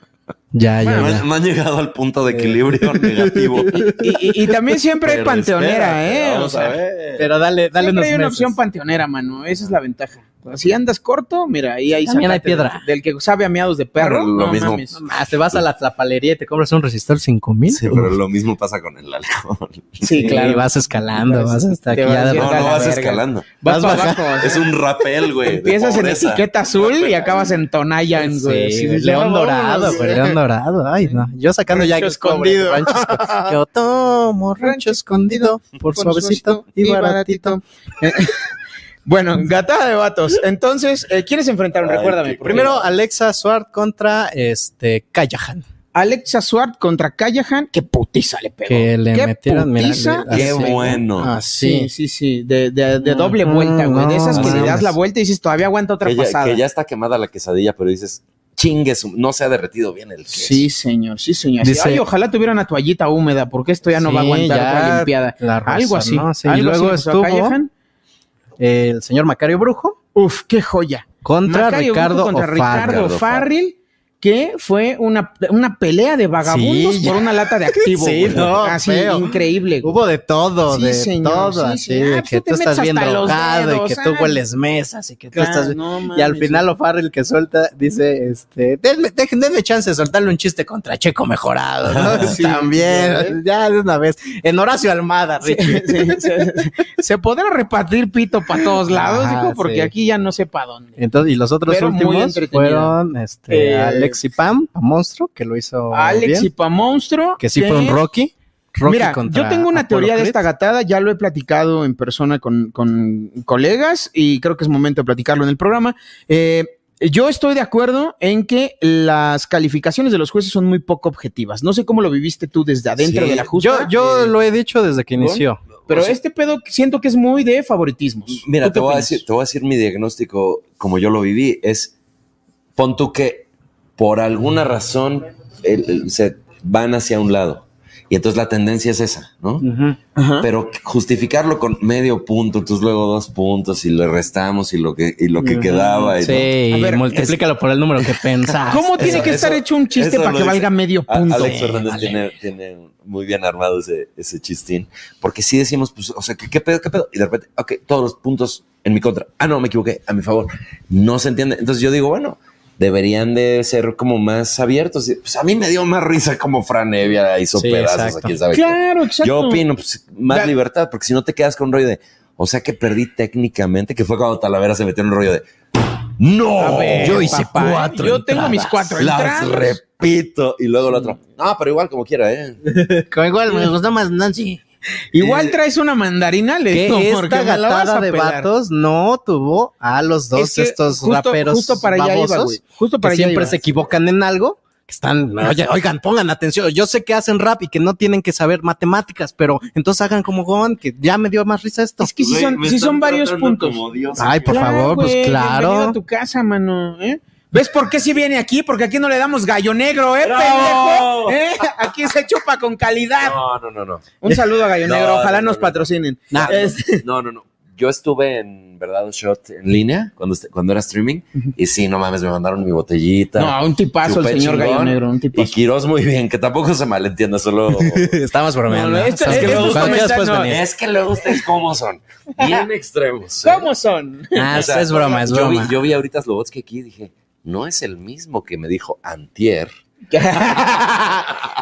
S4: Ya, ya,
S3: no,
S4: ya.
S3: han- no han llegado al punto de equilibrio
S5: (laughs)
S3: negativo.
S5: Y, y- y también siempre hay
S3: Pero
S5: panteonera,
S3: espérate,
S5: ¿eh?
S3: vamos
S5: O sea,
S3: a ver.
S4: Pero dale, dale
S5: siempre
S4: unos
S5: hay una
S4: meses.
S5: opción panteonera, mano. Esa es la ventaja. Si andas corto, mira, ahí hay
S4: También hay
S5: zacate del-
S4: piedra.
S5: Del, que sabe a miados de perro.
S3: Pero lo
S5: no
S3: mismo.
S5: mames.
S4: Ah, te vas a la zapalería y te compras un resistor 5000.
S3: Sí, pero lo mismo pasa con el (laughs) alcohol.
S5: Sí, claro.
S4: Y vas escalando, vas
S5: Vas-
S4: hasta
S5: te
S4: aquí.
S5: vas
S4: ya de-
S5: yendo
S3: No,
S5: a
S3: no
S5: la
S3: vas
S5: verga.
S3: escalando.
S5: Vas
S4: Vas
S5: para abajo.
S3: Es un rapel, güey. de
S5: Empiezas en
S3: pobreza.
S5: etiqueta azul y acabas en Tonayan, güey.
S4: Pues, Sí,
S5: Sí,
S4: león
S5: vámonos.
S4: dorado, güey, león dorado. Ay, no. Yo sacando ya
S5: Rancho
S4: los cobres,
S5: escondido.
S4: rancho
S5: (laughs)
S4: esco- Yo tomo rancho escondido por suavecito y baratito. (laughs)
S5: Bueno, gatada de vatos. Entonces, eh, ¿quiénes se enfrentaron?
S4: Ay,
S5: Recuérdame.
S4: qué- Primero, Alexa Suart contra este Callahan.
S5: Alexa Swart contra Callahan. Qué putiza le pegó.
S4: Que le
S5: ¿Qué
S4: metieron, mira,
S5: putiza?
S4: así.
S3: Qué bueno.
S4: Así.
S5: Sí, sí, sí. De, de- de doble
S4: Ajá,
S5: vuelta, güey. De
S4: no,
S5: esas que
S4: no
S5: le das
S4: mames.
S5: la vuelta y dices, todavía aguanta otra
S3: que, ya,
S5: pasada.
S3: que ya está quemada la quesadilla, pero dices, chingue, su- no se ha derretido bien el queso.
S5: Sí, señor, sí, señor.
S4: Dice-
S5: Ay, ojalá tuviera una toallita húmeda, porque esto ya no va a
S4: Sí,
S5: aguantar
S4: ya
S5: otra limpiada.
S4: la rosa,
S5: algo así.
S4: ¿no? Sí, y
S5: algo
S4: luego
S5: así le pasó a
S4: estuvo-
S5: Callahan.
S4: El señor Macario Brujo
S5: Uf, qué joya.
S4: contra
S5: Macario Brujo
S4: Ricardo
S5: contra
S4: O'Farrill.
S5: Ricardo Farril, que fue una, una pelea de vagabundos
S4: Sí,
S5: por
S4: ya.
S5: una lata de
S4: (laughs)
S5: activo.
S4: Sí,
S5: güey.
S4: no,
S5: Así,
S4: feo.
S5: increíble. güey.
S4: Hubo de todo,
S5: Sí,
S4: de
S5: señor,
S4: todo,
S5: sí,
S4: así,
S5: sí. Ah,
S4: de
S5: pues
S4: que
S5: tú te
S4: tú estás
S5: metes
S4: bien
S5: hasta los
S4: drogado
S5: dedos,
S4: y que tú
S5: ah.
S4: hueles mesas y que
S5: Claro,
S4: tú estás...
S5: no mames,
S4: y al final O'Farrell que suelta dice, este, denme, dejen- denme chance de soltarle un chiste contra Checo Mejorado, ¿no?
S5: (laughs) (laughs) Sí,
S4: También, (laughs) ya de una vez. En Horacio Almada, Richie.
S5: se, se- se podrá repartir pito para todos lados,
S4: Ajá,
S5: hijo, porque
S4: sí.
S5: aquí ya no sé para dónde.
S4: Entonces, y los otros
S5: Pero muy
S4: últimos
S5: entretenida.
S4: fueron este,
S5: Eh,
S4: Alex y Pam, a Monstruo, que lo hizo
S5: Alex
S4: bien,
S5: y pa monstruo.
S4: que sí fue un Rocky. Rocky
S5: Mira,
S4: contra
S5: yo tengo una
S4: Apollo
S5: teoría de
S4: Creed.
S5: esta gatada, ya lo he platicado en persona con, con colegas y creo que es momento de platicarlo en el programa. Eh, yo estoy de acuerdo en que las calificaciones de los jueces son muy poco objetivas. No sé cómo lo viviste tú desde adentro
S4: Sí.
S5: de la justa. eh,
S4: Yo- yo lo he dicho desde que inició.
S5: Pero
S4: O sea-
S5: este pedo siento que es muy de favoritismos.
S3: Mira,
S5: ¿Tú qué
S3: te voy, a
S5: opinas?
S3: decir, te voy a decir mi diagnóstico como yo lo viví. Es, pon tú que por alguna razón el- el- se van hacia un lado. Y entonces la tendencia es esa, ¿no? Pero justificarlo con medio punto, entonces luego dos puntos y le restamos y lo que, y lo que
S4: Ujú.
S3: quedaba. Y
S4: Sí,
S3: todo.
S4: y multiplícalo por el número
S5: (laughs)
S4: que pensas.
S5: ¿Cómo tiene que estar hecho un chiste
S3: eso
S5: para
S3: lo
S5: que
S3: dice-
S5: valga medio
S3: A-
S5: punto?
S3: Alex
S5: Sí,
S3: Fernández
S5: vale.
S3: tiene, tiene muy bien armado ese, ese chistín. Porque si decimos, pues, o sea, ¿qué, qué pedo, qué pedo? Y de repente, ok, todos los puntos en mi contra. Ah, no, me equivoqué, a mi favor. No se entiende. Entonces yo digo, bueno, deberían de ser como más abiertos. Y, Pues a mí me dio más risa como Fran Evia hizo
S4: Sí,
S3: pedazos
S4: exacto.
S3: a quién sabe qué.
S4: Claro, exacto.
S3: Yo opino, pues, más
S4: La-
S3: libertad, porque si no te quedas con un rollo de, o sea, que perdí técnicamente, que fue cuando Talavera se metió en un rollo de, no,
S5: A ver,
S3: yo hice
S5: papá,
S3: cuatro.
S5: yo tengo mis cuatro
S3: Las
S5: entradas.
S3: repito. Y luego el otro. No, pero igual como quiera, ¿eh?
S4: (laughs) Como igual
S5: (laughs)
S4: me gusta más Nancy. Eh,
S5: Igual traes una mandarina, le
S4: Que
S5: digo, porque
S4: esta
S5: me la vas
S4: gatada
S5: a
S4: de
S5: pelar.
S4: vatos no tuvo a los dos
S5: Es que
S4: estos
S5: justo-
S4: raperos
S5: justo para allá iba,
S4: babosos
S5: güey. Justo
S4: que
S5: para allá
S4: siempre
S5: iba.
S4: se equivocan en algo. que Están, oye, oigan, pongan atención. Yo sé que hacen rap y que no tienen que saber matemáticas, pero entonces hagan como Gon, que ya me dio más risa esto. Es
S5: que sí son, sí son varios puntos.
S4: Ay, por
S5: Claro,
S4: favor,
S5: güey,
S4: pues
S5: bienvenido a
S4: claro.
S5: tu casa, mano. ¿eh? ¿Ves por qué si viene aquí? Porque aquí no le damos gallo negro, ¿eh,
S3: ¡Bravo!
S5: pendejo? ¿Eh? (laughs) Aquí se chupa con calidad.
S3: No, no, no, no.
S5: Un saludo a Gallo
S3: (laughs) No,
S5: Negro, ojalá
S3: no, no,
S5: nos patrocinen. (laughs)
S3: Nah,
S5: Este-
S3: No, no, no. Yo estuve en verdad un shot en línea cuando, est- cuando era streaming y sí, no mames, me mandaron mi botellita.
S5: No, un tipazo el
S3: Chupé
S5: señor Gallo Negro, un
S3: Y Quiroz muy bien, que tampoco se malentienda, solo
S4: (laughs) estamos
S5: bromeando. No, no, esto- Es que estos luego- cuando quieras
S21: pues,
S5: puedes comentarios- venir.
S3: es que luego ustedes cómo son, bien extremos. ¿eh?
S5: ¿Cómo son?
S4: Ah, es- es broma, es
S3: yo vi-
S4: broma.
S3: yo vi ahorita Slobotsky aquí y dije, no es el mismo que me dijo antier.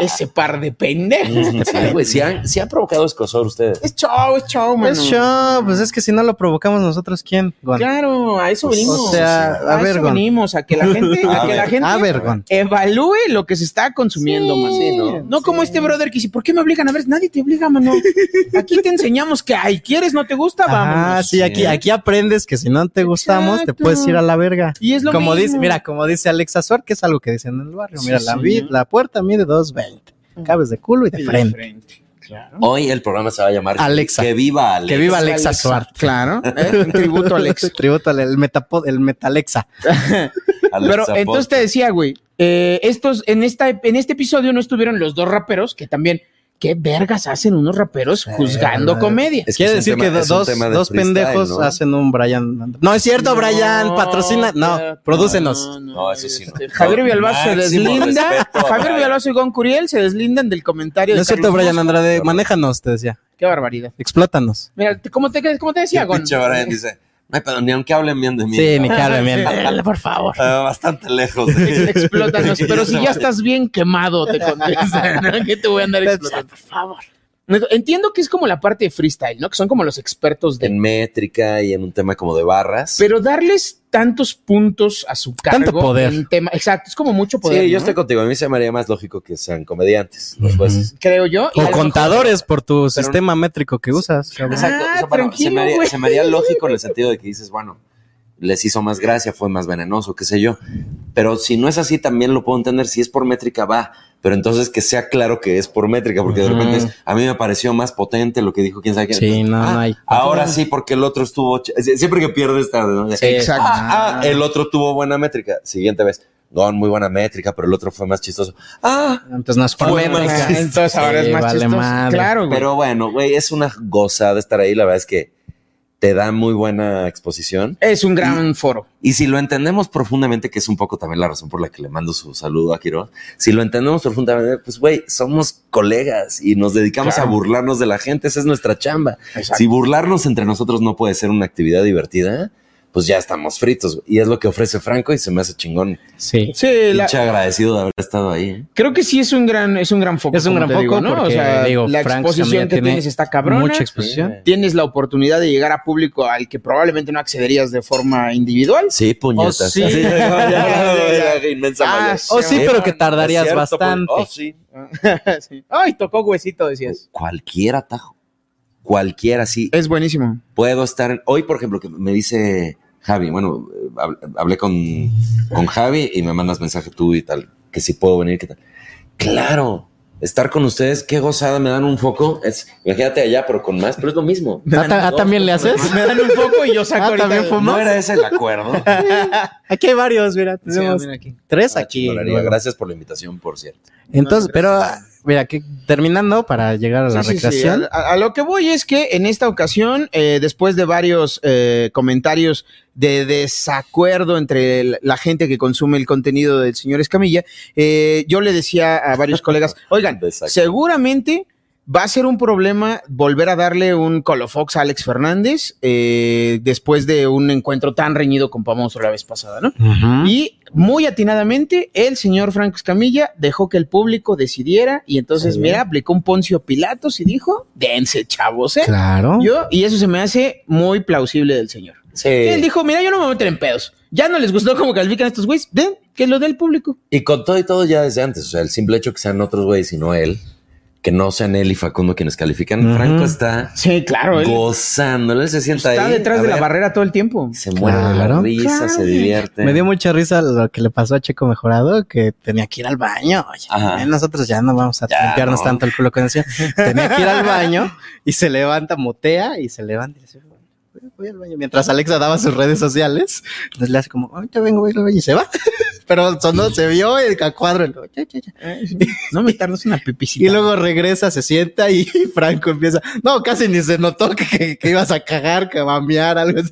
S5: Ese par de pendejos.
S3: Sí, güey, sí han, sí han provocado escosor ustedes.
S5: Es chao, es chao, mano.
S4: Es show, pues es que si no lo provocamos nosotros, ¿quién? Gon?
S5: Claro, a eso
S4: Pues,
S5: venimos.
S4: o sea, a ver,
S5: eso
S4: Gon.
S5: venimos, a que la gente, a,
S4: A
S5: que la
S4: ver,
S5: gente
S4: a ver, Gon.
S5: evalúe lo que se está consumiendo, man. no como este brother que dice, ¿por qué me obligan a ver? Nadie te obliga, mano. Aquí te enseñamos que hay, quieres, no te gusta, vamos.
S4: Ah, sí, aquí, aquí aprendes que si no te gustamos, te puedes ir a la verga.
S5: Y es lo
S4: como
S5: mismo.
S4: dice, mira, como dice Alexa Suar, que es algo que dicen en el barrio.
S3: Sí,
S4: Mira, la, vid-
S3: señor.
S4: la puerta mide
S5: Mm.
S4: 2.20. Cabes de culo y de frente.
S3: Hoy el programa se va a llamar
S4: Alexa.
S3: Que viva Alexa.
S4: Que viva Alexa, Suar.
S5: Claro. ¿eh?
S4: (laughs)
S3: Un tributo a Alexa.
S4: tributo al el metapod, el metalexa.
S5: (laughs) Pero entonces te decía, güey, eh, estos, en, esta, en este episodio no estuvieron los dos raperos que también. ¿Qué vergas hacen unos raperos juzgando comedia?
S4: Quiere decir que do- dos, dos pendejos hacen un Brian. No es cierto,
S5: No,
S4: Brian. Patrocina. No, prodúcenos.
S3: No, eso sí. No.
S5: Este, Javier Villalbazo se
S4: Máximo
S5: deslinda.
S4: respeto a
S5: Javier
S4: Brian.
S5: Villalbazo y Gon Curiel se deslindan del
S4: No
S5: comentario. de
S4: es cierto,
S5: Carlos
S4: Brian
S5: Bosco.
S4: Andrade. Manéjanos, te decía.
S5: Qué barbaridad.
S4: Explótanos.
S5: Mira, te- ¿cómo te, cómo te decía, Gon?
S3: Pinche Brian dice, no hay pedo, ni aunque hablen bien de mí.
S4: Sí, ni que hablen
S5: (laughs)
S4: bien de él,
S5: por favor.
S3: bastante lejos. Explótanos,
S5: (laughs) Explótanos, pero si ya estás bien quemado, te contesta,
S3: (laughs)
S5: ¿no? ¿Qué te voy a andar explotando? Por favor. Entiendo que es como la parte de freestyle, ¿no? Que son como los expertos de...
S3: En métrica y en un tema como de barras.
S5: Pero darles tantos puntos a su cargo.
S3: Tanto poder.
S5: en tema- exacto, es como mucho poder.
S3: sí, yo
S5: ¿no?
S3: estoy contigo. A mí se me haría más lógico que sean comediantes los jueces.
S5: Creo yo. y
S4: O
S5: a lo mejor-
S4: contadores por tu sistema métrico que usas. cabrón.
S3: Exacto. o sea, bueno, se, me
S5: tranquilo,
S3: haría,
S5: güey.
S3: se me haría lógico en el sentido de que dices, bueno, les hizo más gracia, fue más venenoso, qué sé yo. Pero si no es así, también lo puedo entender. Si es por métrica, va. Pero entonces que sea claro que es por métrica, porque de
S4: Ajá.
S3: repente es, a mí me pareció más potente lo que dijo quién sabe quién.
S4: Sí,
S3: Entonces,
S4: no,
S3: ah,
S4: no hay.
S3: Ahora sí, porque el otro estuvo. ch- sie- Siempre que pierdes, tarde. ¿no?
S4: Sí, exacto.
S3: Ah, ah, el otro tuvo buena métrica. Siguiente vez. No, muy buena métrica, pero el otro fue más chistoso. Ah,
S4: entonces no es por
S3: Fue
S4: métrica.
S3: más chistoso.
S5: Entonces ahora es más chistoso. Claro, güey.
S3: Pero bueno, güey, es una gozada estar ahí. La verdad es que te da muy buena exposición.
S5: Es un gran foro.
S3: Y si lo entendemos profundamente, que es un poco también la razón por la que le mando su saludo a Quiroz, si lo entendemos profundamente, pues güey, somos colegas y nos dedicamos
S5: Claro.
S3: a burlarnos de la gente, esa es nuestra chamba.
S5: Exacto.
S3: Si burlarnos entre nosotros no puede ser una actividad divertida, pues ya estamos fritos. güey. Y es lo que ofrece Franco y se me hace chingón.
S5: Sí. Sí, la-
S3: Pinche agradecido de haber estado ahí. ¿eh?
S5: Creo que sí es un gran, es un gran foco.
S3: Es un
S5: como
S3: gran
S5: te
S3: foco
S5: ¿no? O
S3: porque,
S5: sea,
S3: digo,
S5: la
S3: Franks
S5: exposición
S3: también
S5: que
S3: tiene
S5: tienes está cabrona.
S3: mucha exposición.
S5: Tienes la oportunidad de llegar a público al que probablemente no accederías de forma individual.
S3: Oh, Sí, Oh, puñetas.
S5: O sí.
S3: Así, ya, ya, ya, inmensa
S5: Ah,
S3: mayoría.
S5: sí, O sí, pero que tardarías
S3: Es cierto,
S5: bastante.
S3: pues. Oh, sí.
S5: (laughs) Sí. Ay, tocó huesito, decías.
S3: cualquier atajo. Cualquier así.
S5: Es buenísimo.
S3: Puedo estar. en- hoy, por ejemplo, que me dice Javi, bueno, eh, hab- hablé con, con Javi y me mandas mensaje tú y tal, que si puedo venir, que tal. Claro, estar con ustedes, qué gozada, me dan un foco. Es, imagínate allá, pero con más, pero es lo mismo.
S4: ¿Ah, ta- ah, también le haces?
S5: Me dan un poco y yo
S4: (laughs)
S5: saco
S3: (laughs)
S4: Ah,
S5: ahorita
S4: ¿también
S5: el-
S4: fumas?
S3: No era ese
S5: (laughs)
S3: el acuerdo.
S4: (laughs) Aquí hay varios, mira. tenemos Tres
S3: Ah,
S4: aquí.
S3: chingonería.
S4: luego.
S3: Gracias por la invitación, por cierto.
S4: Entonces, pero ah, mira, que terminando para llegar a la
S5: Sí, sí, sí.
S4: recreación.
S5: A, a lo que voy es que en esta ocasión, eh, después de varios eh, comentarios de desacuerdo entre el- la gente que consume el contenido del señor Escamilla, eh, yo le decía
S4: (laughs)
S5: a varios colegas, oigan, seguramente va a ser un problema volver a darle un colofox a Alex Fernández eh, después de un encuentro tan reñido con Pamoso la vez pasada, ¿no? Y muy atinadamente, el señor Franco Escamilla dejó que el público decidiera y entonces, mira, aplicó un Poncio Pilatos y dijo, dense, chavos, ¿eh?
S4: Claro.
S5: Yo, y eso se me hace muy plausible del señor. Él dijo, mira, yo no me voy a meter en pedos. Ya no les gustó cómo califican a estos güeyes, ven, que lo dé el público.
S3: Y con todo y todo ya desde antes, o sea, el simple hecho que sean otros güeyes y no él, que no sean él y Facundo quienes califican, Franco está
S5: sí, claro, él-
S3: gozando, él se sienta
S5: Está
S3: ahí.
S5: detrás
S3: a
S5: de la
S3: ver,
S5: barrera todo el tiempo.
S3: Se muere de la
S4: Claro.
S3: risa, se divierte.
S4: Me dio mucha risa lo que le pasó a Checo Mejorado, que tenía que ir al baño. Oye,
S3: Ajá.
S4: eh, (laughs) nosotros ya Ah, no vamos a limpiarnos
S3: no.
S4: tanto el culo con eso. Tenía que ir al baño y se levanta, motea y se levanta. y dice, "Voy- (laughs) voy al baño". Mientras Alexa daba sus redes sociales, entonces le hace como, ahorita vengo, voy al baño", y se va. (laughs) Pero sonó, se vio el ca- cuadro. el-
S5: No me tardas una pipicita.
S4: Y luego regresa, se sienta y (laughs) Franco empieza. No, casi ni se notó que, que- que ibas a cagar, que va a mear, algo así.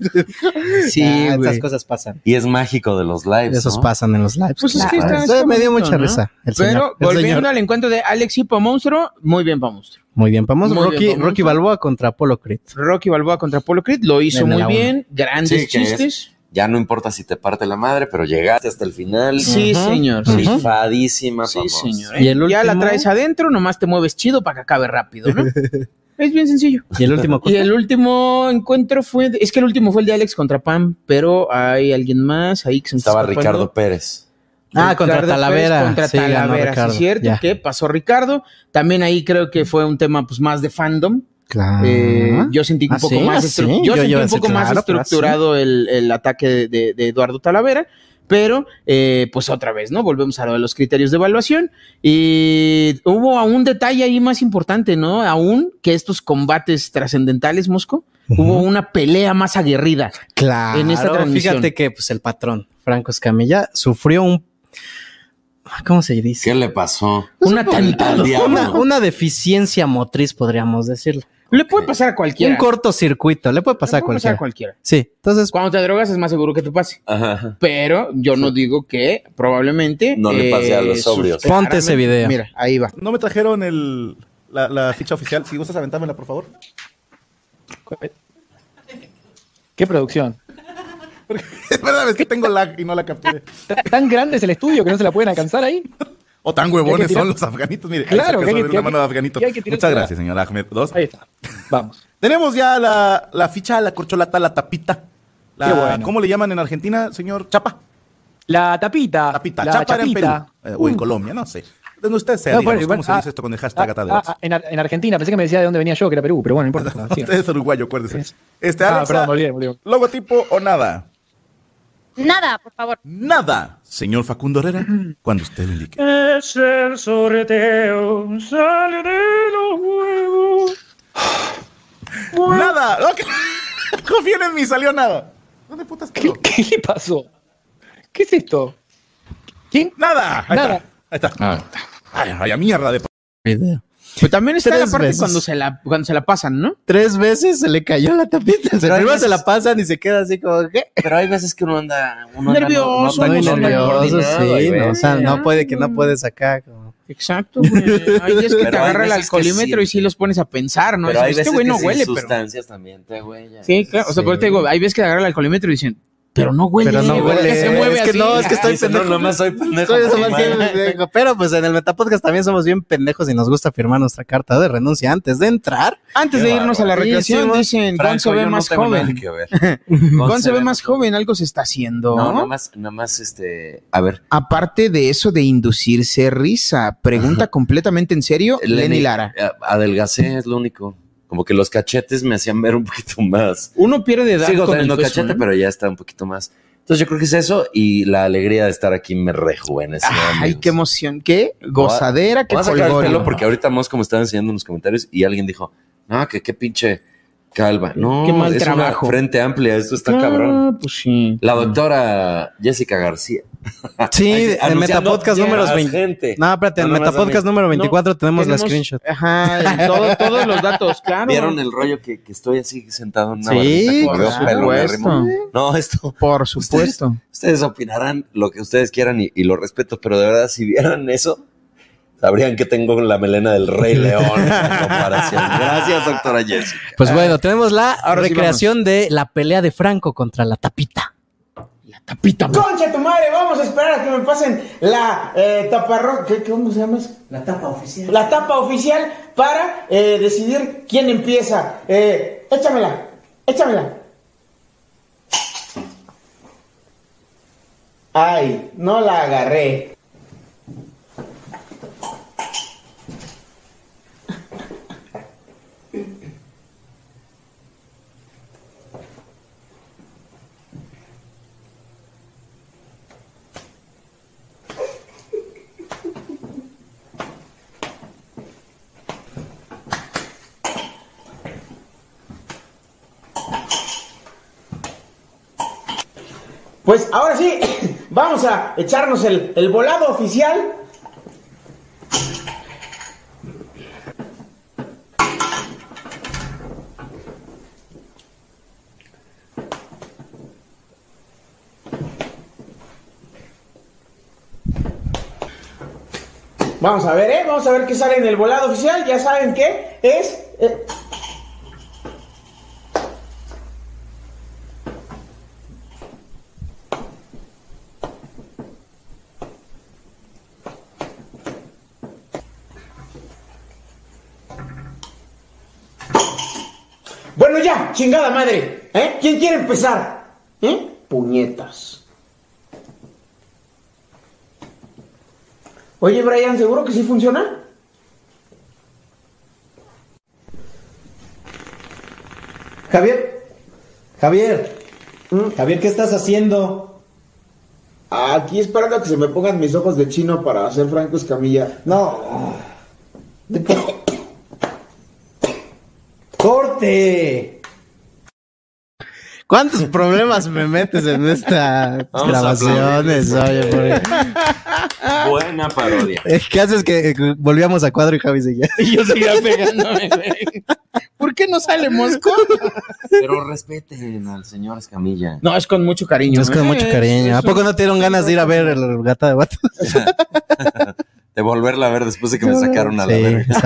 S4: (laughs)
S3: Sí,
S4: Ah,
S3: güey.
S4: Estas cosas pasan.
S3: Y es mágico de los lives.
S4: Esos pasan en los lives.
S5: Pues es que
S4: claro.
S5: está,
S4: Eso
S5: está
S4: me dio
S5: bonito,
S4: mucha
S5: ¿no?
S4: risa. el
S5: Pero
S4: señor- el
S5: volviendo
S4: señor.
S5: al encuentro de Alex y Monstruo, muy bien pa' Monstruo.
S4: Muy bien, vamos.
S5: Muy bien,
S4: Rocky,
S5: vamos.
S4: Rocky Balboa contra Apolo Creed.
S5: Rocky Balboa contra Polo Creed lo hizo
S4: En
S5: muy
S4: la
S5: bien,
S4: uno.
S5: grandes
S3: Sí, que es-
S5: chistes.
S3: Ya no importa si te parte la madre, pero llegaste hasta el final.
S5: Sí, Ajá. señor, sí.
S3: Rifadísima,
S5: Sí,
S3: famosa.
S5: señor. ¿eh? Ya la traes adentro, nomás te mueves chido para que acabe rápido, ¿no?
S4: (laughs)
S5: es bien sencillo.
S4: Y el último.
S5: Y el último encuentro fue, es que el último fue el de Alex contra Pam, pero hay alguien más ahí que se me está
S3: Estaba
S5: escapando.
S3: Ricardo Pérez.
S4: Ah, contra
S5: Ricardo
S4: Talavera.
S5: Pérez Contra
S4: Sí, ganó
S5: Talavera, sí,
S4: Ricardo,
S5: cierto.
S4: ya.
S5: Que pasó Ricardo. También ahí creo que fue un tema pues más de fandom.
S4: Claro.
S5: Eh, yo sentí un
S4: Ah,
S5: poco
S4: sí,
S5: más,
S4: ah,
S5: estru-
S4: sí.
S5: yo sentí
S4: iba a
S5: un
S4: decir,
S5: poco más
S4: claro, pues, pero
S5: estructurado el, el ataque de, de- de Eduardo Talavera, pero eh, pues otra vez, ¿no? Volvemos a lo de los criterios de evaluación y hubo aún detalle ahí más importante, ¿no? Aún que estos combates trascendentales, Mosco, hubo una pelea más aguerrida.
S4: sí. Claro.
S5: En esta transmisión.
S4: Fíjate que pues el patrón, Franco Escamilla, sufrió un. ah, ¿Cómo se dice?
S3: ¿Qué le pasó?
S4: Una
S3: Al diablo.
S4: Una, una deficiencia motriz, podríamos decirlo.
S5: Le puede pasar a cualquiera.
S4: Un cortocircuito, le puede pasar a
S5: puede
S4: cualquiera.
S5: pasar a cualquiera.
S4: Sí, entonces.
S5: Cuando te drogas es más seguro que te pase. Pero yo no digo que probablemente
S3: No le pase a los
S5: sus-
S3: sobrios.
S4: Ponte ese video.
S5: Mira, ahí va.
S12: No me trajeron el, la, la ficha oficial. Si gustas, aventármela, por favor.
S21: (laughs) ¿Qué producción?
S12: Es verdad, es que tengo lag y no la capturé.
S21: ¿Tan grande es el estudio que no se la pueden alcanzar ahí?
S12: O Oh, tan
S21: Hay que
S12: huevones
S21: tirar-
S12: son los afganitos. Mire, ahí
S21: Claro,
S12: se
S21: que hay que- que
S12: alcanzó a ver
S21: hay
S12: una mano de
S21: que-
S12: afganito.
S21: que hay que tirar-
S12: Muchas gracias, señor Ahmed. Dos. Ahí
S21: está. Vamos.
S12: Tenemos ya la, la ficha, la corcholata, la tapita. La-
S21: Qué bueno.
S12: ¿Cómo le llaman en Argentina, señor? Chapa.
S21: La tapita.
S12: Tapita.
S21: la
S12: Chapa era en Perú.
S21: chapita.
S12: eh, o en
S21: Uh.
S12: Colombia, no sé. Donde usted sea,
S21: No,
S12: digamos,
S21: bueno,
S12: ¿Cómo se
S21: ah,
S12: dice esto con el hashtag
S21: Ah,
S12: ataderas?
S21: ah, en, Ar- en Argentina, pensé que me decía de dónde venía yo, que era Perú, pero bueno, no importa. no, siga.
S12: Usted es uruguayo, acuérdese. Este,
S21: Ah,
S12: Alexa,
S21: perdón, me olvidé, me olvidé.
S12: ¿Logotipo o nada?
S22: Nada, por favor.
S12: Nada, señor Facundo
S21: (clears throat)
S12: Herrera, cuando usted lo indique.
S22: Es el sorteo, sale de los huevos.
S12: Nada, ok. (laughs) confíen en mí, salió nada. ¿Dónde putas quedó?
S21: ¿Qué le pasó? ¿Qué es esto? ¿Quién?
S12: Nada. Ahí
S21: Nada.
S12: está. Ahí está. Ay, vaya mierda de.
S5: Pero Pues también está
S4: Tres
S5: la parte
S4: veces.
S5: cuando se la cuando se la pasan, ¿no?
S4: Tres veces se le cayó la tapita. Se,
S5: Pero hay
S4: primero se
S5: veces-
S4: la pasan y se queda así como, ¿qué?
S3: Pero hay veces que uno anda.
S4: uno anda no- no
S5: nervioso,
S4: tan-
S5: uno
S4: muy
S5: anda
S4: nervioso,
S5: coordinado,
S4: sí,
S5: ahí
S4: no, o sea,
S5: ves.
S4: no puede que no puedes acá. como- (laughs)
S5: Exacto, güey. Ahí es que te
S4: Pero hay
S5: agarra el
S4: veces que
S5: alcoholímetro y sí los pones a pensar, ¿no?
S3: Pero
S5: Dices,
S3: hay veces
S5: este güey
S3: que
S5: no
S3: sin
S5: huele, pero.
S3: sustancias también te huele.
S5: Sí, claro. O sea, por eso te digo, hay veces que te agarra el alcoholímetro y dicen, Pero no huele.
S4: Pero no
S5: ¿por qué
S4: huele.
S5: se mueve
S4: es que
S5: así?
S4: no, es que estoy
S3: Dice, no,
S4: pendejo.
S3: nomás soy pendejo,
S4: Soy ese
S3: no
S4: mal
S3: mames.
S4: siempre pendejo. Pero pues en el Metapodcast también somos bien pendejos y nos gusta firmar nuestra carta de renuncia antes de entrar.
S5: Antes de irnos a la recreación, dicen, Gon se ve más joven. (laughs) Gon se ve más joven, algo se está haciendo.
S3: No, nada más, nada más, este, a ver.
S5: Aparte de eso de inducirse risa, pregunta completamente en serio, Lenny Lara.
S3: eh, Adelgacé es lo único. Como que los cachetes me hacían ver un poquito más.
S5: Uno pierde edad
S3: Sigo
S5: con
S3: teniendo
S5: el peso,
S3: cachete,
S5: ¿no?
S3: pero ya está un poquito más. Entonces yo creo que es eso y la alegría de estar aquí me rejuvenece.
S5: Ay, qué emoción, qué Ah, gozadera, qué
S3: Voy a sacar el
S5: polvorio.
S3: pelo porque ahorita Mosco me estaba enseñando en los comentarios y alguien dijo, no, que qué pinche calva. No,
S5: Qué mal
S3: es una
S5: trabajo.
S3: frente amplia, esto está
S5: Ah,
S3: cabrón.
S5: pues sí.
S3: La doctora Jessica García. (laughs)
S4: Sí,
S3: Así,
S4: en
S3: anunciando
S4: Metapodcast número
S3: a
S4: 20.
S3: gente.
S4: No, espérate, en
S3: No, nomás a
S4: Metapodcast
S3: mí.
S4: número 24 tenemos, la
S3: tenemos-
S4: screenshot. (laughs)
S5: Ajá, todo- todos los datos, claro.
S3: ¿Vieron el rollo que, que estoy así sentado en una
S5: Sí,
S3: barbita con
S5: por
S3: los pelos
S5: supuesto.
S3: larguísimos? No, esto.
S5: Por supuesto.
S3: Ustedes opinarán lo que ustedes quieran y, y lo respeto, pero de verdad, si vieran eso, sabrían que tengo la melena
S4: (laughs)
S3: del Rey León en comparación. Gracias, doctora Jessica.
S4: Pues bueno, tenemos la
S3: ahora sí
S4: recreación de la pelea de Franco contra la tapita.
S16: ¡Concha tu madre! Vamos a esperar a que me pasen la eh, taparro... ¿Qué, qué- ¿Cómo se llama eso? La tapa oficial. La tapa oficial para eh, decidir quién empieza. Eh, échamela, échamela. Ay, no la agarré. Pues ahora sí, (coughs) vamos a echarnos el, el volado oficial. Vamos a ver, ¿eh? Vamos a ver qué sale en el volado oficial. Ya saben que es... eh, Bueno, ya, chingada madre. ¿Eh? ¿Quién quiere empezar? ¿Eh? Puñetas. Oye, Brian, ¿seguro que sí funciona? Javier. ¿Mm? Javier. Javier, ¿qué estás haciendo? Aquí esperando a que se me pongan mis ojos de chino para hacer Franco Escamilla. No. ¡Corte!
S4: ¿Cuántos problemas me metes en estas
S3: (laughs) Vamos a
S4: grabaciones? Oye,
S3: aplaudir, (laughs) porque-
S4: por-
S5: (laughs)
S3: Buena parodia.
S4: Eh, ¿Qué haces que eh, volvíamos a cuadro y Javi seguía?
S5: (laughs) Y yo seguía pegándome, güey. ¿Por qué no sale Mosco?
S3: Pero respeten al señor Escamilla.
S5: No, es con mucho cariño.
S4: Es
S5: ¿eh?
S4: con mucho
S5: Es-
S4: cariño. ¿A
S5: es
S4: poco
S5: un-
S4: no te dieron ganas de ir a ver el gata de guatos?
S3: De volverla a ver después de que me sacaron a la
S4: Sí,
S3: verga.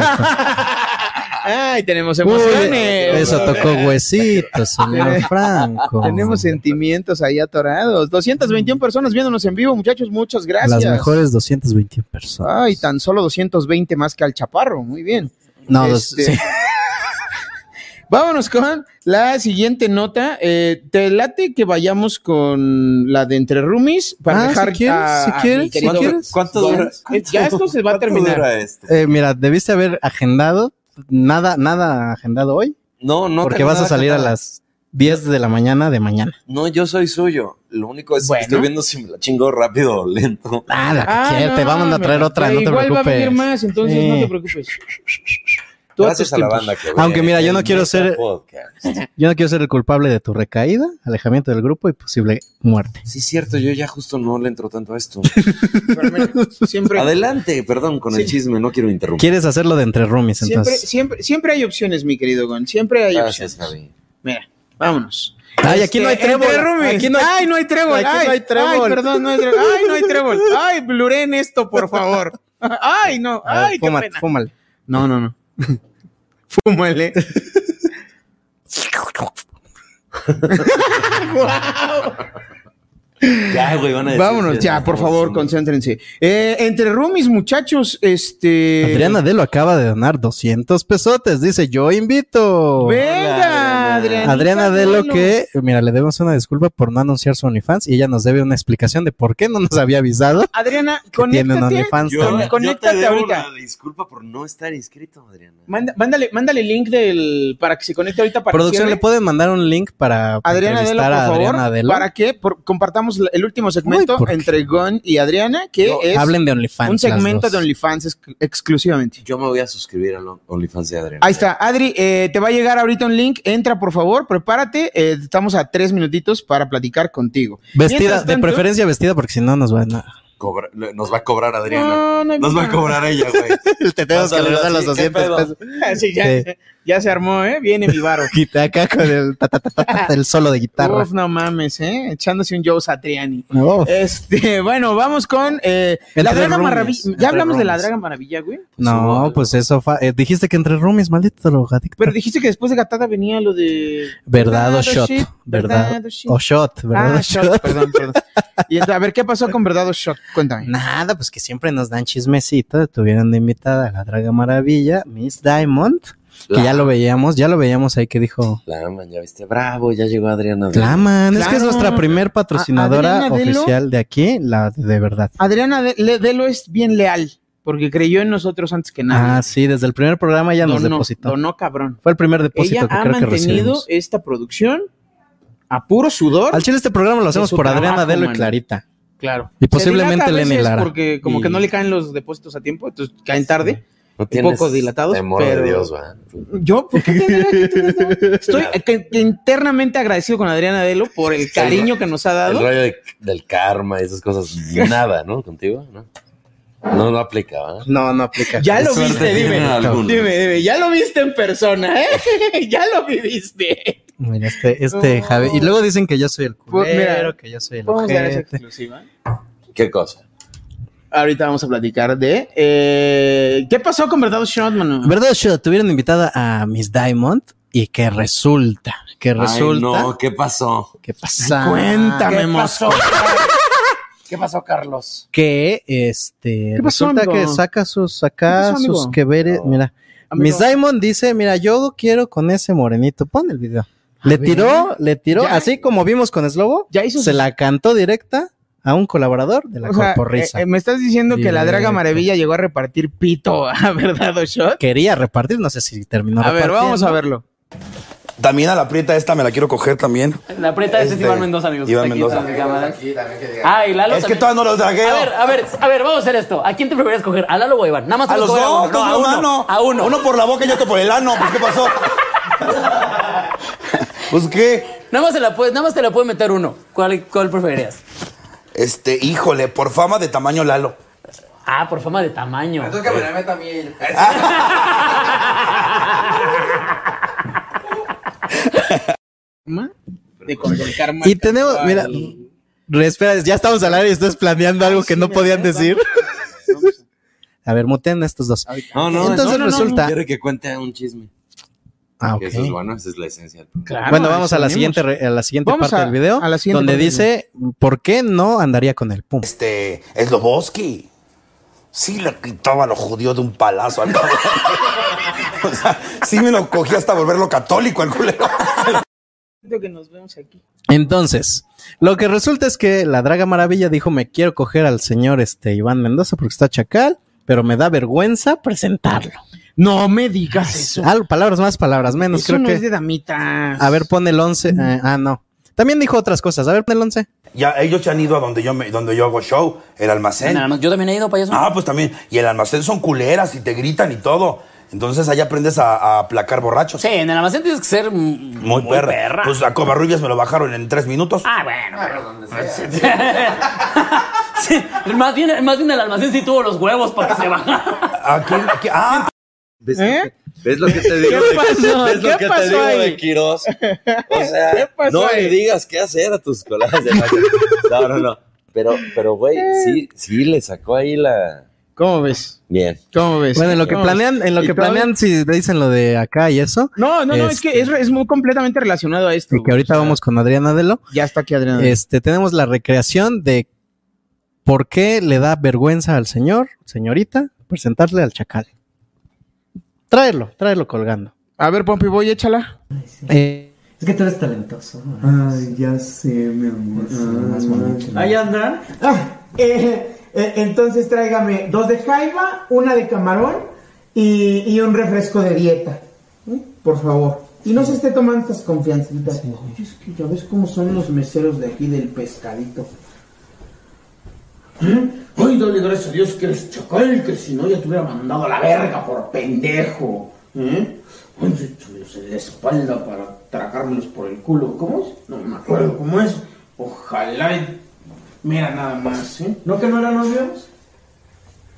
S5: Ay, tenemos
S4: Uy,
S5: emociones.
S4: eso tocó huesitos, señor Franco.
S5: Tenemos sentimientos ahí atorados. 221 personas viéndonos en vivo, muchachos, muchas gracias.
S4: Las mejores 221 personas.
S5: Ay, tan solo 220 más que al chaparro, muy bien. Este,
S4: No, dos- sí.
S5: Vámonos con la siguiente nota. Eh, te late que vayamos con la de Entre Roomies para
S4: Ah,
S5: dejar
S4: si quieres,
S5: a-
S4: si
S5: a mi
S4: quieres,
S5: querido-
S4: si quieres. ¿Cuánto dura?
S5: Ya- (laughs) Ya esto se va a terminar. este?
S4: Eh, mira, debiste haber agendado nada, nada agendado hoy.
S3: No, no
S4: Porque
S3: tengo
S4: vas a
S3: nada
S4: salir a
S3: agendado.
S4: las 10 de la mañana de mañana.
S3: No, yo soy suyo. Lo único es
S4: Bueno.
S3: que estoy viendo si me la chingo rápido o lento.
S4: Nada,
S5: Ah,
S4: te
S5: no,
S4: vamos a traer
S5: me-
S4: otra,
S5: pero
S4: no te
S5: igual va a venir
S4: preocupes.
S5: más, entonces
S4: Sí.
S5: no te preocupes. Tú a
S3: Gracias
S5: tus
S3: a la
S5: tiempos.
S3: banda que ve
S4: Aunque mira, yo no
S3: el
S4: quiero ser-
S3: Podcast.
S4: Yo no quiero ser el culpable de tu recaída, alejamiento del grupo y posible muerte.
S3: Sí, es cierto, yo ya justo no le entro tanto
S4: (laughs)
S3: a esto.
S5: Siempre,
S3: Adelante, perdón, con el chisme, no quiero interrumpir.
S4: ¿Quieres hacerlo de entre roomies
S5: siempre,
S4: entonces?
S5: siempre, siempre hay opciones, mi querido Gon. Siempre hay opciones. Mira, vámonos.
S4: Ay, aquí no hay
S5: Este,
S4: trébol.
S5: entre roomies.
S4: Aquí no hay-
S5: Ay, no hay trébol.
S4: Aquí no
S5: ay,
S4: hay trébol.
S5: Ay, perdón, no
S4: (laughs)
S5: hay trébol. Ay, no hay trébol. Ay, bluren esto, por favor. (laughs) Ay, no.
S4: A ver,
S5: Ay, qué
S4: fúmate,
S5: pena.
S4: fúmale.
S5: No, no, no. (laughs) Fúmale. ¡Guau!
S3: Ya, güey, van a decir
S5: Vámonos,
S3: que-
S5: ya, por favor, concéntrense. Eh, entre roomies, muchachos, este.
S4: Adriana Delo acaba de donar 200 pesotes. Dice, yo invito.
S5: Venga, Adriana.
S4: Adriana Delo que, mira, le debemos una disculpa por no anunciar su OnlyFans y ella nos debe una explicación de por qué no nos (laughs) había avisado.
S5: Adriana,
S4: tiene un
S5: conéctate.
S4: OnlyFans
S5: Yo-
S4: también.
S5: conéctate
S3: Yo te debo
S5: ahorita.
S3: una disculpa por no estar inscrito, Adriana.
S5: Manda- mándale, mándale el link del para que se conecte ahorita para
S4: Producción,
S5: cierre.
S4: ¿le pueden mandar un link para para
S5: Adriana Adelo,
S4: entrevistar
S5: por
S4: a
S5: favor,
S4: Adriana Delo?
S5: para que por- compartamos la- el último segmento entre Gon y Adriana, que
S4: No,
S5: es
S4: hablen de OnlyFans,
S5: un segmento
S3: las dos.
S5: de OnlyFans ex- exclusivamente.
S3: Yo me voy a suscribir al OnlyFans de Adriana.
S5: Ahí está, Adri, eh, te va a llegar ahorita un link, entra por favor, prepárate, eh, estamos a tres minutitos para platicar contigo.
S4: Vestida,
S5: Mientras
S4: de
S5: tanto-
S4: preferencia vestida, porque si no nos van a... (laughs)
S3: Cobra- le- nos va a cobrar Adriana.
S5: No, no,
S3: nos va a
S5: no.
S3: cobrar ella, güey.
S4: (laughs) Te tenemos
S3: Vas a
S4: que
S3: ver
S4: regresar
S3: así,
S4: los
S3: ¿qué
S4: 200
S3: pedo?
S4: pesos.
S5: (laughs) Sí, ya,
S4: Sí.
S5: ya se armó, ¿eh? Viene mi varo.
S4: Quita acá con el, ta, ta, ta, ta, ta, el solo de
S5: (laughs)
S4: guitarra.
S5: Uf, no mames, ¿eh? Echándose un Joe Satriani.
S4: Uf.
S5: Este, (laughs) bueno, vamos con eh,
S4: Entre
S5: la Draga
S4: roomies,
S5: Maravilla.
S4: entre
S5: Ya hablamos de la
S4: roomies.
S5: Draga Maravilla, güey.
S4: No, pues eso fa- eh, dijiste que entre roomies, maldito drogadicto.
S5: Pero dijiste que después de Gatada venía lo de.
S4: Verdad o
S5: Verdad o
S4: shot,
S5: shit,
S4: verdad
S5: verdad o shit.
S4: o shot, verdad
S5: Ah,
S4: o
S5: shot,
S4: shot.
S5: perdón, perdón.
S4: (laughs)
S5: Y entonces, a ver, ¿qué pasó con Verdad o Shot? Cuéntame.
S4: Nada, pues que siempre nos dan chismecito. Tuvieron de invitada a la Draga Maravilla, Miss Diamond, que
S3: La-
S4: ya lo veíamos, ya lo veíamos ahí que dijo.
S3: Claman, ya viste, bravo, ya llegó Adriana. Adriana.
S4: Claman, es que es
S5: Claro.
S4: nuestra primer
S5: A-
S4: patrocinadora
S5: Adriana Delo.
S4: oficial de aquí, la de verdad.
S5: Adriana de, Le- Delo es bien leal, porque creyó en nosotros antes que nada.
S4: Ah, sí, desde el primer programa ya nos
S5: Donó,
S4: depositó.
S5: donó cabrón.
S4: Fue el primer depósito
S5: Ella
S4: que
S5: ha
S4: creo que
S5: mantenido
S4: recibimos.
S5: esta producción a puro sudor.
S4: Al chile este programa lo
S5: de
S4: hacemos
S5: su
S4: por Adriana
S5: trabajo,
S4: Delo y
S5: mano.
S4: Clarita.
S5: Claro.
S4: Y
S5: Se
S4: posiblemente
S5: dilata a
S4: Lenny
S5: veces
S4: Lara.
S5: Porque como
S4: Y-
S5: que no le caen los depósitos a tiempo, entonces caen tarde.
S3: No
S5: un
S3: tienes
S5: poco dilatados.
S3: Temor
S5: pero
S3: de Dios, va.
S5: Yo, ¿por qué tendría que tener
S3: (laughs)
S5: temor? Estoy eh, que- que internamente agradecido con Adriana Delo por el cariño que nos ha
S3: El
S5: dado.
S3: rollo de- del karma y esas cosas,
S4: (laughs)
S3: nada, ¿no? Contigo, ¿no? No, ¿eh? no aplica, ¿va?
S4: No, no aplica.
S5: Ya lo
S3: Suerte
S5: viste,
S3: tienen
S5: dime.
S3: algunos.
S5: Dime, dime. Ya lo viste en persona, ¿eh? (laughs) ya lo viviste.
S4: Mira, este, este Javi. Y luego dicen que yo soy el culero,
S5: mira,
S4: Pues, que yo soy el
S5: ¿podemos dar esa
S4: ojete.
S5: exclusiva?
S3: ¿Qué cosa?
S5: Ahorita vamos a platicar de. eh, ¿Qué pasó con Verdad o Shot, mano?
S4: ¿Verdad, Shot? Tuvieron invitada a Miss Diamond y que resulta, que resulta.
S3: Ay, no, ¿qué pasó?
S4: ¿Qué pasa?
S5: Cuéntame,
S4: ¿Qué
S5: mosco.
S4: pasó?
S5: ¿Qué pasó, Carlos?
S4: Que este
S5: ¿Qué pasó,
S4: resulta
S5: amigo?
S4: que saca sus
S5: ¿Qué
S4: saca
S5: pasó, amigo?
S4: sus que veres, mira.
S5: Amigo.
S4: Miss Diamond dice, mira, yo quiero con ese morenito. Pon el video. le
S5: ver.
S4: tiró, le tiró,
S5: Ya.
S4: así como vimos con Slobo,
S5: Ya hizo
S4: se
S5: sus-
S4: la cantó directa a un colaborador de la
S5: O sea,
S4: corporrisa.
S5: eh, eh, me estás diciendo que la
S4: Directo.
S5: Draga Maravilla llegó a repartir pito a (laughs) Verdad o eh, Shot.
S4: Quería repartir, no sé si terminó
S5: A ver, vamos a verlo.
S13: También a la prieta esta me la quiero coger también.
S20: La preta es
S13: Este,
S20: Iván Mendoza, amigos.
S13: Iván
S20: Está aquí,
S13: Mendoza.
S20: está en cámara. Ah, y Lalo
S13: Es que
S20: también.
S13: todavía no los tragueo.
S20: A ver, a ver, a ver, vamos a hacer esto. ¿A quién te prefieres coger? ¿A Lalo o a Iván? Nada más te
S13: A los
S20: coger
S13: dos,
S20: uno. No, a
S13: pues,
S20: uno.
S13: hermano.
S20: A uno.
S13: Uno por la boca y otro por el ano. Pues, ¿Qué pasó? pues qué.
S20: Nada más, se la puedes, nada más te la puede meter uno. ¿Cuál, cuál preferirías?
S13: Este, híjole, por fama de tamaño Lalo.
S20: Ah, por fama de tamaño.
S13: Entonces que me la
S4: (laughs)
S20: también.
S5: De cuando el karma
S4: Y tenemos,
S5: acaba
S4: mira,
S5: y-
S4: re- espera, ya estamos al aire y estás planeando algo que no podían decir. A ver, mutean a estos dos.
S3: No, no,
S4: Entonces
S3: no, no, no,
S4: resulta.
S3: Quiere que cuente un chisme.
S4: Ah,
S3: Que
S4: ok.
S3: Eso es bueno, esa es la esencia. del programa.
S4: bueno, vamos a la
S3: unimos.
S4: siguiente, re- a la siguiente
S3: Vamos
S4: parte
S3: a-
S4: del video,
S3: a la siguiente
S4: donde
S3: parte del
S4: dice por qué no andaría con el pum.
S13: Este, es Loboski. Sí le quitaba a los judíos de un palazo al cabrón. (laughs) O sea, sí me lo cogí hasta volverlo católico al culero.
S5: Siento que nos vemos aquí.
S4: Entonces, lo que resulta es que la Draga Maravilla dijo: Me quiero coger al señor este Iván Mendoza porque está chacal, pero me da vergüenza presentarlo.
S5: No me digas eso.
S4: Algo- palabras más, palabras menos.
S5: Eso
S4: creo
S5: no
S4: que.
S5: es de damitas.
S4: A ver, pon el 11.
S17: Mm.
S4: eh, ah, no. También dijo otras cosas. A ver, pon el 11.
S13: Ya ellos ya han ido a donde yo me, donde yo hago show, el almacén.
S20: Nada más, yo también he ido, payaso.
S13: Ah, pues también. Y el almacén son culeras y te gritan y todo. Entonces allá aprendes a, a aplacar borrachos.
S20: Sí, en el almacén tienes que ser mm,
S13: Muy, perra. Pues a Covarrubias me lo bajaron en tres minutos.
S20: Ah, bueno. (laughs) Pues, Sí, (laughs) más, bien, más bien el almacén sí tuvo los huevos para que se bajara.
S13: ah,
S3: ¿Ves, ¿Ves lo que te digo?
S20: ¿Eh? ¿Qué
S3: de- (laughs)
S20: pasó?
S3: ¿Ves lo
S20: ¿Qué
S3: que
S20: pasó
S3: te digo
S20: ahí?
S3: de Quirós? O sea,
S20: pasó
S3: no
S20: ahí?
S3: le digas qué hacer a tus colegas de la- No, no, no. Pero, pero, güey, sí, sí le sacó ahí la.
S4: ¿Cómo ves?
S3: Bien.
S4: ¿Cómo ves? Bueno, en lo que
S17: ¿Cómo
S4: planean,
S17: ves?
S4: en lo
S17: Y
S4: que
S17: todo-
S4: planean, si dicen lo de acá y eso.
S17: No, no, no, es
S4: este,
S17: que es, es muy completamente relacionado a esto.
S4: que ahorita vamos con Adriana Delo.
S17: Ya está aquí Adriana.
S4: Este, tenemos la recreación de por qué le da vergüenza al señor, señorita, presentarle al chacal. Tráelo, tráelo colgando.
S17: A ver, Pompi, voy, échala.
S23: Es que tú eres talentoso. Ay, ya sé, mi amor.
S5: Ahí andan. Ah, eh, eh, entonces tráigame dos de jaiba, una de camarón y, y un refresco de dieta. ¿eh? Por favor. Y no se esté tomando estas confiancitas. Oye, es que ya ves cómo son los meseros de aquí del pescadito. ¿Eh? Ay, dale gracias a Dios que eres chacal, que si no ya te hubiera mandado a la verga por pendejo. ¿Eh? Ay, yo se la espalda para tragármelos por el culo. ¿Cómo es? No me acuerdo cómo es. Ojalá y Mira nada más, ¿eh? ¿No que no eran novios?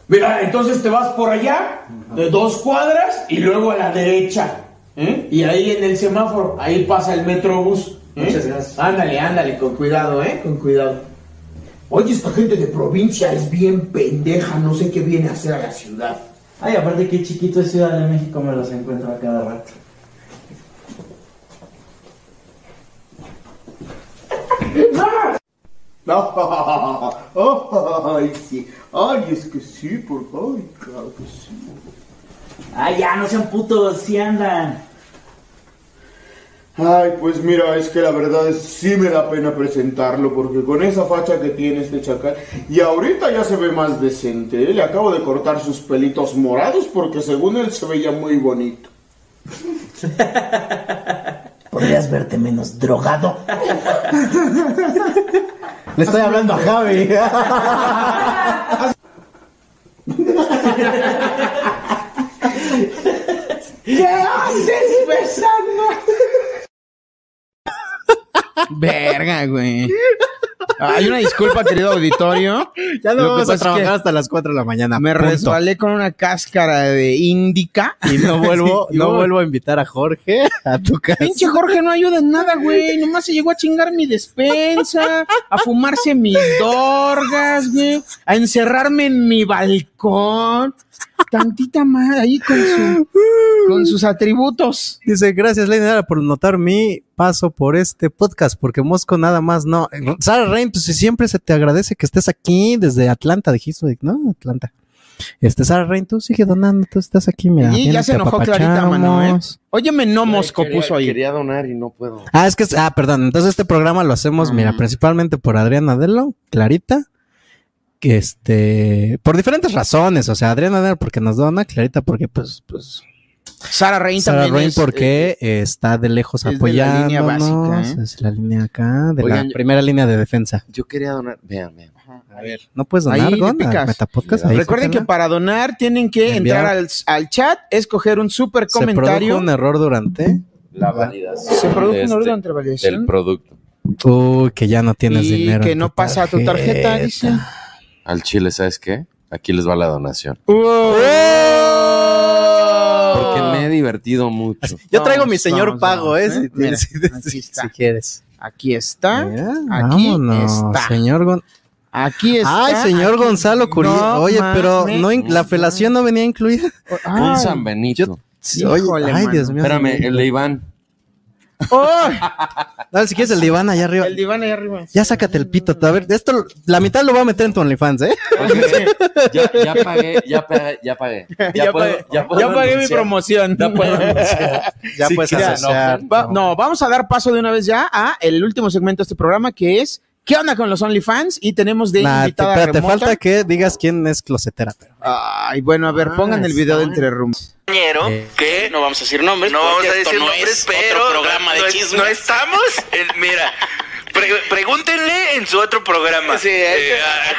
S5: Mira, entonces te vas por allá, de dos cuadras, y luego a la derecha, ¿eh? Y ahí en el semáforo, ahí pasa el metrobús. Muchas gracias. Ándale, ándale, con cuidado, ¿eh? Con cuidado. Oye, esta gente de provincia es bien pendeja, no sé qué viene a hacer a la ciudad.
S24: Ay, aparte que chiquito es Ciudad de México, me los encuentro a cada rato.
S25: (laughs)
S5: Ay, sí. Ay, es que sí, por favor, claro que sí.
S23: Ay, ya, no sean putos, si andan.
S25: Ay, pues mira, es que la verdad es, sí me da pena presentarlo, porque con esa facha que tiene este chacal, y ahorita ya se ve más decente, ¿eh? le acabo de cortar sus pelitos morados, porque según él se veía muy bonito.
S5: (laughs) Podrías verte menos drogado.
S4: Le estoy hablando a Javi. (laughs)
S5: ¿Qué haces besando?
S17: Verga, güey. Hay una disculpa, querido auditorio.
S4: (laughs) Ya no
S17: Lo que
S4: vamos a
S17: pasa es
S4: trabajar
S17: que
S4: hasta las 4 de la mañana.
S17: Me
S4: punto.
S17: resbalé con una cáscara de índica.
S4: Y (laughs) no vuelvo,
S17: Sí,
S4: no
S17: yo-
S4: vuelvo a invitar a Jorge a tu casa.
S17: Pinche Jorge no ayuda en nada, güey. Nomás se llegó a chingar mi despensa, a fumarse mis dorgas, güey. A encerrarme en mi balcón. Tantita más ahí con, su- con sus atributos.
S4: Dice, gracias, Lady Nara, por notar mi paso por este podcast, porque Mosco nada más no. Sara Rain, pues si siempre se te agradece que estés aquí desde Atlanta, dijiste, ¿no? Atlanta. Este, Sara Rain, tú sigue donando, tú estás aquí, mira.
S17: y ya
S4: viéndote
S17: se enojó Clarita, mano, ¿eh?
S4: apapachamos.
S17: Óyeme, no mosco puso ahí.
S3: Quería donar y no puedo.
S4: Ah, es que, ah, perdón, entonces este programa lo hacemos, mira, principalmente por Adriana Delo, Clarita, que este, por diferentes razones, o sea, Adriana Delo porque nos dona, Clarita porque pues, pues,
S17: Sara Rain
S4: Sara
S17: también.
S4: Rain
S17: es,
S4: porque eh, está de lejos
S17: es de la
S4: apoyándonos,
S17: línea básica, ¿eh?
S4: es la línea acá, de
S3: Oigan,
S4: la
S3: yo-
S4: primera línea de defensa.
S3: Yo quería donar. Vean, vean.
S17: A ver.
S4: No puedes pues donar,
S17: Ahí le
S4: Gon, al
S17: picas.
S4: Metapodcast, ahí
S17: Recuerden que
S4: pícala.
S17: para donar tienen que
S4: Enviar.
S17: entrar al, al chat, escoger un super
S4: se produjo
S17: comentario.
S4: un error durante,
S3: La validación.
S17: Se produjo un
S3: de
S17: error
S3: este-
S17: durante validación.
S3: Del producto.
S4: uy, uh, que ya no tienes
S17: Y
S4: dinero.
S17: que
S4: en
S17: no
S4: tu
S17: pasa a tu tarjeta, dice.
S3: Al chile, ¿sabes qué? Aquí les va la donación.
S5: Uh.
S3: Porque me he divertido mucho.
S4: Yo traigo mi
S17: Vamos,
S4: señor
S17: vamos,
S4: pago,
S17: vamos,
S4: ¿eh? Si,
S17: Mira,
S4: si-
S17: aquí está.
S4: si quieres.
S17: Aquí está. aquí
S4: Vámonos,
S17: está.
S4: señor Gon-
S17: Aquí está.
S4: Ay, señor Gonzalo Curí.
S17: No
S4: Oye, pero
S17: mames.
S4: no in- la felación no venía incluida.
S3: Un San Benito.
S4: Oye, ay, Dios mío.
S3: Espérame, el de Iván.
S4: Dale, si quieres el diván allá arriba.
S17: ¡Oh! El diván ahí arriba.
S4: Ya sácate el pito. A ver, esto, lo- la mitad lo voy a meter en tu OnlyFans, ¿eh?
S3: Ya, ya pagué, ya pagué, ya
S4: (laughs)
S3: pagué. Ya,
S17: (laughs) Ya
S3: puedo-
S17: pagué-
S3: ya puedo
S17: ya pagué mi
S3: anunciar.
S17: promoción.
S3: Ya puedo anunciar.
S4: (laughs) Ya
S3: Si
S4: puedes
S3: quieren,
S4: asociar.
S3: no,
S17: Va- no, vamos a dar paso de una vez ya a el último segmento de este programa que es ¿Qué onda con los OnlyFans? Y tenemos de
S4: Nah, te,
S17: invitada
S4: espérate,
S17: remota-
S4: falta que digas quién es closetera. Pero.
S17: Ay, bueno, a ver,
S4: Ah,
S17: pongan el video de Entre Rooms.
S4: Eh,
S26: que no vamos a decir nombres,
S20: No
S26: porque
S20: vamos a
S26: esto
S20: decir
S26: no
S20: nombres,
S26: es
S20: pero
S26: otro programa de
S20: no, es-
S26: chismes.
S20: no estamos. en- mira, pre- pregúntenle en su otro programa. Eh,
S26: Sí, es-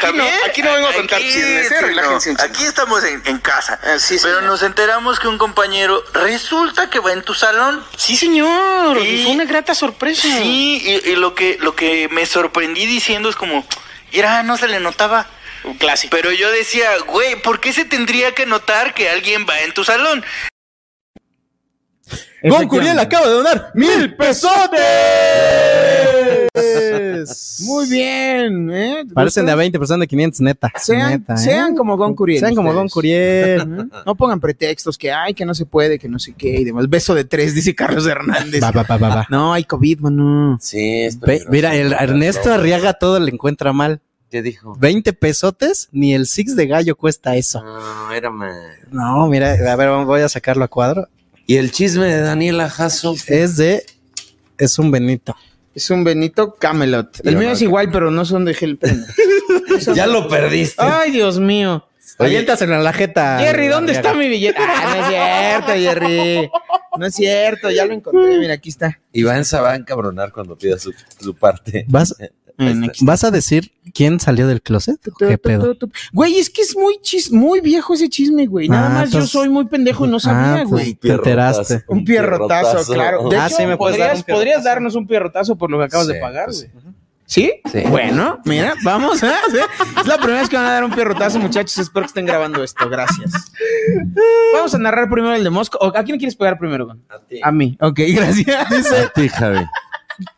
S26: aquí no- aquí no vengo a contar chismes, eh, Ah,
S20: sí,
S26: relájense un
S20: no, Aquí estamos en, en casa. pero nos enteramos que un compañero resulta que va en tu salón.
S26: Sí, señor.
S20: Y-
S26: Fue una grata sorpresa.
S20: Sí, y, y lo que lo que me sorprendí diciendo es como, mira, no se le notaba.
S26: clásico.
S20: Pero yo decía, güey, ¿por qué se tendría que notar que alguien va en tu salón?
S4: Gon Curiel acaba de donar mil pesotes.
S5: Muy bien, ¿eh?
S4: Parecen de a 20, pero son de 500, neta.
S5: Sean,
S4: neta, ¿eh?
S5: sean como Gon Curiel.
S4: Sean como Gon Curiel. ¿eh?
S5: Ujú. (laughs) No pongan pretextos que ay, que no se puede, que no sé qué y demás. Beso de tres, dice Carlos Hernández.
S4: Va, va, va, va, va.
S5: No, hay COVID, mano.
S3: Sí, es
S4: Ve- mira, el Ernesto Arriaga todo le encuentra mal.
S3: ¿Qué dijo?
S4: 20 pesotes, ni el six de gallo cuesta eso.
S3: No, era más.
S4: No, mira, a ver, vamos- voy a sacarlo a cuadro.
S3: Y el chisme de Daniela Jasso
S4: es de. Es un Benito.
S5: Es un Benito Camelot. El mío es igual, pero no son de gel.
S3: (laughs)
S5: (laughs)
S3: Ya lo perdiste.
S5: Ay, Dios mío.
S4: Aviéntaselo en la jeta.
S5: Jerry, ¿dónde
S4: Arriaga.
S5: está mi billete? Ah, no es cierto, Jerry. No es cierto, ya lo encontré. Mira, aquí está.
S3: Iván se va a encabronar cuando pida su, su parte.
S4: ¿Vas,
S5: Ah, este.
S4: ¿Vas a decir quién salió del closet? ¿O ¿Qué pedo?
S5: Güey, es que es muy chis, muy viejo ese chisme, güey. Nada
S4: Ah,
S5: más
S4: entonces-
S5: yo soy muy pendejo y no sabía,
S4: Ah, pues,
S5: güey.
S4: te enteraste.
S5: Un pierrotazo, claro. De
S4: ah,
S5: hecho,
S4: sí, me puedes
S5: podrías,
S4: dar un pierrotazo.
S5: podrías darnos un pierrotazo por lo que acabas
S4: Sí, pues,
S5: de pagar, güey. ¿Sí? Bueno, mira, vamos. (laughs) ¿eh? Es la primera vez que van a dar un pierrotazo, muchachos. Espero que estén grabando esto. Gracias. Vamos a narrar primero el de Mosco. ¿O ¿A quién quieres pegar primero, Gon? A ti. A mí. Ok, (laughs)
S3: (laughs)
S5: gracias.
S3: A ti, Javi.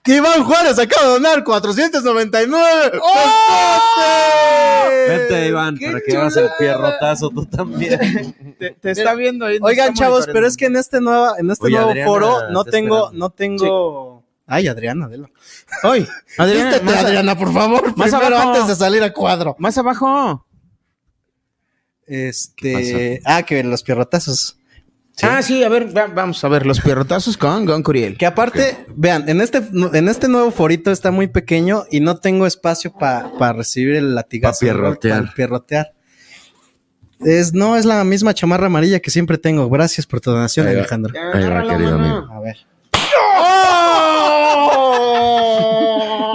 S4: Iván Juárez acaba de donar 499.
S5: Oh,
S12: ¡Oh!
S3: Vente, Iván, para que hagas el pierrotazo tú (laughs) también.
S5: Te, te está viendo ahí. te
S4: Oigan,
S5: está
S4: chavos,
S5: monitoreando.
S4: pero es que en este nuevo, en este
S5: Oye,
S4: nuevo
S5: Adriana,
S4: foro no
S5: te
S4: tengo,
S5: esperamos.
S4: no tengo. Ay, Adriana, delo. Ay,
S5: Adriana,
S4: vístete,
S5: más a-
S4: Adriana, por favor.
S5: más
S4: primero
S5: abajo.
S4: antes de salir a cuadro.
S5: Más abajo.
S4: Este. Ah, que los pierrotazos.
S5: Ah, sí, a ver, va- vamos a ver los pierrotazos con Gon Curiel.
S4: Que aparte, vean, en este, en este nuevo forito está muy pequeño y no tengo espacio para recibir el latigazo.
S3: Pa' pierrotear.
S4: Pa' pierrotear. Es, no, es la misma chamarra amarilla que siempre tengo. Gracias por tu donación,
S3: Ahí va.
S4: Alejandro.
S3: Ahí va, querido amigo.
S4: A ver.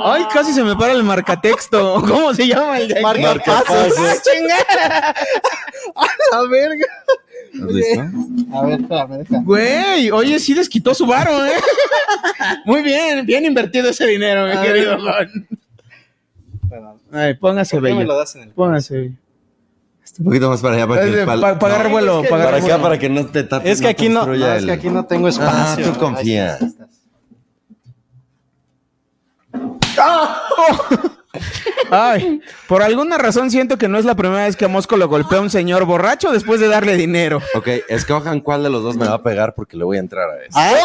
S5: Ay, casi se me para el marcatexto. ¿Cómo se llama el de aquí?
S4: Marcapasos.
S5: ¡Ah, chingada! ¡A la verga!
S4: A ver, espérame, deja.
S5: Güey, oye, sí les quitó su varo, ¿eh? Muy bien, bien invertido ese dinero, mi
S4: A
S5: querido
S4: ver.
S5: Gon. Ay, póngase
S4: ¿Por qué
S5: bello.
S4: me lo das en el-
S5: Póngase bello.
S3: Un poquito más para allá para que el palo.
S5: Pa- pa- agarrar vuelo, pa' agarrar
S3: para acá,
S5: vuelo.
S3: para que no te tape.
S4: Es que aquí no-
S3: construya
S4: no, es que
S3: el-
S4: aquí no tengo espacio.
S3: Ah, tú confía.
S5: Ay, por alguna razón siento que no es la primera vez que a Mosco lo golpea un señor borracho después de darle dinero.
S3: Ok, escojan cuál de los dos me va a pegar porque le voy a entrar a eso.
S4: (laughs)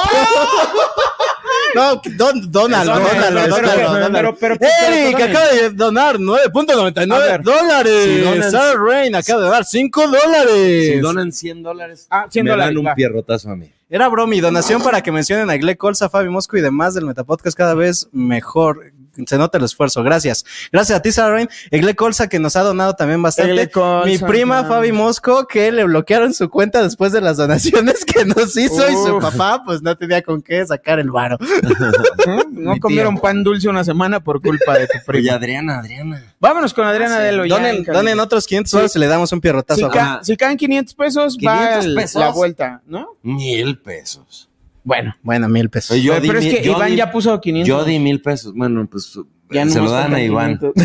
S4: No, don, dónalo, dónalo,
S3: Eso, pero-
S4: dónalo,
S3: pero-
S4: dónalo.
S3: pero- pero-
S4: Eric
S3: pero-
S4: acaba de donar 9.99
S3: Si
S4: dólares.
S3: donan-
S4: Sarah Rain acaba de dar 5 dólares.
S3: Si donan 100 dólares,
S5: ah,
S3: me dan un pierrotazo a mí.
S4: Era bromi, donación para que mencionen a Gle Colza, Fabi Mosco y demás del Metapodcast cada vez mejor. Se nota el esfuerzo, gracias. Gracias a ti, Sarah Rain. Egle Colza, que nos ha donado también bastante.
S5: Egle Colza,
S4: Mi prima,
S5: claro.
S4: Fabi Mosco, que le bloquearon su cuenta después de las donaciones que nos hizo y su (laughs)
S5: Uf.
S4: papá, pues no tenía con qué sacar el varo.
S5: No comieron pan dulce una semana por culpa de tu prima.
S3: Oye, Adriana, Adriana. Ah,
S5: Vámonos con Adriana
S4: Sí.
S5: Delo. ya,
S4: Donen,
S5: hija.
S4: donen otros 500 dólares y le damos un pierrotazo.
S5: Si,
S4: a
S5: ca-
S4: Juan.
S5: si caen 500 pesos, va
S4: 500
S5: el-
S4: pesos.
S5: la vuelta, ¿no?
S3: Mil pesos.
S5: Bueno.
S4: Bueno, mil pesos.
S3: Oye, yo di
S5: Pero es
S3: mil-
S5: que
S3: yo
S5: Iván
S3: di-
S5: ya puso 500.
S3: Yo di mil pesos. Bueno, pues
S5: Ya no
S3: se lo
S5: nos
S3: dan
S5: faltan
S3: a Iván. (laughs)
S5: 500.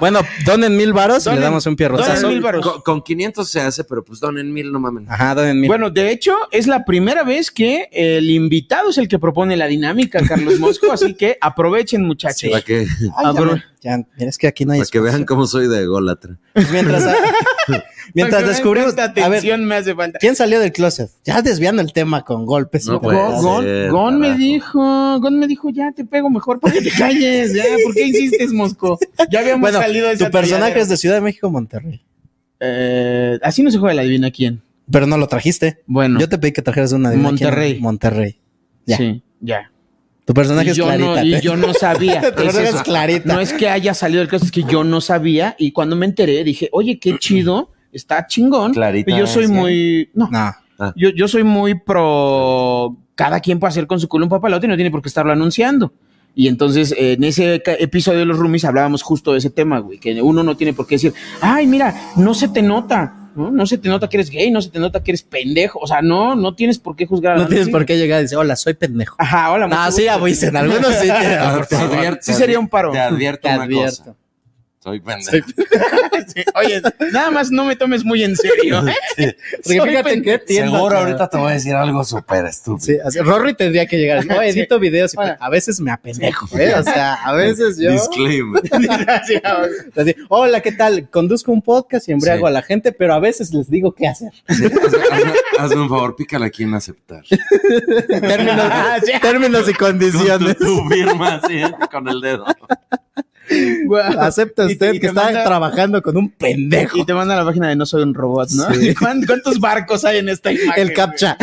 S4: Bueno, donen mil varos y le
S3: Donen-
S4: damos un pierrotazo.
S3: donen mil varos. Con, con 500 se hace, pero pues donen mil, no mamen.
S4: Ajá, donen mil.
S5: Bueno, de hecho, es la primera vez que el invitado es el que propone la dinámica, Carlos Mosco, así que aprovechen, muchachos.
S3: Para que,
S4: Ay, ya, me- Ah, ya, mira, es que aquí no hay
S3: para que vean cómo soy de ególatra.
S4: Pues
S3: (laughs)
S4: mientras, mientras
S5: Para que
S4: descubrimos.
S5: vean cuánta
S4: a ver,
S5: atención me hace falta.
S4: ¿Quién salió del closet? Ya desviando el tema con golpes.
S3: No
S4: y
S3: puede
S4: golpes.
S5: Gon,
S3: ser,
S5: Gon me
S3: carajo.
S5: dijo, Gon me dijo, ya te pego mejor para que te calles, ya, ¿por qué insistes, Mosco? Ya habíamos
S4: Bueno,
S5: salido de
S4: tu
S5: esa
S4: personaje
S5: tiradera.
S4: es de Ciudad de México, Monterrey.
S5: Eh, así no se juega la adivina quién.
S4: Pero no lo trajiste.
S5: Bueno.
S4: Yo te pedí que trajeras una de
S5: Monterrey.
S4: Monterrey. Ya.
S5: Sí, ya.
S4: Tu personaje
S5: Y
S4: es
S5: yo
S4: Clarita.
S5: No, y yo
S4: (laughs)
S5: no sabía.
S4: Tu personaje es
S5: eso.
S4: Clarita.
S5: No es que haya salido el caso, es que yo no sabía. Y cuando me enteré, dije, oye, qué chido, está chingón.
S3: Clarita
S5: Y yo soy
S4: ¿eh?
S3: es gay.
S5: muy. No.
S3: Ah.
S5: Yo, yo soy muy pro. Cada quien puede hacer con su culo un papalote y no tiene por qué estarlo anunciando. Y entonces eh, en ese ca- episodio de los roomies hablábamos justo de ese tema, güey, que uno no tiene por qué decir, ay, mira, no se te nota, ¿no? No se te nota que eres gay, no se te nota que eres pendejo, o sea, no, no tienes por qué juzgar. a
S4: No
S5: nadie.
S4: tienes por qué llegar y decir, hola, soy pendejo.
S5: Ajá, hola.
S4: No,
S5: mucho
S4: sí,
S5: gusto. (laughs)
S4: avisen. Algunos sí.
S3: Te
S4: tienen-
S3: advierto,
S5: Sí sería un paro.
S3: Te advierto
S4: Te
S3: una
S4: advierto.
S3: cosa. Soy pendejo.
S5: Sí, Oye, nada más no me tomes muy en serio. (laughs) ¿eh?
S3: Sí.
S5: Porque
S4: Soy
S5: fíjate
S4: pendejo.
S5: qué tienda,
S3: Seguro
S4: cabrón.
S3: ahorita te voy a decir algo súper estúpido.
S4: Sí, así- Rory tendría que llegar.
S5: (laughs)
S4: No, edito videos y a veces me apendejo, ¿eh? O sea, a veces yo.
S3: Disclaimer.
S4: Así, Hola, ¿qué tal? Conduzco un podcast y embriago a la gente, pero a veces les digo qué
S5: (laughs)
S4: hacer.
S3: (laughs) Hazme un favor, pícale aquí en aceptar.
S4: (laughs) términos, Ah, términos y condiciones.
S3: Tu firma así, ¿eh? con el dedo.
S4: Guau. Acepta usted que
S5: y te
S4: está
S5: manda-
S4: trabajando con un pendejo.
S5: Y te manda a la página de No Soy un Robot, ¿no?
S4: Sí.
S5: (laughs) ¿Cuán- ¿Cuántos barcos hay en esta imagen?
S4: El captcha.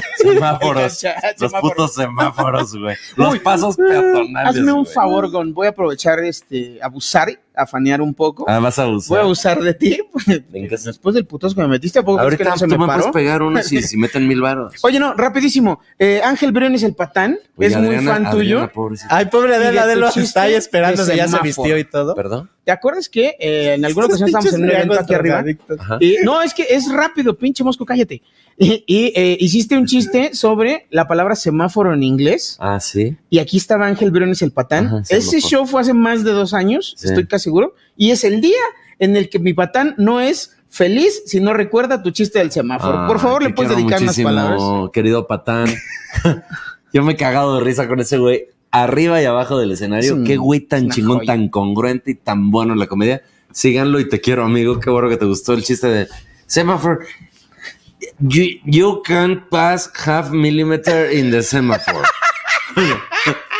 S5: (laughs)
S3: Semáforos.
S5: El captcha,
S3: Los
S5: semáforos.
S3: putos semáforos, güey. Los
S5: Uy,
S3: pasos
S5: ah,
S3: peatonales.
S5: Hazme un
S3: güey.
S5: favor, Gon. Voy a aprovechar, este, abusar, afanear un poco.
S3: Ah, vas a usar.
S5: Voy a abusar de ti. pues, Después del putazo que me metiste, ¿a poco crees que
S3: Ahorita
S5: no se
S3: tú me,
S5: paró?
S3: puedes pegar uno si, si meten mil varos.
S5: Oye, no, rapidísimo. Eh, Ángel Briones el patán
S3: Oye,
S5: es muy
S3: Adriana-
S5: fan
S3: Adriana,
S5: tuyo.
S3: pobrecita.
S4: Ay, pobre Adela,
S5: Y de tu
S4: Adela
S5: chiste
S4: está ahí esperando,
S5: de
S4: ya se
S5: semáforo.
S4: vistió y todo.
S3: ¿Perdón?
S5: ¿Te acuerdas que eh, en alguna
S4: Estos
S5: ocasión estábamos
S4: pinches
S5: en un evento
S4: briagos
S5: aquí arriba?
S4: drogadictos.
S3: Ajá.
S5: Y, no, es que es rápido, pinche mosco, cállate. Y, y, eh, hiciste un chiste sobre la palabra semáforo en inglés.
S3: Ah, sí.
S5: Y aquí estaba Ángel Briones el patán.
S3: Ajá,
S5: Ese
S3: sí, me acuerdo.
S5: show fue hace más de dos años,
S3: Sí.
S5: estoy casi seguro. Y es el día en el que mi patán no es feliz si no recuerda tu chiste del semáforo.
S3: Ah,
S5: Por favor,
S3: te
S5: le puedes
S3: quiero
S5: dedicar unas
S3: muchísimo,
S5: palabras.
S3: Querido patán. (laughs) Yo me he cagado de risa con ese güey. Arriba y abajo del escenario.
S5: Es un-
S3: Qué güey
S5: es
S3: tan
S5: una
S3: chingón,
S5: joya.
S3: tan congruente y tan bueno en la comedia. Síganlo y te quiero, amigo. Qué bueno que te gustó el chiste de Semaphore. You, you can't pass half millimeter in the (laughs) semaphore.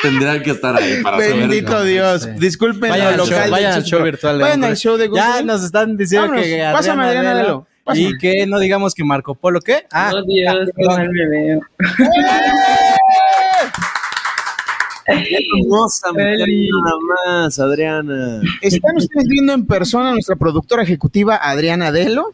S3: Tendrán que estar ahí para saber
S4: Bendito
S3: cómo.
S4: Dios.
S5: Disculpen
S4: Vayan
S5: lo
S4: al
S5: local
S4: show,
S5: del
S4: vayan al
S5: chicharo.
S4: show virtual de
S5: Vayan
S4: Google.
S5: al show de Google.
S4: Ya nos están diciendo
S5: Vámonos,
S4: que
S5: pásame, Adriana
S4: Adela
S5: Adelo,
S4: y que no digamos que Marco Polo, ¿qué? Ah,
S10: Dios, qué mal me veo.
S3: Hermosa,
S5: mi Eli.
S3: nada más, Adriana.
S5: Están ustedes viendo en persona a nuestra productora ejecutiva Adriana Adelo.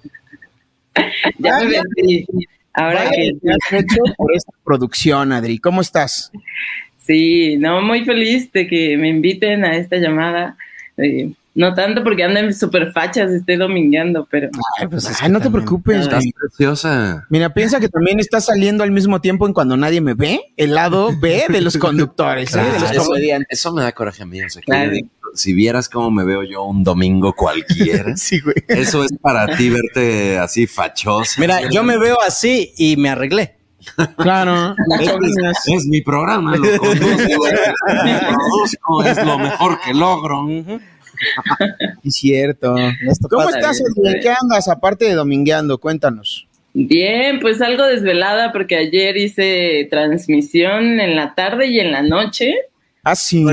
S10: Ya me
S5: Vaya-
S10: vestí. Ahora
S5: vaya
S10: que
S5: lo que has hecho por esta producción, Adri. ¿Cómo estás?
S10: (laughs) sí, no, muy feliz de que me inviten a esta llamada. Eh, no tanto porque andan súper fachas, esté domingueando, pero. Pues Ah,
S5: Ay, pues no te preocupes.
S10: Estás
S5: güey.
S3: Preciosa.
S5: Mira, piensa que también está saliendo al mismo tiempo en cuando nadie me ve, el lado B de los conductores, ¿eh? de los
S3: eso,
S5: comediantes.
S3: eso me da coraje mío. o sea, que
S5: Claro.
S3: Si vieras cómo me veo yo un domingo
S5: (laughs)
S3: cualquiera,
S5: Sí, güey.
S3: eso es para
S4: (laughs)
S3: ti verte así fachoso.
S4: mira, yo me veo así y me arreglé. (laughs)
S5: Claro.
S3: Es, es- es mi programa, Ah, lo conduzco, lo produzco, es lo mejor que logro.
S5: Es cierto. ¿Cómo
S10: pasa.
S5: estás, Adri? ¿Qué andas aparte de domingueando? Cuéntanos.
S10: Bien, pues algo desvelada porque ayer hice transmisión en la tarde y en la noche.
S5: Ah, sí.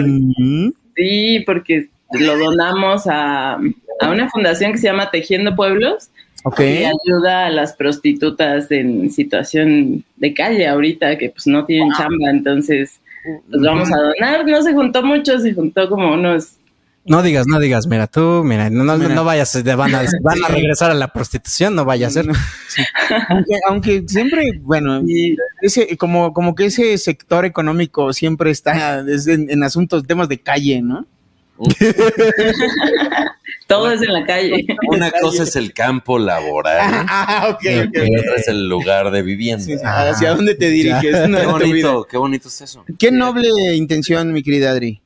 S10: Sí, porque lo donamos a, a una fundación que se llama Tejiendo Pueblos.
S5: Ok.
S10: que ayuda a las prostitutas en situación de calle ahorita que pues no tienen chamba, entonces los vamos a donar. No se juntó mucho, se juntó como unos
S4: No digas, no digas, mira tú, mira, no, no, no vayas, te van a, van a regresar a la prostitución, no vaya a ser.
S5: aunque, aunque siempre, (laughs) bueno, ese, como, como que ese sector económico siempre está es en, en asuntos, temas de calle, ¿no?
S10: todo es en la
S5: (laughs)
S10: calle.
S3: Una
S10: (laughs)
S3: cosa es el campo laboral
S5: Ah, ok,
S3: y
S5: ok.
S3: otra es el lugar de vivienda.
S5: Ah, ¿Hacia dónde te diriges? No,
S3: qué
S5: tu
S3: bonito, qué bonito es eso.
S5: Qué noble intención, mi querida Adri.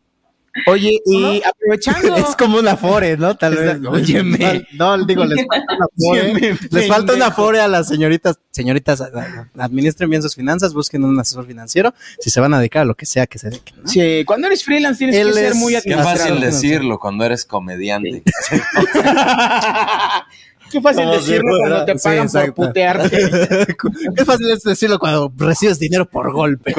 S5: Oye, y aprovechando.
S4: Es como una fore, ¿no? Tal vez.
S5: (laughs) Óyeme.
S4: No, no,
S5: (laughs)
S4: digo, les
S10: (laughs)
S4: falta una fore.
S5: Óyeme,
S4: les
S5: pendejo.
S4: falta una fore a las señoritas. Señoritas, a- a- administren bien sus finanzas, busquen un asesor financiero. Si se van a dedicar a lo que sea que se dediquen.
S5: Sí, cuando eres freelance tienes
S4: Él
S5: que ser
S4: es-
S5: muy
S3: Qué
S5: administrado.
S3: fácil decirlo cuando eres comediante.
S5: Qué fácil
S3: Como si
S5: decirlo
S3: fuera-
S5: cuando te
S3: Sí,
S5: pagan por
S3: exacto.
S5: putearte.
S4: Es fácil es decirlo cuando recibes dinero por golpe.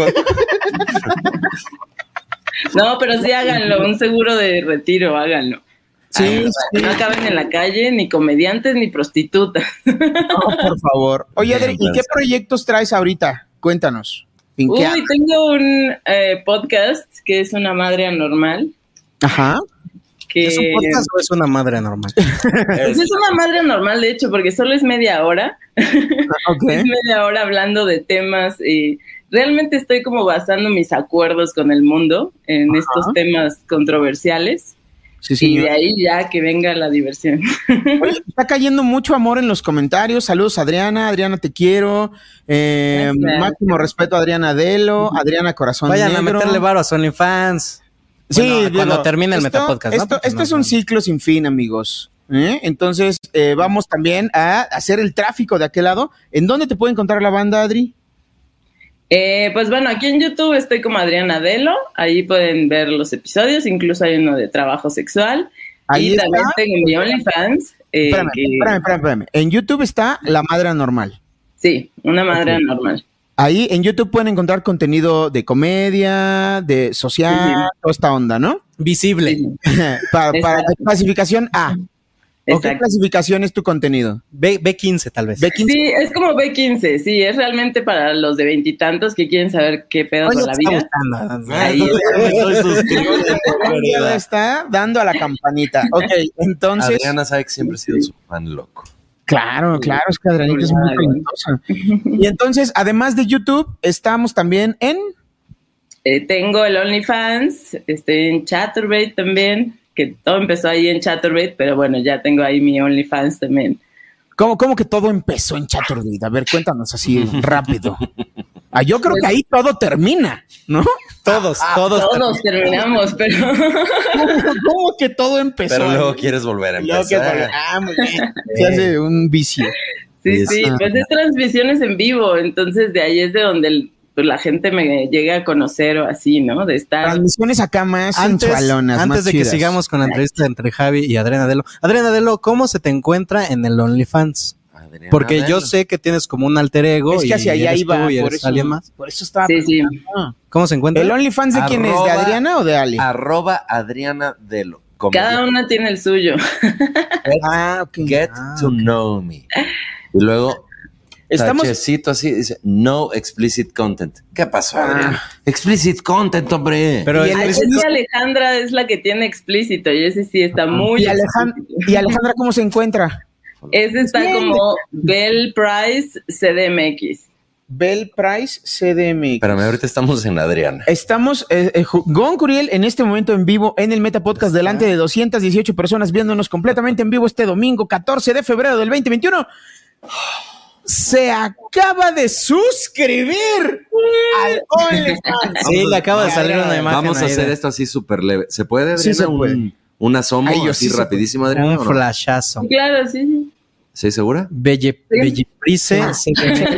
S10: No, pero sí háganlo, un seguro de retiro, háganlo.
S5: Sí,
S10: Ah, No acaben en la calle ni comediantes ni prostitutas.
S5: (laughs) por favor. Oye, Adri, ¿y qué proyectos traes ahorita? Cuéntanos. ¿En qué
S10: Uy, tengo un eh, podcast que es una madre anormal.
S5: Ajá.
S10: Que...
S4: ¿Es un podcast o es una madre normal?
S10: Pues es una madre normal, de hecho, porque solo es media hora.
S5: ¿Eh?
S10: Es Pues media hora hablando de temas y realmente estoy como basando mis acuerdos con el mundo en
S5: Ajá.
S10: estos temas controversiales.
S5: Sí,
S10: y
S5: señor.
S10: de ahí ya que venga la diversión. (laughs)
S5: Oye, está cayendo mucho amor en los comentarios. Saludos, Adriana. Adriana, te quiero. Eh,
S10: Gracias.
S5: máximo respeto a Adriana Adelo, Adriana Corazón
S4: Vayan a
S5: Negro.
S4: meterle varo a su OnlyFans.
S5: Sí,
S4: Bueno, cuando termine el
S5: esto-
S4: Metapodcast, ¿no?
S5: Esto,
S4: Porque
S5: esto
S4: no-
S5: es un ciclo sin fin, amigos. ¿eh? Entonces, eh, vamos también a hacer el tráfico de aquel lado. ¿En dónde te puede encontrar la banda, Adri?
S10: Eh, pues bueno, aquí en YouTube estoy como Adriana Delo, ahí pueden ver los episodios, incluso hay uno de trabajo sexual.
S5: Ahí
S10: y
S5: está.
S10: también tengo mi OnlyFans. eh,
S5: espérame,
S10: que-
S5: espérame, espérame, espérame. En YouTube está La Madre Anormal.
S10: Sí, una madre
S5: Ok.
S10: anormal.
S5: Ahí en YouTube pueden encontrar contenido de comedia, de social,
S10: Ujú.
S5: toda esta onda, ¿no?
S4: Visible.
S5: para para
S10: Exacto.
S5: clasificación A. ¿O qué
S10: Exacto.
S5: clasificación es tu contenido?
S4: B, B15 tal vez.
S5: B15.
S10: Sí, es como B15, sí, es realmente para los de veintitantos que quieren saber qué pedo
S5: Oye,
S10: con la
S5: te está
S10: vida.
S5: gustando.
S10: Ahí
S5: Estoy suscrito.
S3: Florida.
S5: está dando a la campanita. Ok, entonces.
S3: Adriana sabe que siempre he sido su fan loco.
S5: Claro, claro, es que Adrianita es muy talentosa. Y entonces, además de YouTube, estamos también en.
S10: Eh, tengo el OnlyFans, estoy en Chaturbate también, que todo empezó ahí en Chaturbate, pero bueno, ya tengo ahí mi OnlyFans también.
S5: ¿Cómo, cómo que todo empezó en Chaturbate? A ver, cuéntanos
S4: (laughs)
S5: así rápido. Ah, yo creo que ahí todo termina, ¿no? Pues
S4: Todos,
S10: Ah, todos terminamos, pero
S5: ¿Cómo, (laughs) cómo que todo empezó?
S3: Pero luego
S5: ahí?
S3: quieres volver a
S5: Luego que-
S3: empezar.
S5: Ah, muy bien. Se hace un vicio.
S10: sí, sí, pues es transmisiones en vivo, entonces de ahí es de donde el- pues, la gente me llega a conocer o así, ¿no? De estar.
S5: Transmisiones acá más
S4: Antes,
S5: sensualonas,
S4: antes
S5: más
S4: de que
S5: chidas.
S4: sigamos con la entrevista entre Javi y Adriana Delo. Adriana Delo, ¿cómo se te encuentra en el OnlyFans? Porque yo
S5: Delo.
S4: sé que tienes como un alter ego
S5: Es que
S4: y
S5: hacia allá
S4: eres
S5: iba.
S4: tú y
S5: por,
S4: eres
S5: eso,
S4: alguien más.
S5: por eso estaba.
S10: Sí, sí.
S5: preguntando.
S4: ¿Cómo se encuentra?
S5: ¿El OnlyFans de quién es? ¿De
S3: Arroba-
S5: Adriana o de Ale?
S3: Arroba Adriana Delo. Como
S10: Cada una tiene el suyo.
S3: Get,
S4: Ah,
S3: get to know me. Y luego,
S10: Estamos-
S3: tachecito así, dice, no explicit content. ¿Qué
S4: Ah.
S3: pasó, Adrián? Explicit content, hombre.
S10: Y Ale- es que Alejandra es la que tiene explícito y ese sí está muy.
S5: ¿Y, Alejan- ¿Y Alejandra cómo se encuentra?
S10: Ese está
S5: Bien.
S10: como Bell Price CDMX.
S5: Bell Price CDMX.
S3: Espérame, ahorita estamos en Adriana.
S5: Estamos, eh, eh, ju- Gon Curiel, en este momento en vivo en el Meta Podcast, delante de 218 personas viéndonos completamente en vivo este domingo 14 de febrero del 2021. Se acaba de suscribir al OnlyFans.
S4: Sí, le acaba de salir una imagen
S3: Ah, Vamos a
S4: ahí
S3: hacer
S4: de-
S3: esto así súper leve. ¿Se puede, Adriana?
S4: Sí se
S3: un,
S4: puede.
S3: un asomo
S4: Ay, yo
S3: así
S4: sí se puede.
S3: rapidísimo, Adriana?
S4: Un
S3: ¿o no?
S4: flashazo.
S10: Claro, sí.
S3: ¿Sí, segura?
S4: Belle, Belleprice.
S5: Ah.
S4: CDMX.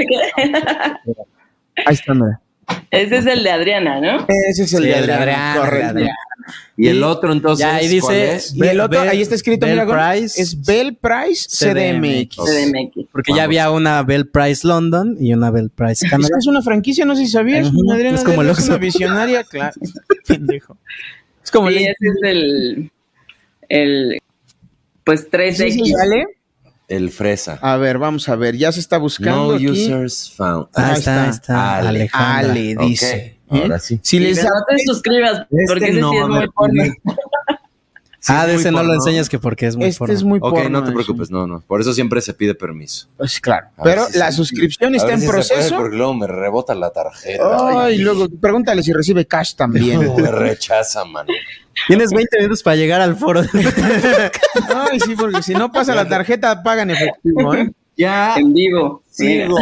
S5: Ahí está, mira.
S10: (laughs) Ese es el de Adriana, ¿no?
S5: (laughs) Ese es
S3: el Sí, de el
S5: Adriana,
S3: de Adriana,
S5: correcto.
S3: el de Adriana. Y el otro, entonces,
S5: Ya, ahí dice,
S3: ¿cuál es?
S5: y el otro,
S4: Bell-
S5: ahí está escrito,
S4: Bell
S5: mira, Gon,
S4: Price
S5: es Bell Price CDMX.
S10: CDMX.
S4: Porque ya había una Bell Price London y una Bell
S5: (laughs)
S4: Price
S5: Es
S4: Canadá.
S5: que es una franquicia, no sé si sabías.
S4: Ujú,
S5: Adriana
S4: es como
S5: Adela
S4: el
S5: es una
S4: Oxxo.
S5: visionaria, claro. Pendejo.
S10: Es como ese es el, el pues 3X.
S5: Sí, sí, ¿vale?
S3: El fresa.
S5: A ver, vamos a ver, ya se está buscando.
S3: No
S5: aquí.
S3: users found.
S5: Ahí está, está,
S3: Ale.
S5: Alejandra. Ale,
S3: Ok,
S5: dice.
S3: Ahora sí.
S5: Si
S10: Y
S5: les
S10: no te suscribas, porque ese sí es muy porno.
S4: ah, de
S3: muy
S4: (laughs) ese no lo
S3: porno.
S4: enseñas que porque es muy
S5: Este
S4: porno.
S5: es muy
S3: Ok,
S5: porno,
S3: no te preocupes, no, no. Por eso siempre se pide permiso.
S5: Pues claro.
S3: A ver
S5: Pero
S3: si
S5: la
S3: se-
S5: suscripción
S3: a
S5: está
S3: ver
S5: en
S3: si se puede,
S5: proceso.
S3: porque luego me rebota la tarjeta.
S5: Ay, luego, pregúntale si recibe cash
S3: (laughs)
S5: también.
S3: Luego me rechaza, mano.
S4: Tienes 20 minutos para llegar al foro.
S5: Ay, sí, porque si no pasa la tarjeta, pagan efectivo, ¿eh?
S3: Ya.
S10: En vivo.
S3: Sigo.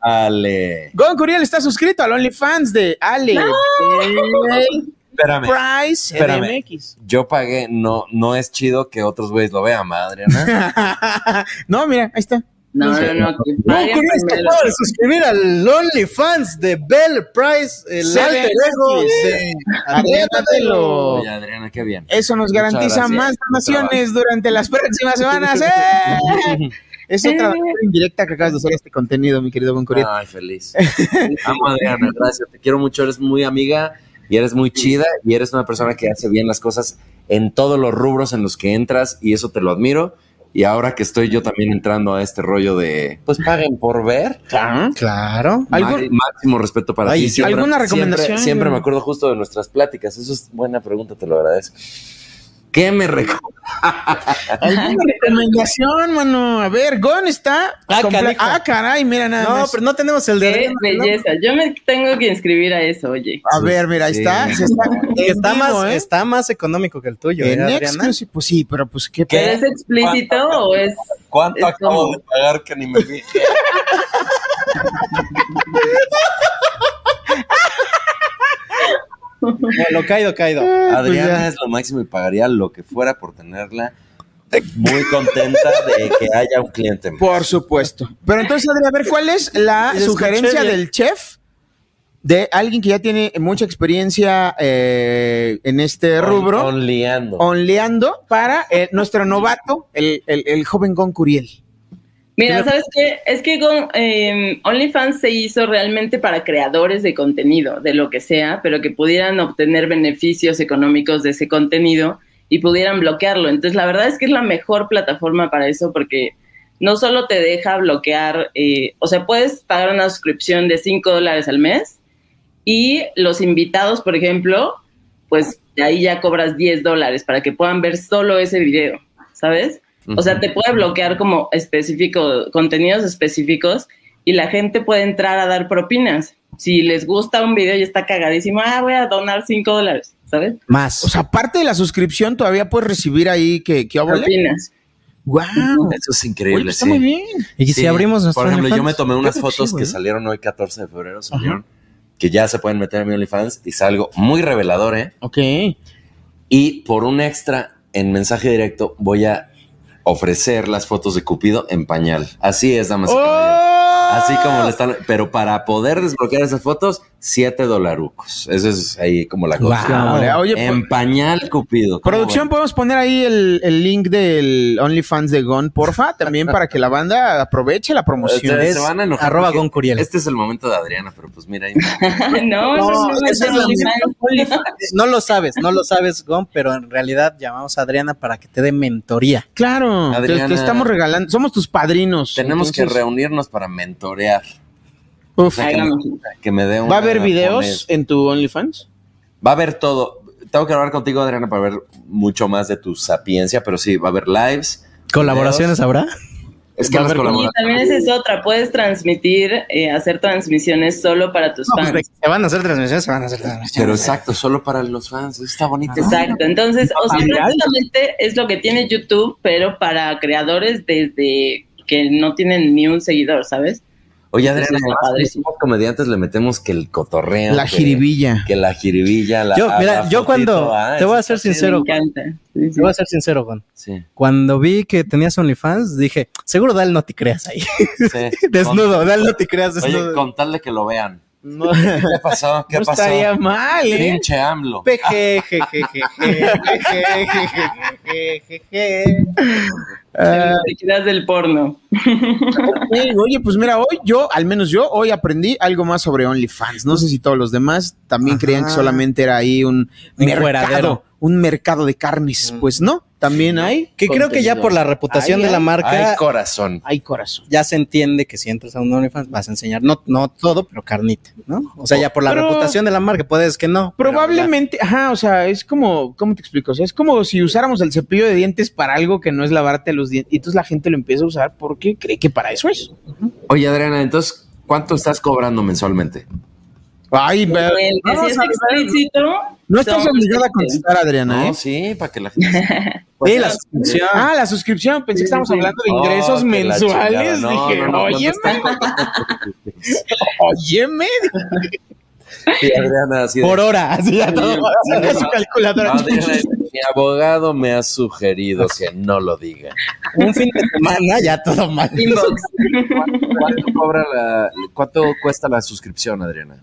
S3: Ale.
S5: Gon Curiel está suscrito al OnlyFans de Ale. Bell
S3: Espérame.
S5: Price
S3: Espérame.
S5: CDMX.
S3: Yo pagué, no, no es chido que otros güeyes lo vean, madre,
S5: (laughs)
S3: ¿no?
S5: No, mira, ahí está.
S10: No, no, no. que paguen primero.
S4: de suscribir al OnlyFans de Bell Price, el
S5: Se
S4: alter
S5: ve,
S4: ego
S5: sí.
S4: de Adriana Delo.
S5: Adriánatelo.
S3: Oye, Adriana, qué bien.
S5: Eso nos
S3: Muchas
S5: garantiza
S3: gracias.
S5: más donaciones durante las
S3: (laughs)
S5: próximas semanas. ¡Eh! Es otra manera
S10: Eh.
S5: indirecta que acabas de usar este contenido, mi querido Goncuriel.
S3: Ay, feliz. Amo a Adriana, gracias. Te quiero mucho, eres muy amiga y eres muy chida y eres una persona que hace bien las cosas en todos los rubros en los que entras y eso te lo admiro. Y ahora que estoy yo también entrando a este rollo de, pues paguen por ver.
S4: Claro.
S3: Má- Máximo respeto para
S4: Ay,
S3: ti. Siempre-
S4: ¿alguna
S3: siempre-
S4: recomendación?
S3: Siempre, me acuerdo justo de nuestras pláticas. Eso es buena pregunta, te lo agradezco. ¿Qué me recomiendas?
S5: ¿Alguna recomendación, mano? A ver, Gon está.
S4: Ah,
S5: compla-
S4: canijo.
S5: ah, caray, mira nada
S4: No,
S5: más.
S4: pero no tenemos el de
S10: Qué
S4: Adriana Delo.
S10: belleza. Yo me tengo que inscribir a eso, oye.
S5: A ver, mira, ahí
S4: Sí.
S5: está. se está,
S4: Que está,
S5: en vivo,
S4: más,
S5: ¿eh?
S4: está más económico que el tuyo, ¿eh,
S5: En
S4: Adriana?
S5: exclusivo, pues sí, pero pues qué
S10: ¿Pero
S5: pedo.
S10: es explícito
S4: Ah, (laughs)
S10: o es.?
S3: ¿Cuánto
S10: es
S3: acabo
S10: como-
S3: de pagar que ni me fijé?
S4: Lo caído, caído.
S10: Ah, pues
S3: Adriana es lo máximo y pagaría lo que fuera por tenerla. Muy contenta de que haya un cliente más.
S5: Por supuesto. Pero entonces, Adrián, a ver, ¿cuál es
S10: (laughs)
S5: la
S3: Y lo escuché
S5: sugerencia
S3: bien.
S5: del chef de alguien que ya tiene mucha experiencia eh, en este rubro?
S3: Onleando.
S5: Onleando para eh, nuestro novato, el, el- el joven Gon Curiel.
S10: Mira,
S5: Pero-
S10: ¿sabes qué? Es que con, eh, OnlyFans se hizo realmente para creadores de contenido, de lo que sea, pero que pudieran obtener beneficios económicos de ese contenido y pudieran bloquearlo. Entonces, la verdad es que es la mejor plataforma para eso porque no solo te deja bloquear, eh, o sea, puedes pagar una suscripción de 5 dólares al mes y los invitados, por ejemplo, pues de ahí ya cobras 10 dólares para que puedan ver solo ese video, ¿sabes? O sea,
S9: Ujú.
S10: te puede bloquear como específico, contenidos específicos y la gente puede entrar a dar propinas. Si les gusta un video y está cagadísimo, ah, voy a donar 5 dólares, ¿sabes?
S5: Más. O sea, aparte de la suscripción, todavía puedes recibir ahí que, que óvole?
S10: Propinas.
S5: ¡Guau!
S3: Eso es increíble.
S5: Oye, pues está
S3: sí.
S5: muy bien.
S4: Y si abrimos nuestro
S3: Por ejemplo, yo
S4: OnlyFans,
S3: me tomé unas
S4: yo creo que
S3: fotos
S4: sí,
S3: que
S4: güey.
S3: salieron hoy, 14 de febrero, salieron, que ya se pueden meter en mi OnlyFans y salgo muy revelador, ¿eh?
S5: Ok.
S3: Y por un extra en mensaje directo voy a ofrecer las fotos de Cupido en pañal. Así es,
S4: ¡Oh!
S3: damas y caballeros. Así como le están, pero para poder desbloquear esas fotos, 7 dolarucos. Eso es ahí como la cosa.
S5: Guau. Oye, pues,
S3: en pañal, Cupido. ¿Cómo
S5: Producción,
S3: ven?
S5: podemos poner ahí el, el link del OnlyFans de Gon, porfa, también para que la banda aproveche la promoción.
S3: Ustedes
S5: Es
S3: se van a enojar
S5: arroba
S3: porque
S5: Gon Curiel.
S3: Este es el momento de Adriana, pero pues mira, ahí-
S10: no, no, no, no,
S4: esa
S10: no,
S4: es la
S10: no,
S4: misma
S10: no.
S4: OnlyFans. No lo sabes, no lo sabes, Gon, pero en realidad llamamos a Adriana para que te dé mentoría.
S5: Claro, te-
S3: Adriana.
S5: te, estamos regalando, somos tus padrinos.
S3: tenemos que
S5: entonces,
S3: reunirnos para mentorear.
S5: Uf.
S3: O sea, que,
S5: Ahí
S3: me,
S5: vamos.
S3: que me dé
S5: ¿Va
S3: una-
S5: a haber videos
S3: pones-
S5: en tu OnlyFans?
S3: Va a haber todo. Tengo que hablar contigo, Adriana, para ver mucho más de tu sapiencia, pero sí, va a haber lives.
S4: ¿Colaboraciones habrá?
S3: Es que
S4: Va a
S3: las
S4: haber
S10: Y
S3: colaboraciones.
S10: también esa es otra, puedes transmitir, eh, hacer transmisiones solo para tus
S3: pues,
S10: fans.
S4: pues, se van a hacer transmisiones, se van a hacer transmisiones.
S3: Pero exacto, solo para los fans. Está bonito.
S10: Exacto, entonces, o sea,
S3: Ah, mira.
S10: prácticamente es lo que tiene YouTube, pero para creadores desde que no tienen ni un seguidor, ¿sabes?
S3: Oye, Adriana,
S10: Está
S3: además,
S10: padrísimo.
S3: los comediantes le metemos que el cotorreo.
S5: La
S3: que-
S5: jiribilla.
S3: Que la jiribilla. La,
S4: Yo,
S3: ah,
S4: mira,
S3: la
S4: yo
S3: fotito,
S4: cuando.
S3: ah,
S4: te voy a
S3: eso
S4: ser
S3: está
S4: sincero,
S3: chido.
S4: Gon. Te voy a ser sincero, Gon.
S3: Sí.
S4: Cuando vi que tenías OnlyFans, dije, seguro Dal no te creas ahí. (laughs)
S3: Sí.
S4: Desnudo,
S3: Con-
S4: Dal no te creas desnudo.
S3: Oye, con tal de que lo vean. ¿Qué pasó? ¿Qué
S4: No
S3: pasó?
S4: estaría mal, ¿eh?
S3: Pinche AMLO.
S4: Peje, je, je, je, (laughs) je, je, je, je, je, je.
S10: Te quedas del porno.
S5: Ey, Ah, oye, pues mira, hoy yo, al menos yo, hoy aprendí algo más sobre OnlyFans. No sé si todos los demás también creían que solamente era ahí un mercado,
S4: Encueradero.
S5: un mercado de carnes. Pues no, también hay.
S4: Que creo que ya por la reputación
S5: Ahí
S4: de la
S3: ¿eh?
S5: hay-
S4: marca-
S3: Ay, corazón.
S5: Hay corazón.
S4: Ya se entiende que si entras a un OnlyFans vas a enseñar, no, no todo, pero carnita, ¿no? O
S3: Oh,
S4: sea, ya por la
S5: Pero-
S4: reputación de la marca, puedes que no. pero
S5: Probablemente, ajá, o sea, es como, ¿cómo te explico? O sea, es como si usáramos el cepillo de dientes para algo que no es lavarte los dientes. Y entonces la gente lo empieza a usar porque cree que para eso es.
S3: (laughs) Oye, Adriana, entonces, ¿cuánto estás cobrando mensualmente?
S5: Ay, ve-
S10: El que sí
S5: vamos
S10: es
S5: a ver.
S10: explícito.
S5: No estás
S10: son-
S5: obligada a contestar, Adriana,
S3: No,
S5: ¿eh?
S3: sí, para que
S4: (laughs)
S3: la gente.
S5: Sí, la suscripción. Ah, la suscripción. Pensé que estábamos hablando de
S3: Oh,
S5: ingresos
S3: que la
S5: mensuales.
S3: chingada. No,
S5: Dije,
S3: no, no, ¿cuánto
S5: óyeme.
S3: estás
S5: óyeme.
S3: Sí, Adriana, así de-
S4: Por hora, (laughs) así a todo.
S3: Sí,
S4: Su
S3: no.
S4: calculadora.
S3: Adriana, mi abogado me ha sugerido que no lo diga.
S4: Un fin de semana, ya todo mal.
S10: (laughs) Inbox.
S3: ¿Cuánto, cobra la- cuánto cuesta la suscripción, Adriana?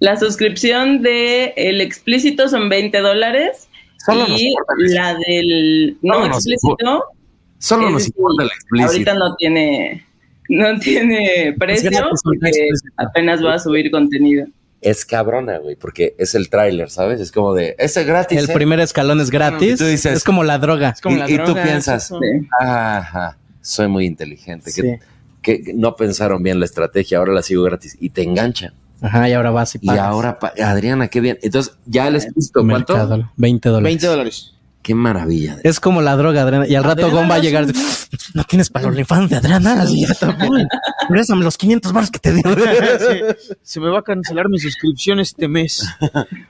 S10: La suscripción de el explícito son 20 dólares.
S3: Solo nos
S10: y
S3: importa el
S10: la del no
S3: Solo nos
S10: explícito.
S3: Solo
S10: es
S3: nos importa el explícito.
S10: Ahorita no tiene, no (laughs) tiene precio
S3: gratis, no
S10: porque
S3: explícito.
S10: apenas va a subir contenido.
S3: Es cabrona, güey, porque es el tráiler, ¿sabes? Es como de, ese gratis.
S4: El
S3: ¿eh?
S4: primer escalón es gratis.
S3: Y tú dices-
S4: es como la droga.
S3: y, y tú piensas, ajá, soy muy inteligente, que, que no pensaron bien la estrategia, ahora la sigo gratis y te enganchan.
S4: Ajá, y ahora vas y
S3: Y
S4: pagas.
S3: ahora, pa- Adriana, qué bien. Entonces, ya les explícito, ¿cuánto?
S4: Mercado, 20 dólares.
S5: dólares.
S3: Qué maravilla. Adriana.
S4: Es como la droga, Adriana. Y al rato
S3: Adriana,
S4: Gon va a
S3: no
S4: llegar. No tienes para los infantes, Adriana. Así, ya todo bien. Regrésame los 500 baros que te
S3: (laughs)
S4: di.
S5: (laughs) Sí, se me va a cancelar mi suscripción este mes.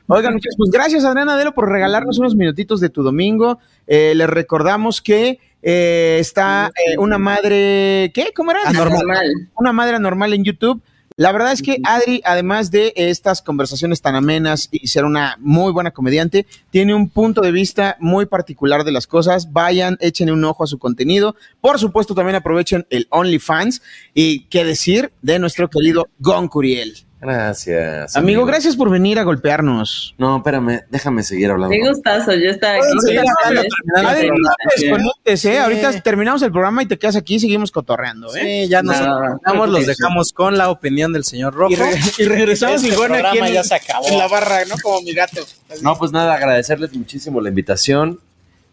S5: Oigan, muchachos, pues gracias Adriana Adelo por regalarnos unos minutitos de tu domingo. Eh, les recordamos que eh, está eh, una madre, ¿qué? ¿Cómo era?
S10: Anormal.
S5: Una madre anormal en YouTube. La verdad es que Adri, además de estas conversaciones tan amenas y ser una muy buena comediante, tiene un punto de vista muy particular de las cosas. Vayan, échenle un ojo a su contenido. Por supuesto, también aprovechen el OnlyFans y qué decir de nuestro querido Gon Curiel.
S3: Gracias.
S5: Amigo, gracias por venir a golpearnos.
S3: No, espérame, déjame seguir hablando.
S10: Me gustazo, yo estaba aquí.
S5: Puedes seguir hablando,
S10: Ya
S5: Adri,
S10: sé.
S5: no te desconectes, ¿eh?
S4: Sí.
S5: Ahorita terminamos el programa y te quedas aquí y seguimos cotorreando, ¿eh?
S4: (laughs) Sí, ya nos vamos, los dejamos con la opinión del señor Rojo.
S5: Y, re- y (laughs) regresamos
S4: Este
S5: igual aquí
S4: programa
S5: en,
S4: ya se acabó.
S5: en la barra, ¿no? Como mi gato.
S3: No, pues nada, agradecerles muchísimo la invitación.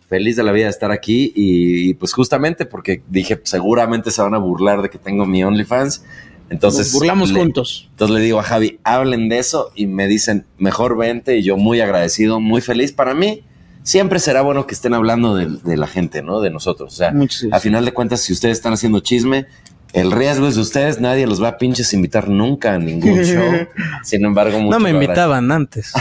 S3: Feliz de la vida de estar aquí y, y, pues justamente porque dije, pues, seguramente se van a burlar de que tengo mi OnlyFans. Entonces
S5: Nos burlamos
S3: le-
S5: juntos.
S3: Entonces le digo a Javi, hablen de eso y me dicen, mejor vente y yo muy agradecido, muy feliz. Para mí siempre será bueno que estén hablando de, de la gente, ¿no? De nosotros. O sea, a final de cuentas, si ustedes están haciendo chisme, el riesgo es de ustedes, nadie los va a pinches invitar nunca
S5: (laughs)
S3: a ningún show. Sin embargo,
S4: No
S3: muchos
S4: me
S3: lo agradecen.
S4: invitaban antes.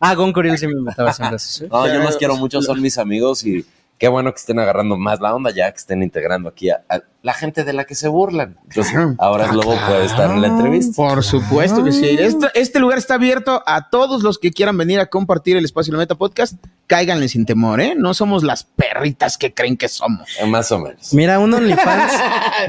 S4: ah, Goncuriel sí me invitaba siempre.
S3: No, yo los quiero mucho, son mis amigos y qué bueno que estén agarrando más la onda ya, que estén integrando aquí a, a la gente de la que se burlan. Entonces, ahora Slobo puede estar en la entrevista.
S5: Ah, Por supuesto que sí. Esto- este lugar está abierto a todos los que quieran venir a compartir el espacio de la Meta Podcast. Cáiganle sin temor, ¿eh? No somos las perritas que creen que somos.
S3: Eh, Más o menos.
S4: Mira, un
S3: (laughs)
S4: OnlyFans,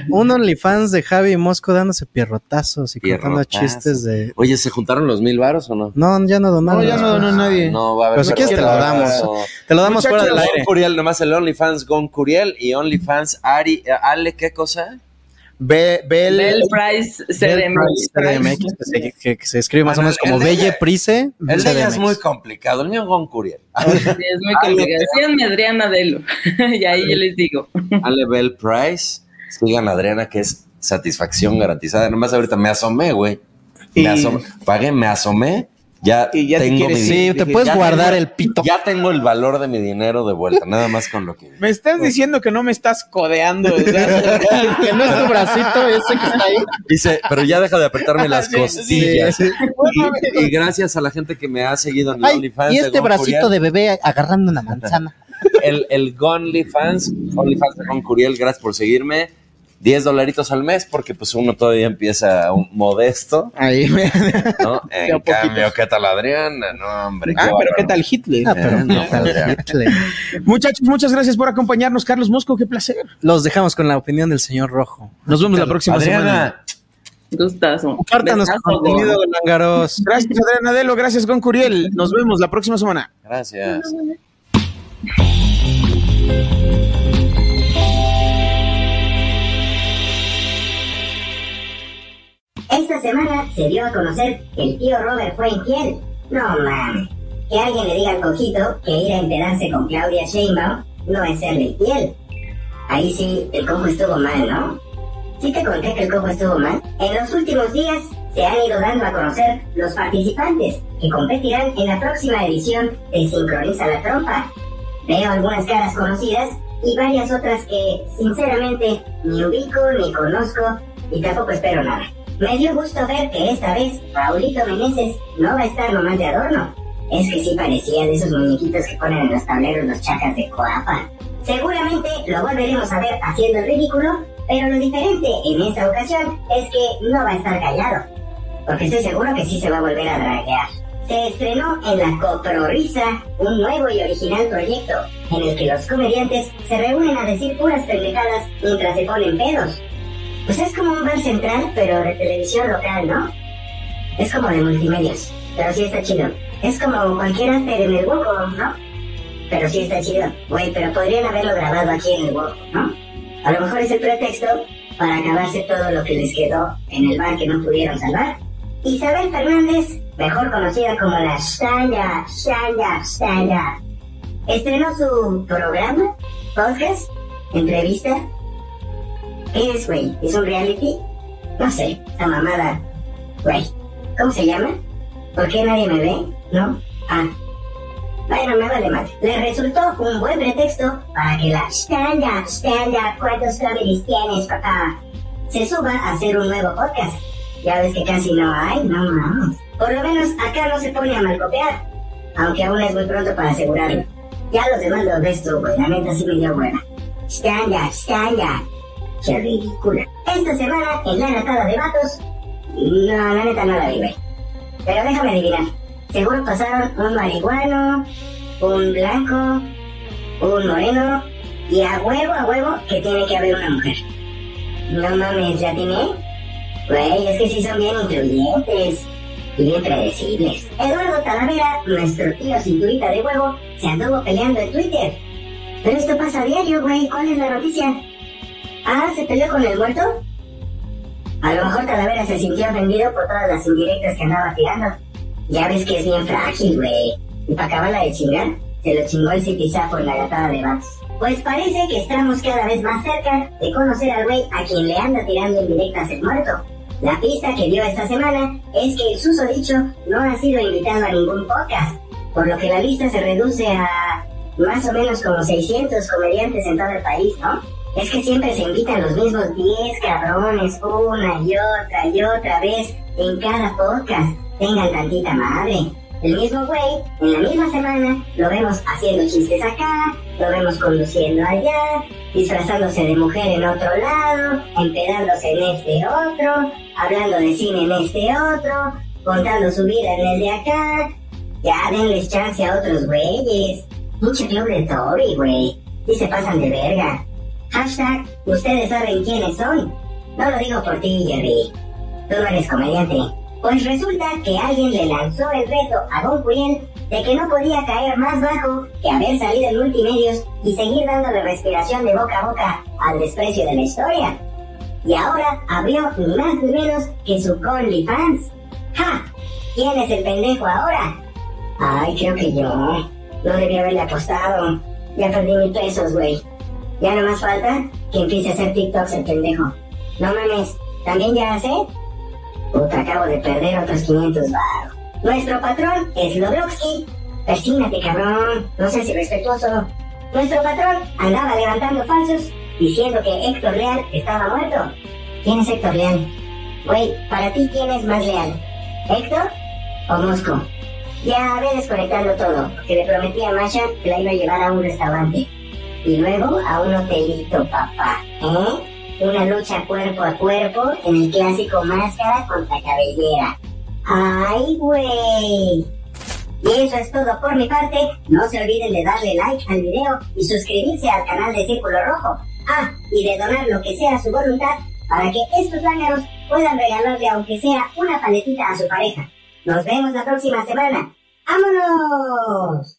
S4: un OnlyFans de Javi Mosco dándose pierrotazos y contando
S3: Pierrotazo.
S4: chistes de.
S3: Oye, ¿se juntaron los mil varos o no?
S4: No, ya no donaron.
S3: Ah, No, va a haber.
S4: Pero si quieres te lo
S3: perdón.
S4: damos.
S3: No.
S4: Te lo damos
S3: Muchachos,
S4: fuera del aire.
S3: Gon Curiel, nomás el OnlyFans Gon Curiel y OnlyFans Ari, eh, Ale, ¿qué cosa?
S5: Be, Bel,
S10: Bell Price
S4: Bell
S10: CDMX.
S4: Price CDMX, que se- que, que se escribe más o
S3: Ah, no,
S4: menos como
S3: el de ella-
S4: Belle Price.
S3: El de ella es
S4: CDMX.
S3: muy complicado, el mío Gon Curiel.
S10: Sí, es
S5: Ah,
S10: muy complicado. Síganme Adriana Delo. (laughs) y ahí yo les digo.
S3: Ale Bell Price, sigan a Adriana, que es satisfacción garantizada. Nomás ahorita me asomé, güey. Me
S4: Y-
S3: asomé, pagué, me asomé. Ya,
S4: Y ya te
S3: tengo
S4: quieres
S3: mi
S4: ir.
S3: di-
S4: Sí, te
S3: dije,
S4: puedes
S3: ya
S4: guardar
S3: tengo-
S4: el pito.
S3: Ya tengo el valor de mi dinero de vuelta, nada más con lo
S4: (laughs)
S3: que.
S5: Me estás diciendo que no me estás codeando. o sea, (laughs) que no es tu bracito, yo sé que está ahí.
S3: Dice, pero ya deja de apretarme las (laughs)
S5: Sí, sí,
S3: costillas.
S5: sí.
S3: Y, y gracias a la gente que me ha seguido en el
S4: Ay,
S3: OnlyFans.
S4: y
S3: de
S4: este
S3: Gon
S4: bracito
S3: Curiel.
S4: de bebé agarrando una manzana.
S3: el, el GonlyFans, OnlyFans de Gon Curiel, gracias por seguirme. 10 dolaritos al mes, porque pues uno todavía empieza un modesto.
S5: Ahí me... (laughs)
S3: ¿no?
S5: De a
S3: En
S5: poquito.
S3: cambio, ¿qué tal Adriana? No, hombre, qué
S5: Ah, pero
S3: bárbaro.
S5: ¿qué tal Hitler?
S3: Ah, pero Eh, no, ¿qué tal Adriana?
S5: Muchachos, muchas gracias por acompañarnos. Carlos Mosco, qué placer.
S4: Los dejamos con la opinión del señor Rojo.
S5: Nos vemos la próxima semana.
S10: Gustazo.
S5: Compártanos
S10: Besazo,
S5: contenido,
S10: Gon.
S4: Langaros.
S5: Gracias, Adriana Delo. Gracias, Gon Curiel. Nos vemos la próxima semana.
S3: Gracias.
S9: Esta semana se dio a conocer que el tío Robert fue infiel. No mames. Que alguien le diga al cojito que ir a empedarse con Claudia Sheinbaum no es serle infiel. Ahí sí, el cojo estuvo mal, ¿no? Sí te conté que el cojo estuvo mal. En los últimos días se han ido dando a conocer los participantes que competirán en la próxima edición de Sincroniza la Trompa. Veo algunas caras conocidas y varias otras que, sinceramente, ni ubico, ni conozco y tampoco espero nada. Me dio gusto ver que esta vez Raulito Meneses no va a estar nomás de adorno. Es que sí parecía de esos muñequitos que ponen en los tableros los chacas de Coapa. Seguramente lo volveremos a ver haciendo el ridículo, pero lo diferente en esta ocasión es que no va a estar callado. Porque estoy seguro que sí se va a volver a draguear. Se estrenó en la Coprorisa un nuevo y original proyecto en el que los comediantes se reúnen a decir puras pendejadas mientras se ponen pedos. Pues es como un bar central, pero de televisión local, ¿no? Es como de multimedios, pero sí está chido. Es como cualquier after en el Woco, ¿no? Pero sí está chido. Güey, pero podrían haberlo grabado aquí en el Woco, ¿no? A lo mejor es el pretexto para acabarse todo lo que les quedó en el bar que no pudieron salvar. Isabel Fernández, mejor conocida como la Shaya, Shaya, Shaya, estrenó su programa, podcast, entrevista. ¿Qué es, güey? ¿Es un reality? No sé, esa mamada. Güey, ¿cómo se llama? ¿Por qué nadie me ve? ¿No? Ah. Bueno, me vale mal. Le resultó un buen pretexto para que la Stand Up, Stand Up, ¿cuántos comedies tienes, papá? Se suba a hacer un nuevo podcast. Ya ves que casi no hay, no mames. Por lo menos acá no se pone a malcopiar, aunque aún es muy pronto para asegurarlo. Ya los demás los ves tú, güey, la neta sí me dio buena. Stand Up, Stand Up. Qué ridícula. Esta semana en la natada de vatos, no, la neta no la vi, güey. Pero déjame adivinar. Seguro pasaron un marihuano, un blanco, un moreno, y a huevo, a huevo, que tiene que haber una mujer. No mames, ¿la tiene? Güey, es que sí son bien incluyentes y bien predecibles. Eduardo Talavera, nuestro tío cinturita de huevo, se anduvo peleando en Twitter. Pero esto pasa a diario, güey. ¿Cuál es la noticia? Ah, ¿se peleó con el muerto? A lo mejor Talavera se sintió ofendido por todas las indirectas que andaba tirando. Ya ves que es bien frágil, güey. Y para acabarla de chingar, se lo chingó el Citiza por la gatada de vatos. Pues parece que estamos cada vez más cerca de conocer al güey a quien le anda tirando indirectas el muerto. La pista que dio esta semana es que el susodicho no ha sido invitado a ningún podcast, por lo que la lista se reduce a más o menos como 600 comediantes en todo el país, ¿no? Es que siempre se invitan los mismos 10 cabrones una y otra y otra vez en cada podcast. Tengan tantita madre. El mismo güey, en la misma semana, lo vemos haciendo chistes acá, lo vemos conduciendo allá, disfrazándose de mujer en otro lado, empedándose en este otro, hablando de cine en este otro, contando su vida en el de acá. Ya denles chance a otros güeyes. Pinche club de Toby, güey. Y se pasan de verga. Hashtag, ustedes saben quiénes son. No lo digo por ti, Jerry. Tú no eres comediante. Pues resulta que alguien le lanzó el reto a Don Curiel de que no podía caer más bajo que haber salido en multimedios y seguir dándole respiración de boca a boca al desprecio de la historia. Y ahora abrió ni más ni menos que su OnlyFans. ¡Ja! ¿Quién es el pendejo ahora? Ay, creo que yo. No debí haberle apostado. Ya perdí mil pesos, güey. Ya nomás falta que empiece a hacer TikToks el pendejo. No mames, ¿también ya hace? Puta, acabo de perder otros 500 baros. Nuestro patrón es Lodrovsky. Persínate, cabrón. No seas irrespetuoso. Nuestro patrón andaba levantando falsos diciendo que Héctor Leal estaba muerto. ¿Quién es Héctor Leal? Güey, para ti, ¿quién es más leal? ¿Héctor o Mosco? Ya ve desconectando todo, que le prometí a Masha que la iba a llevar a un restaurante. Y luego a un hotelito, papá. ¿Eh? Una lucha cuerpo a cuerpo en el clásico máscara contra cabellera. ¡Ay, güey! Y eso es todo por mi parte. No se olviden de darle like al video y suscribirse al canal de Círculo Rojo. Ah, y de donar lo que sea a su voluntad para que estos lángaros puedan regalarle aunque sea una paletita a su pareja. Nos vemos la próxima semana. ¡Vámonos!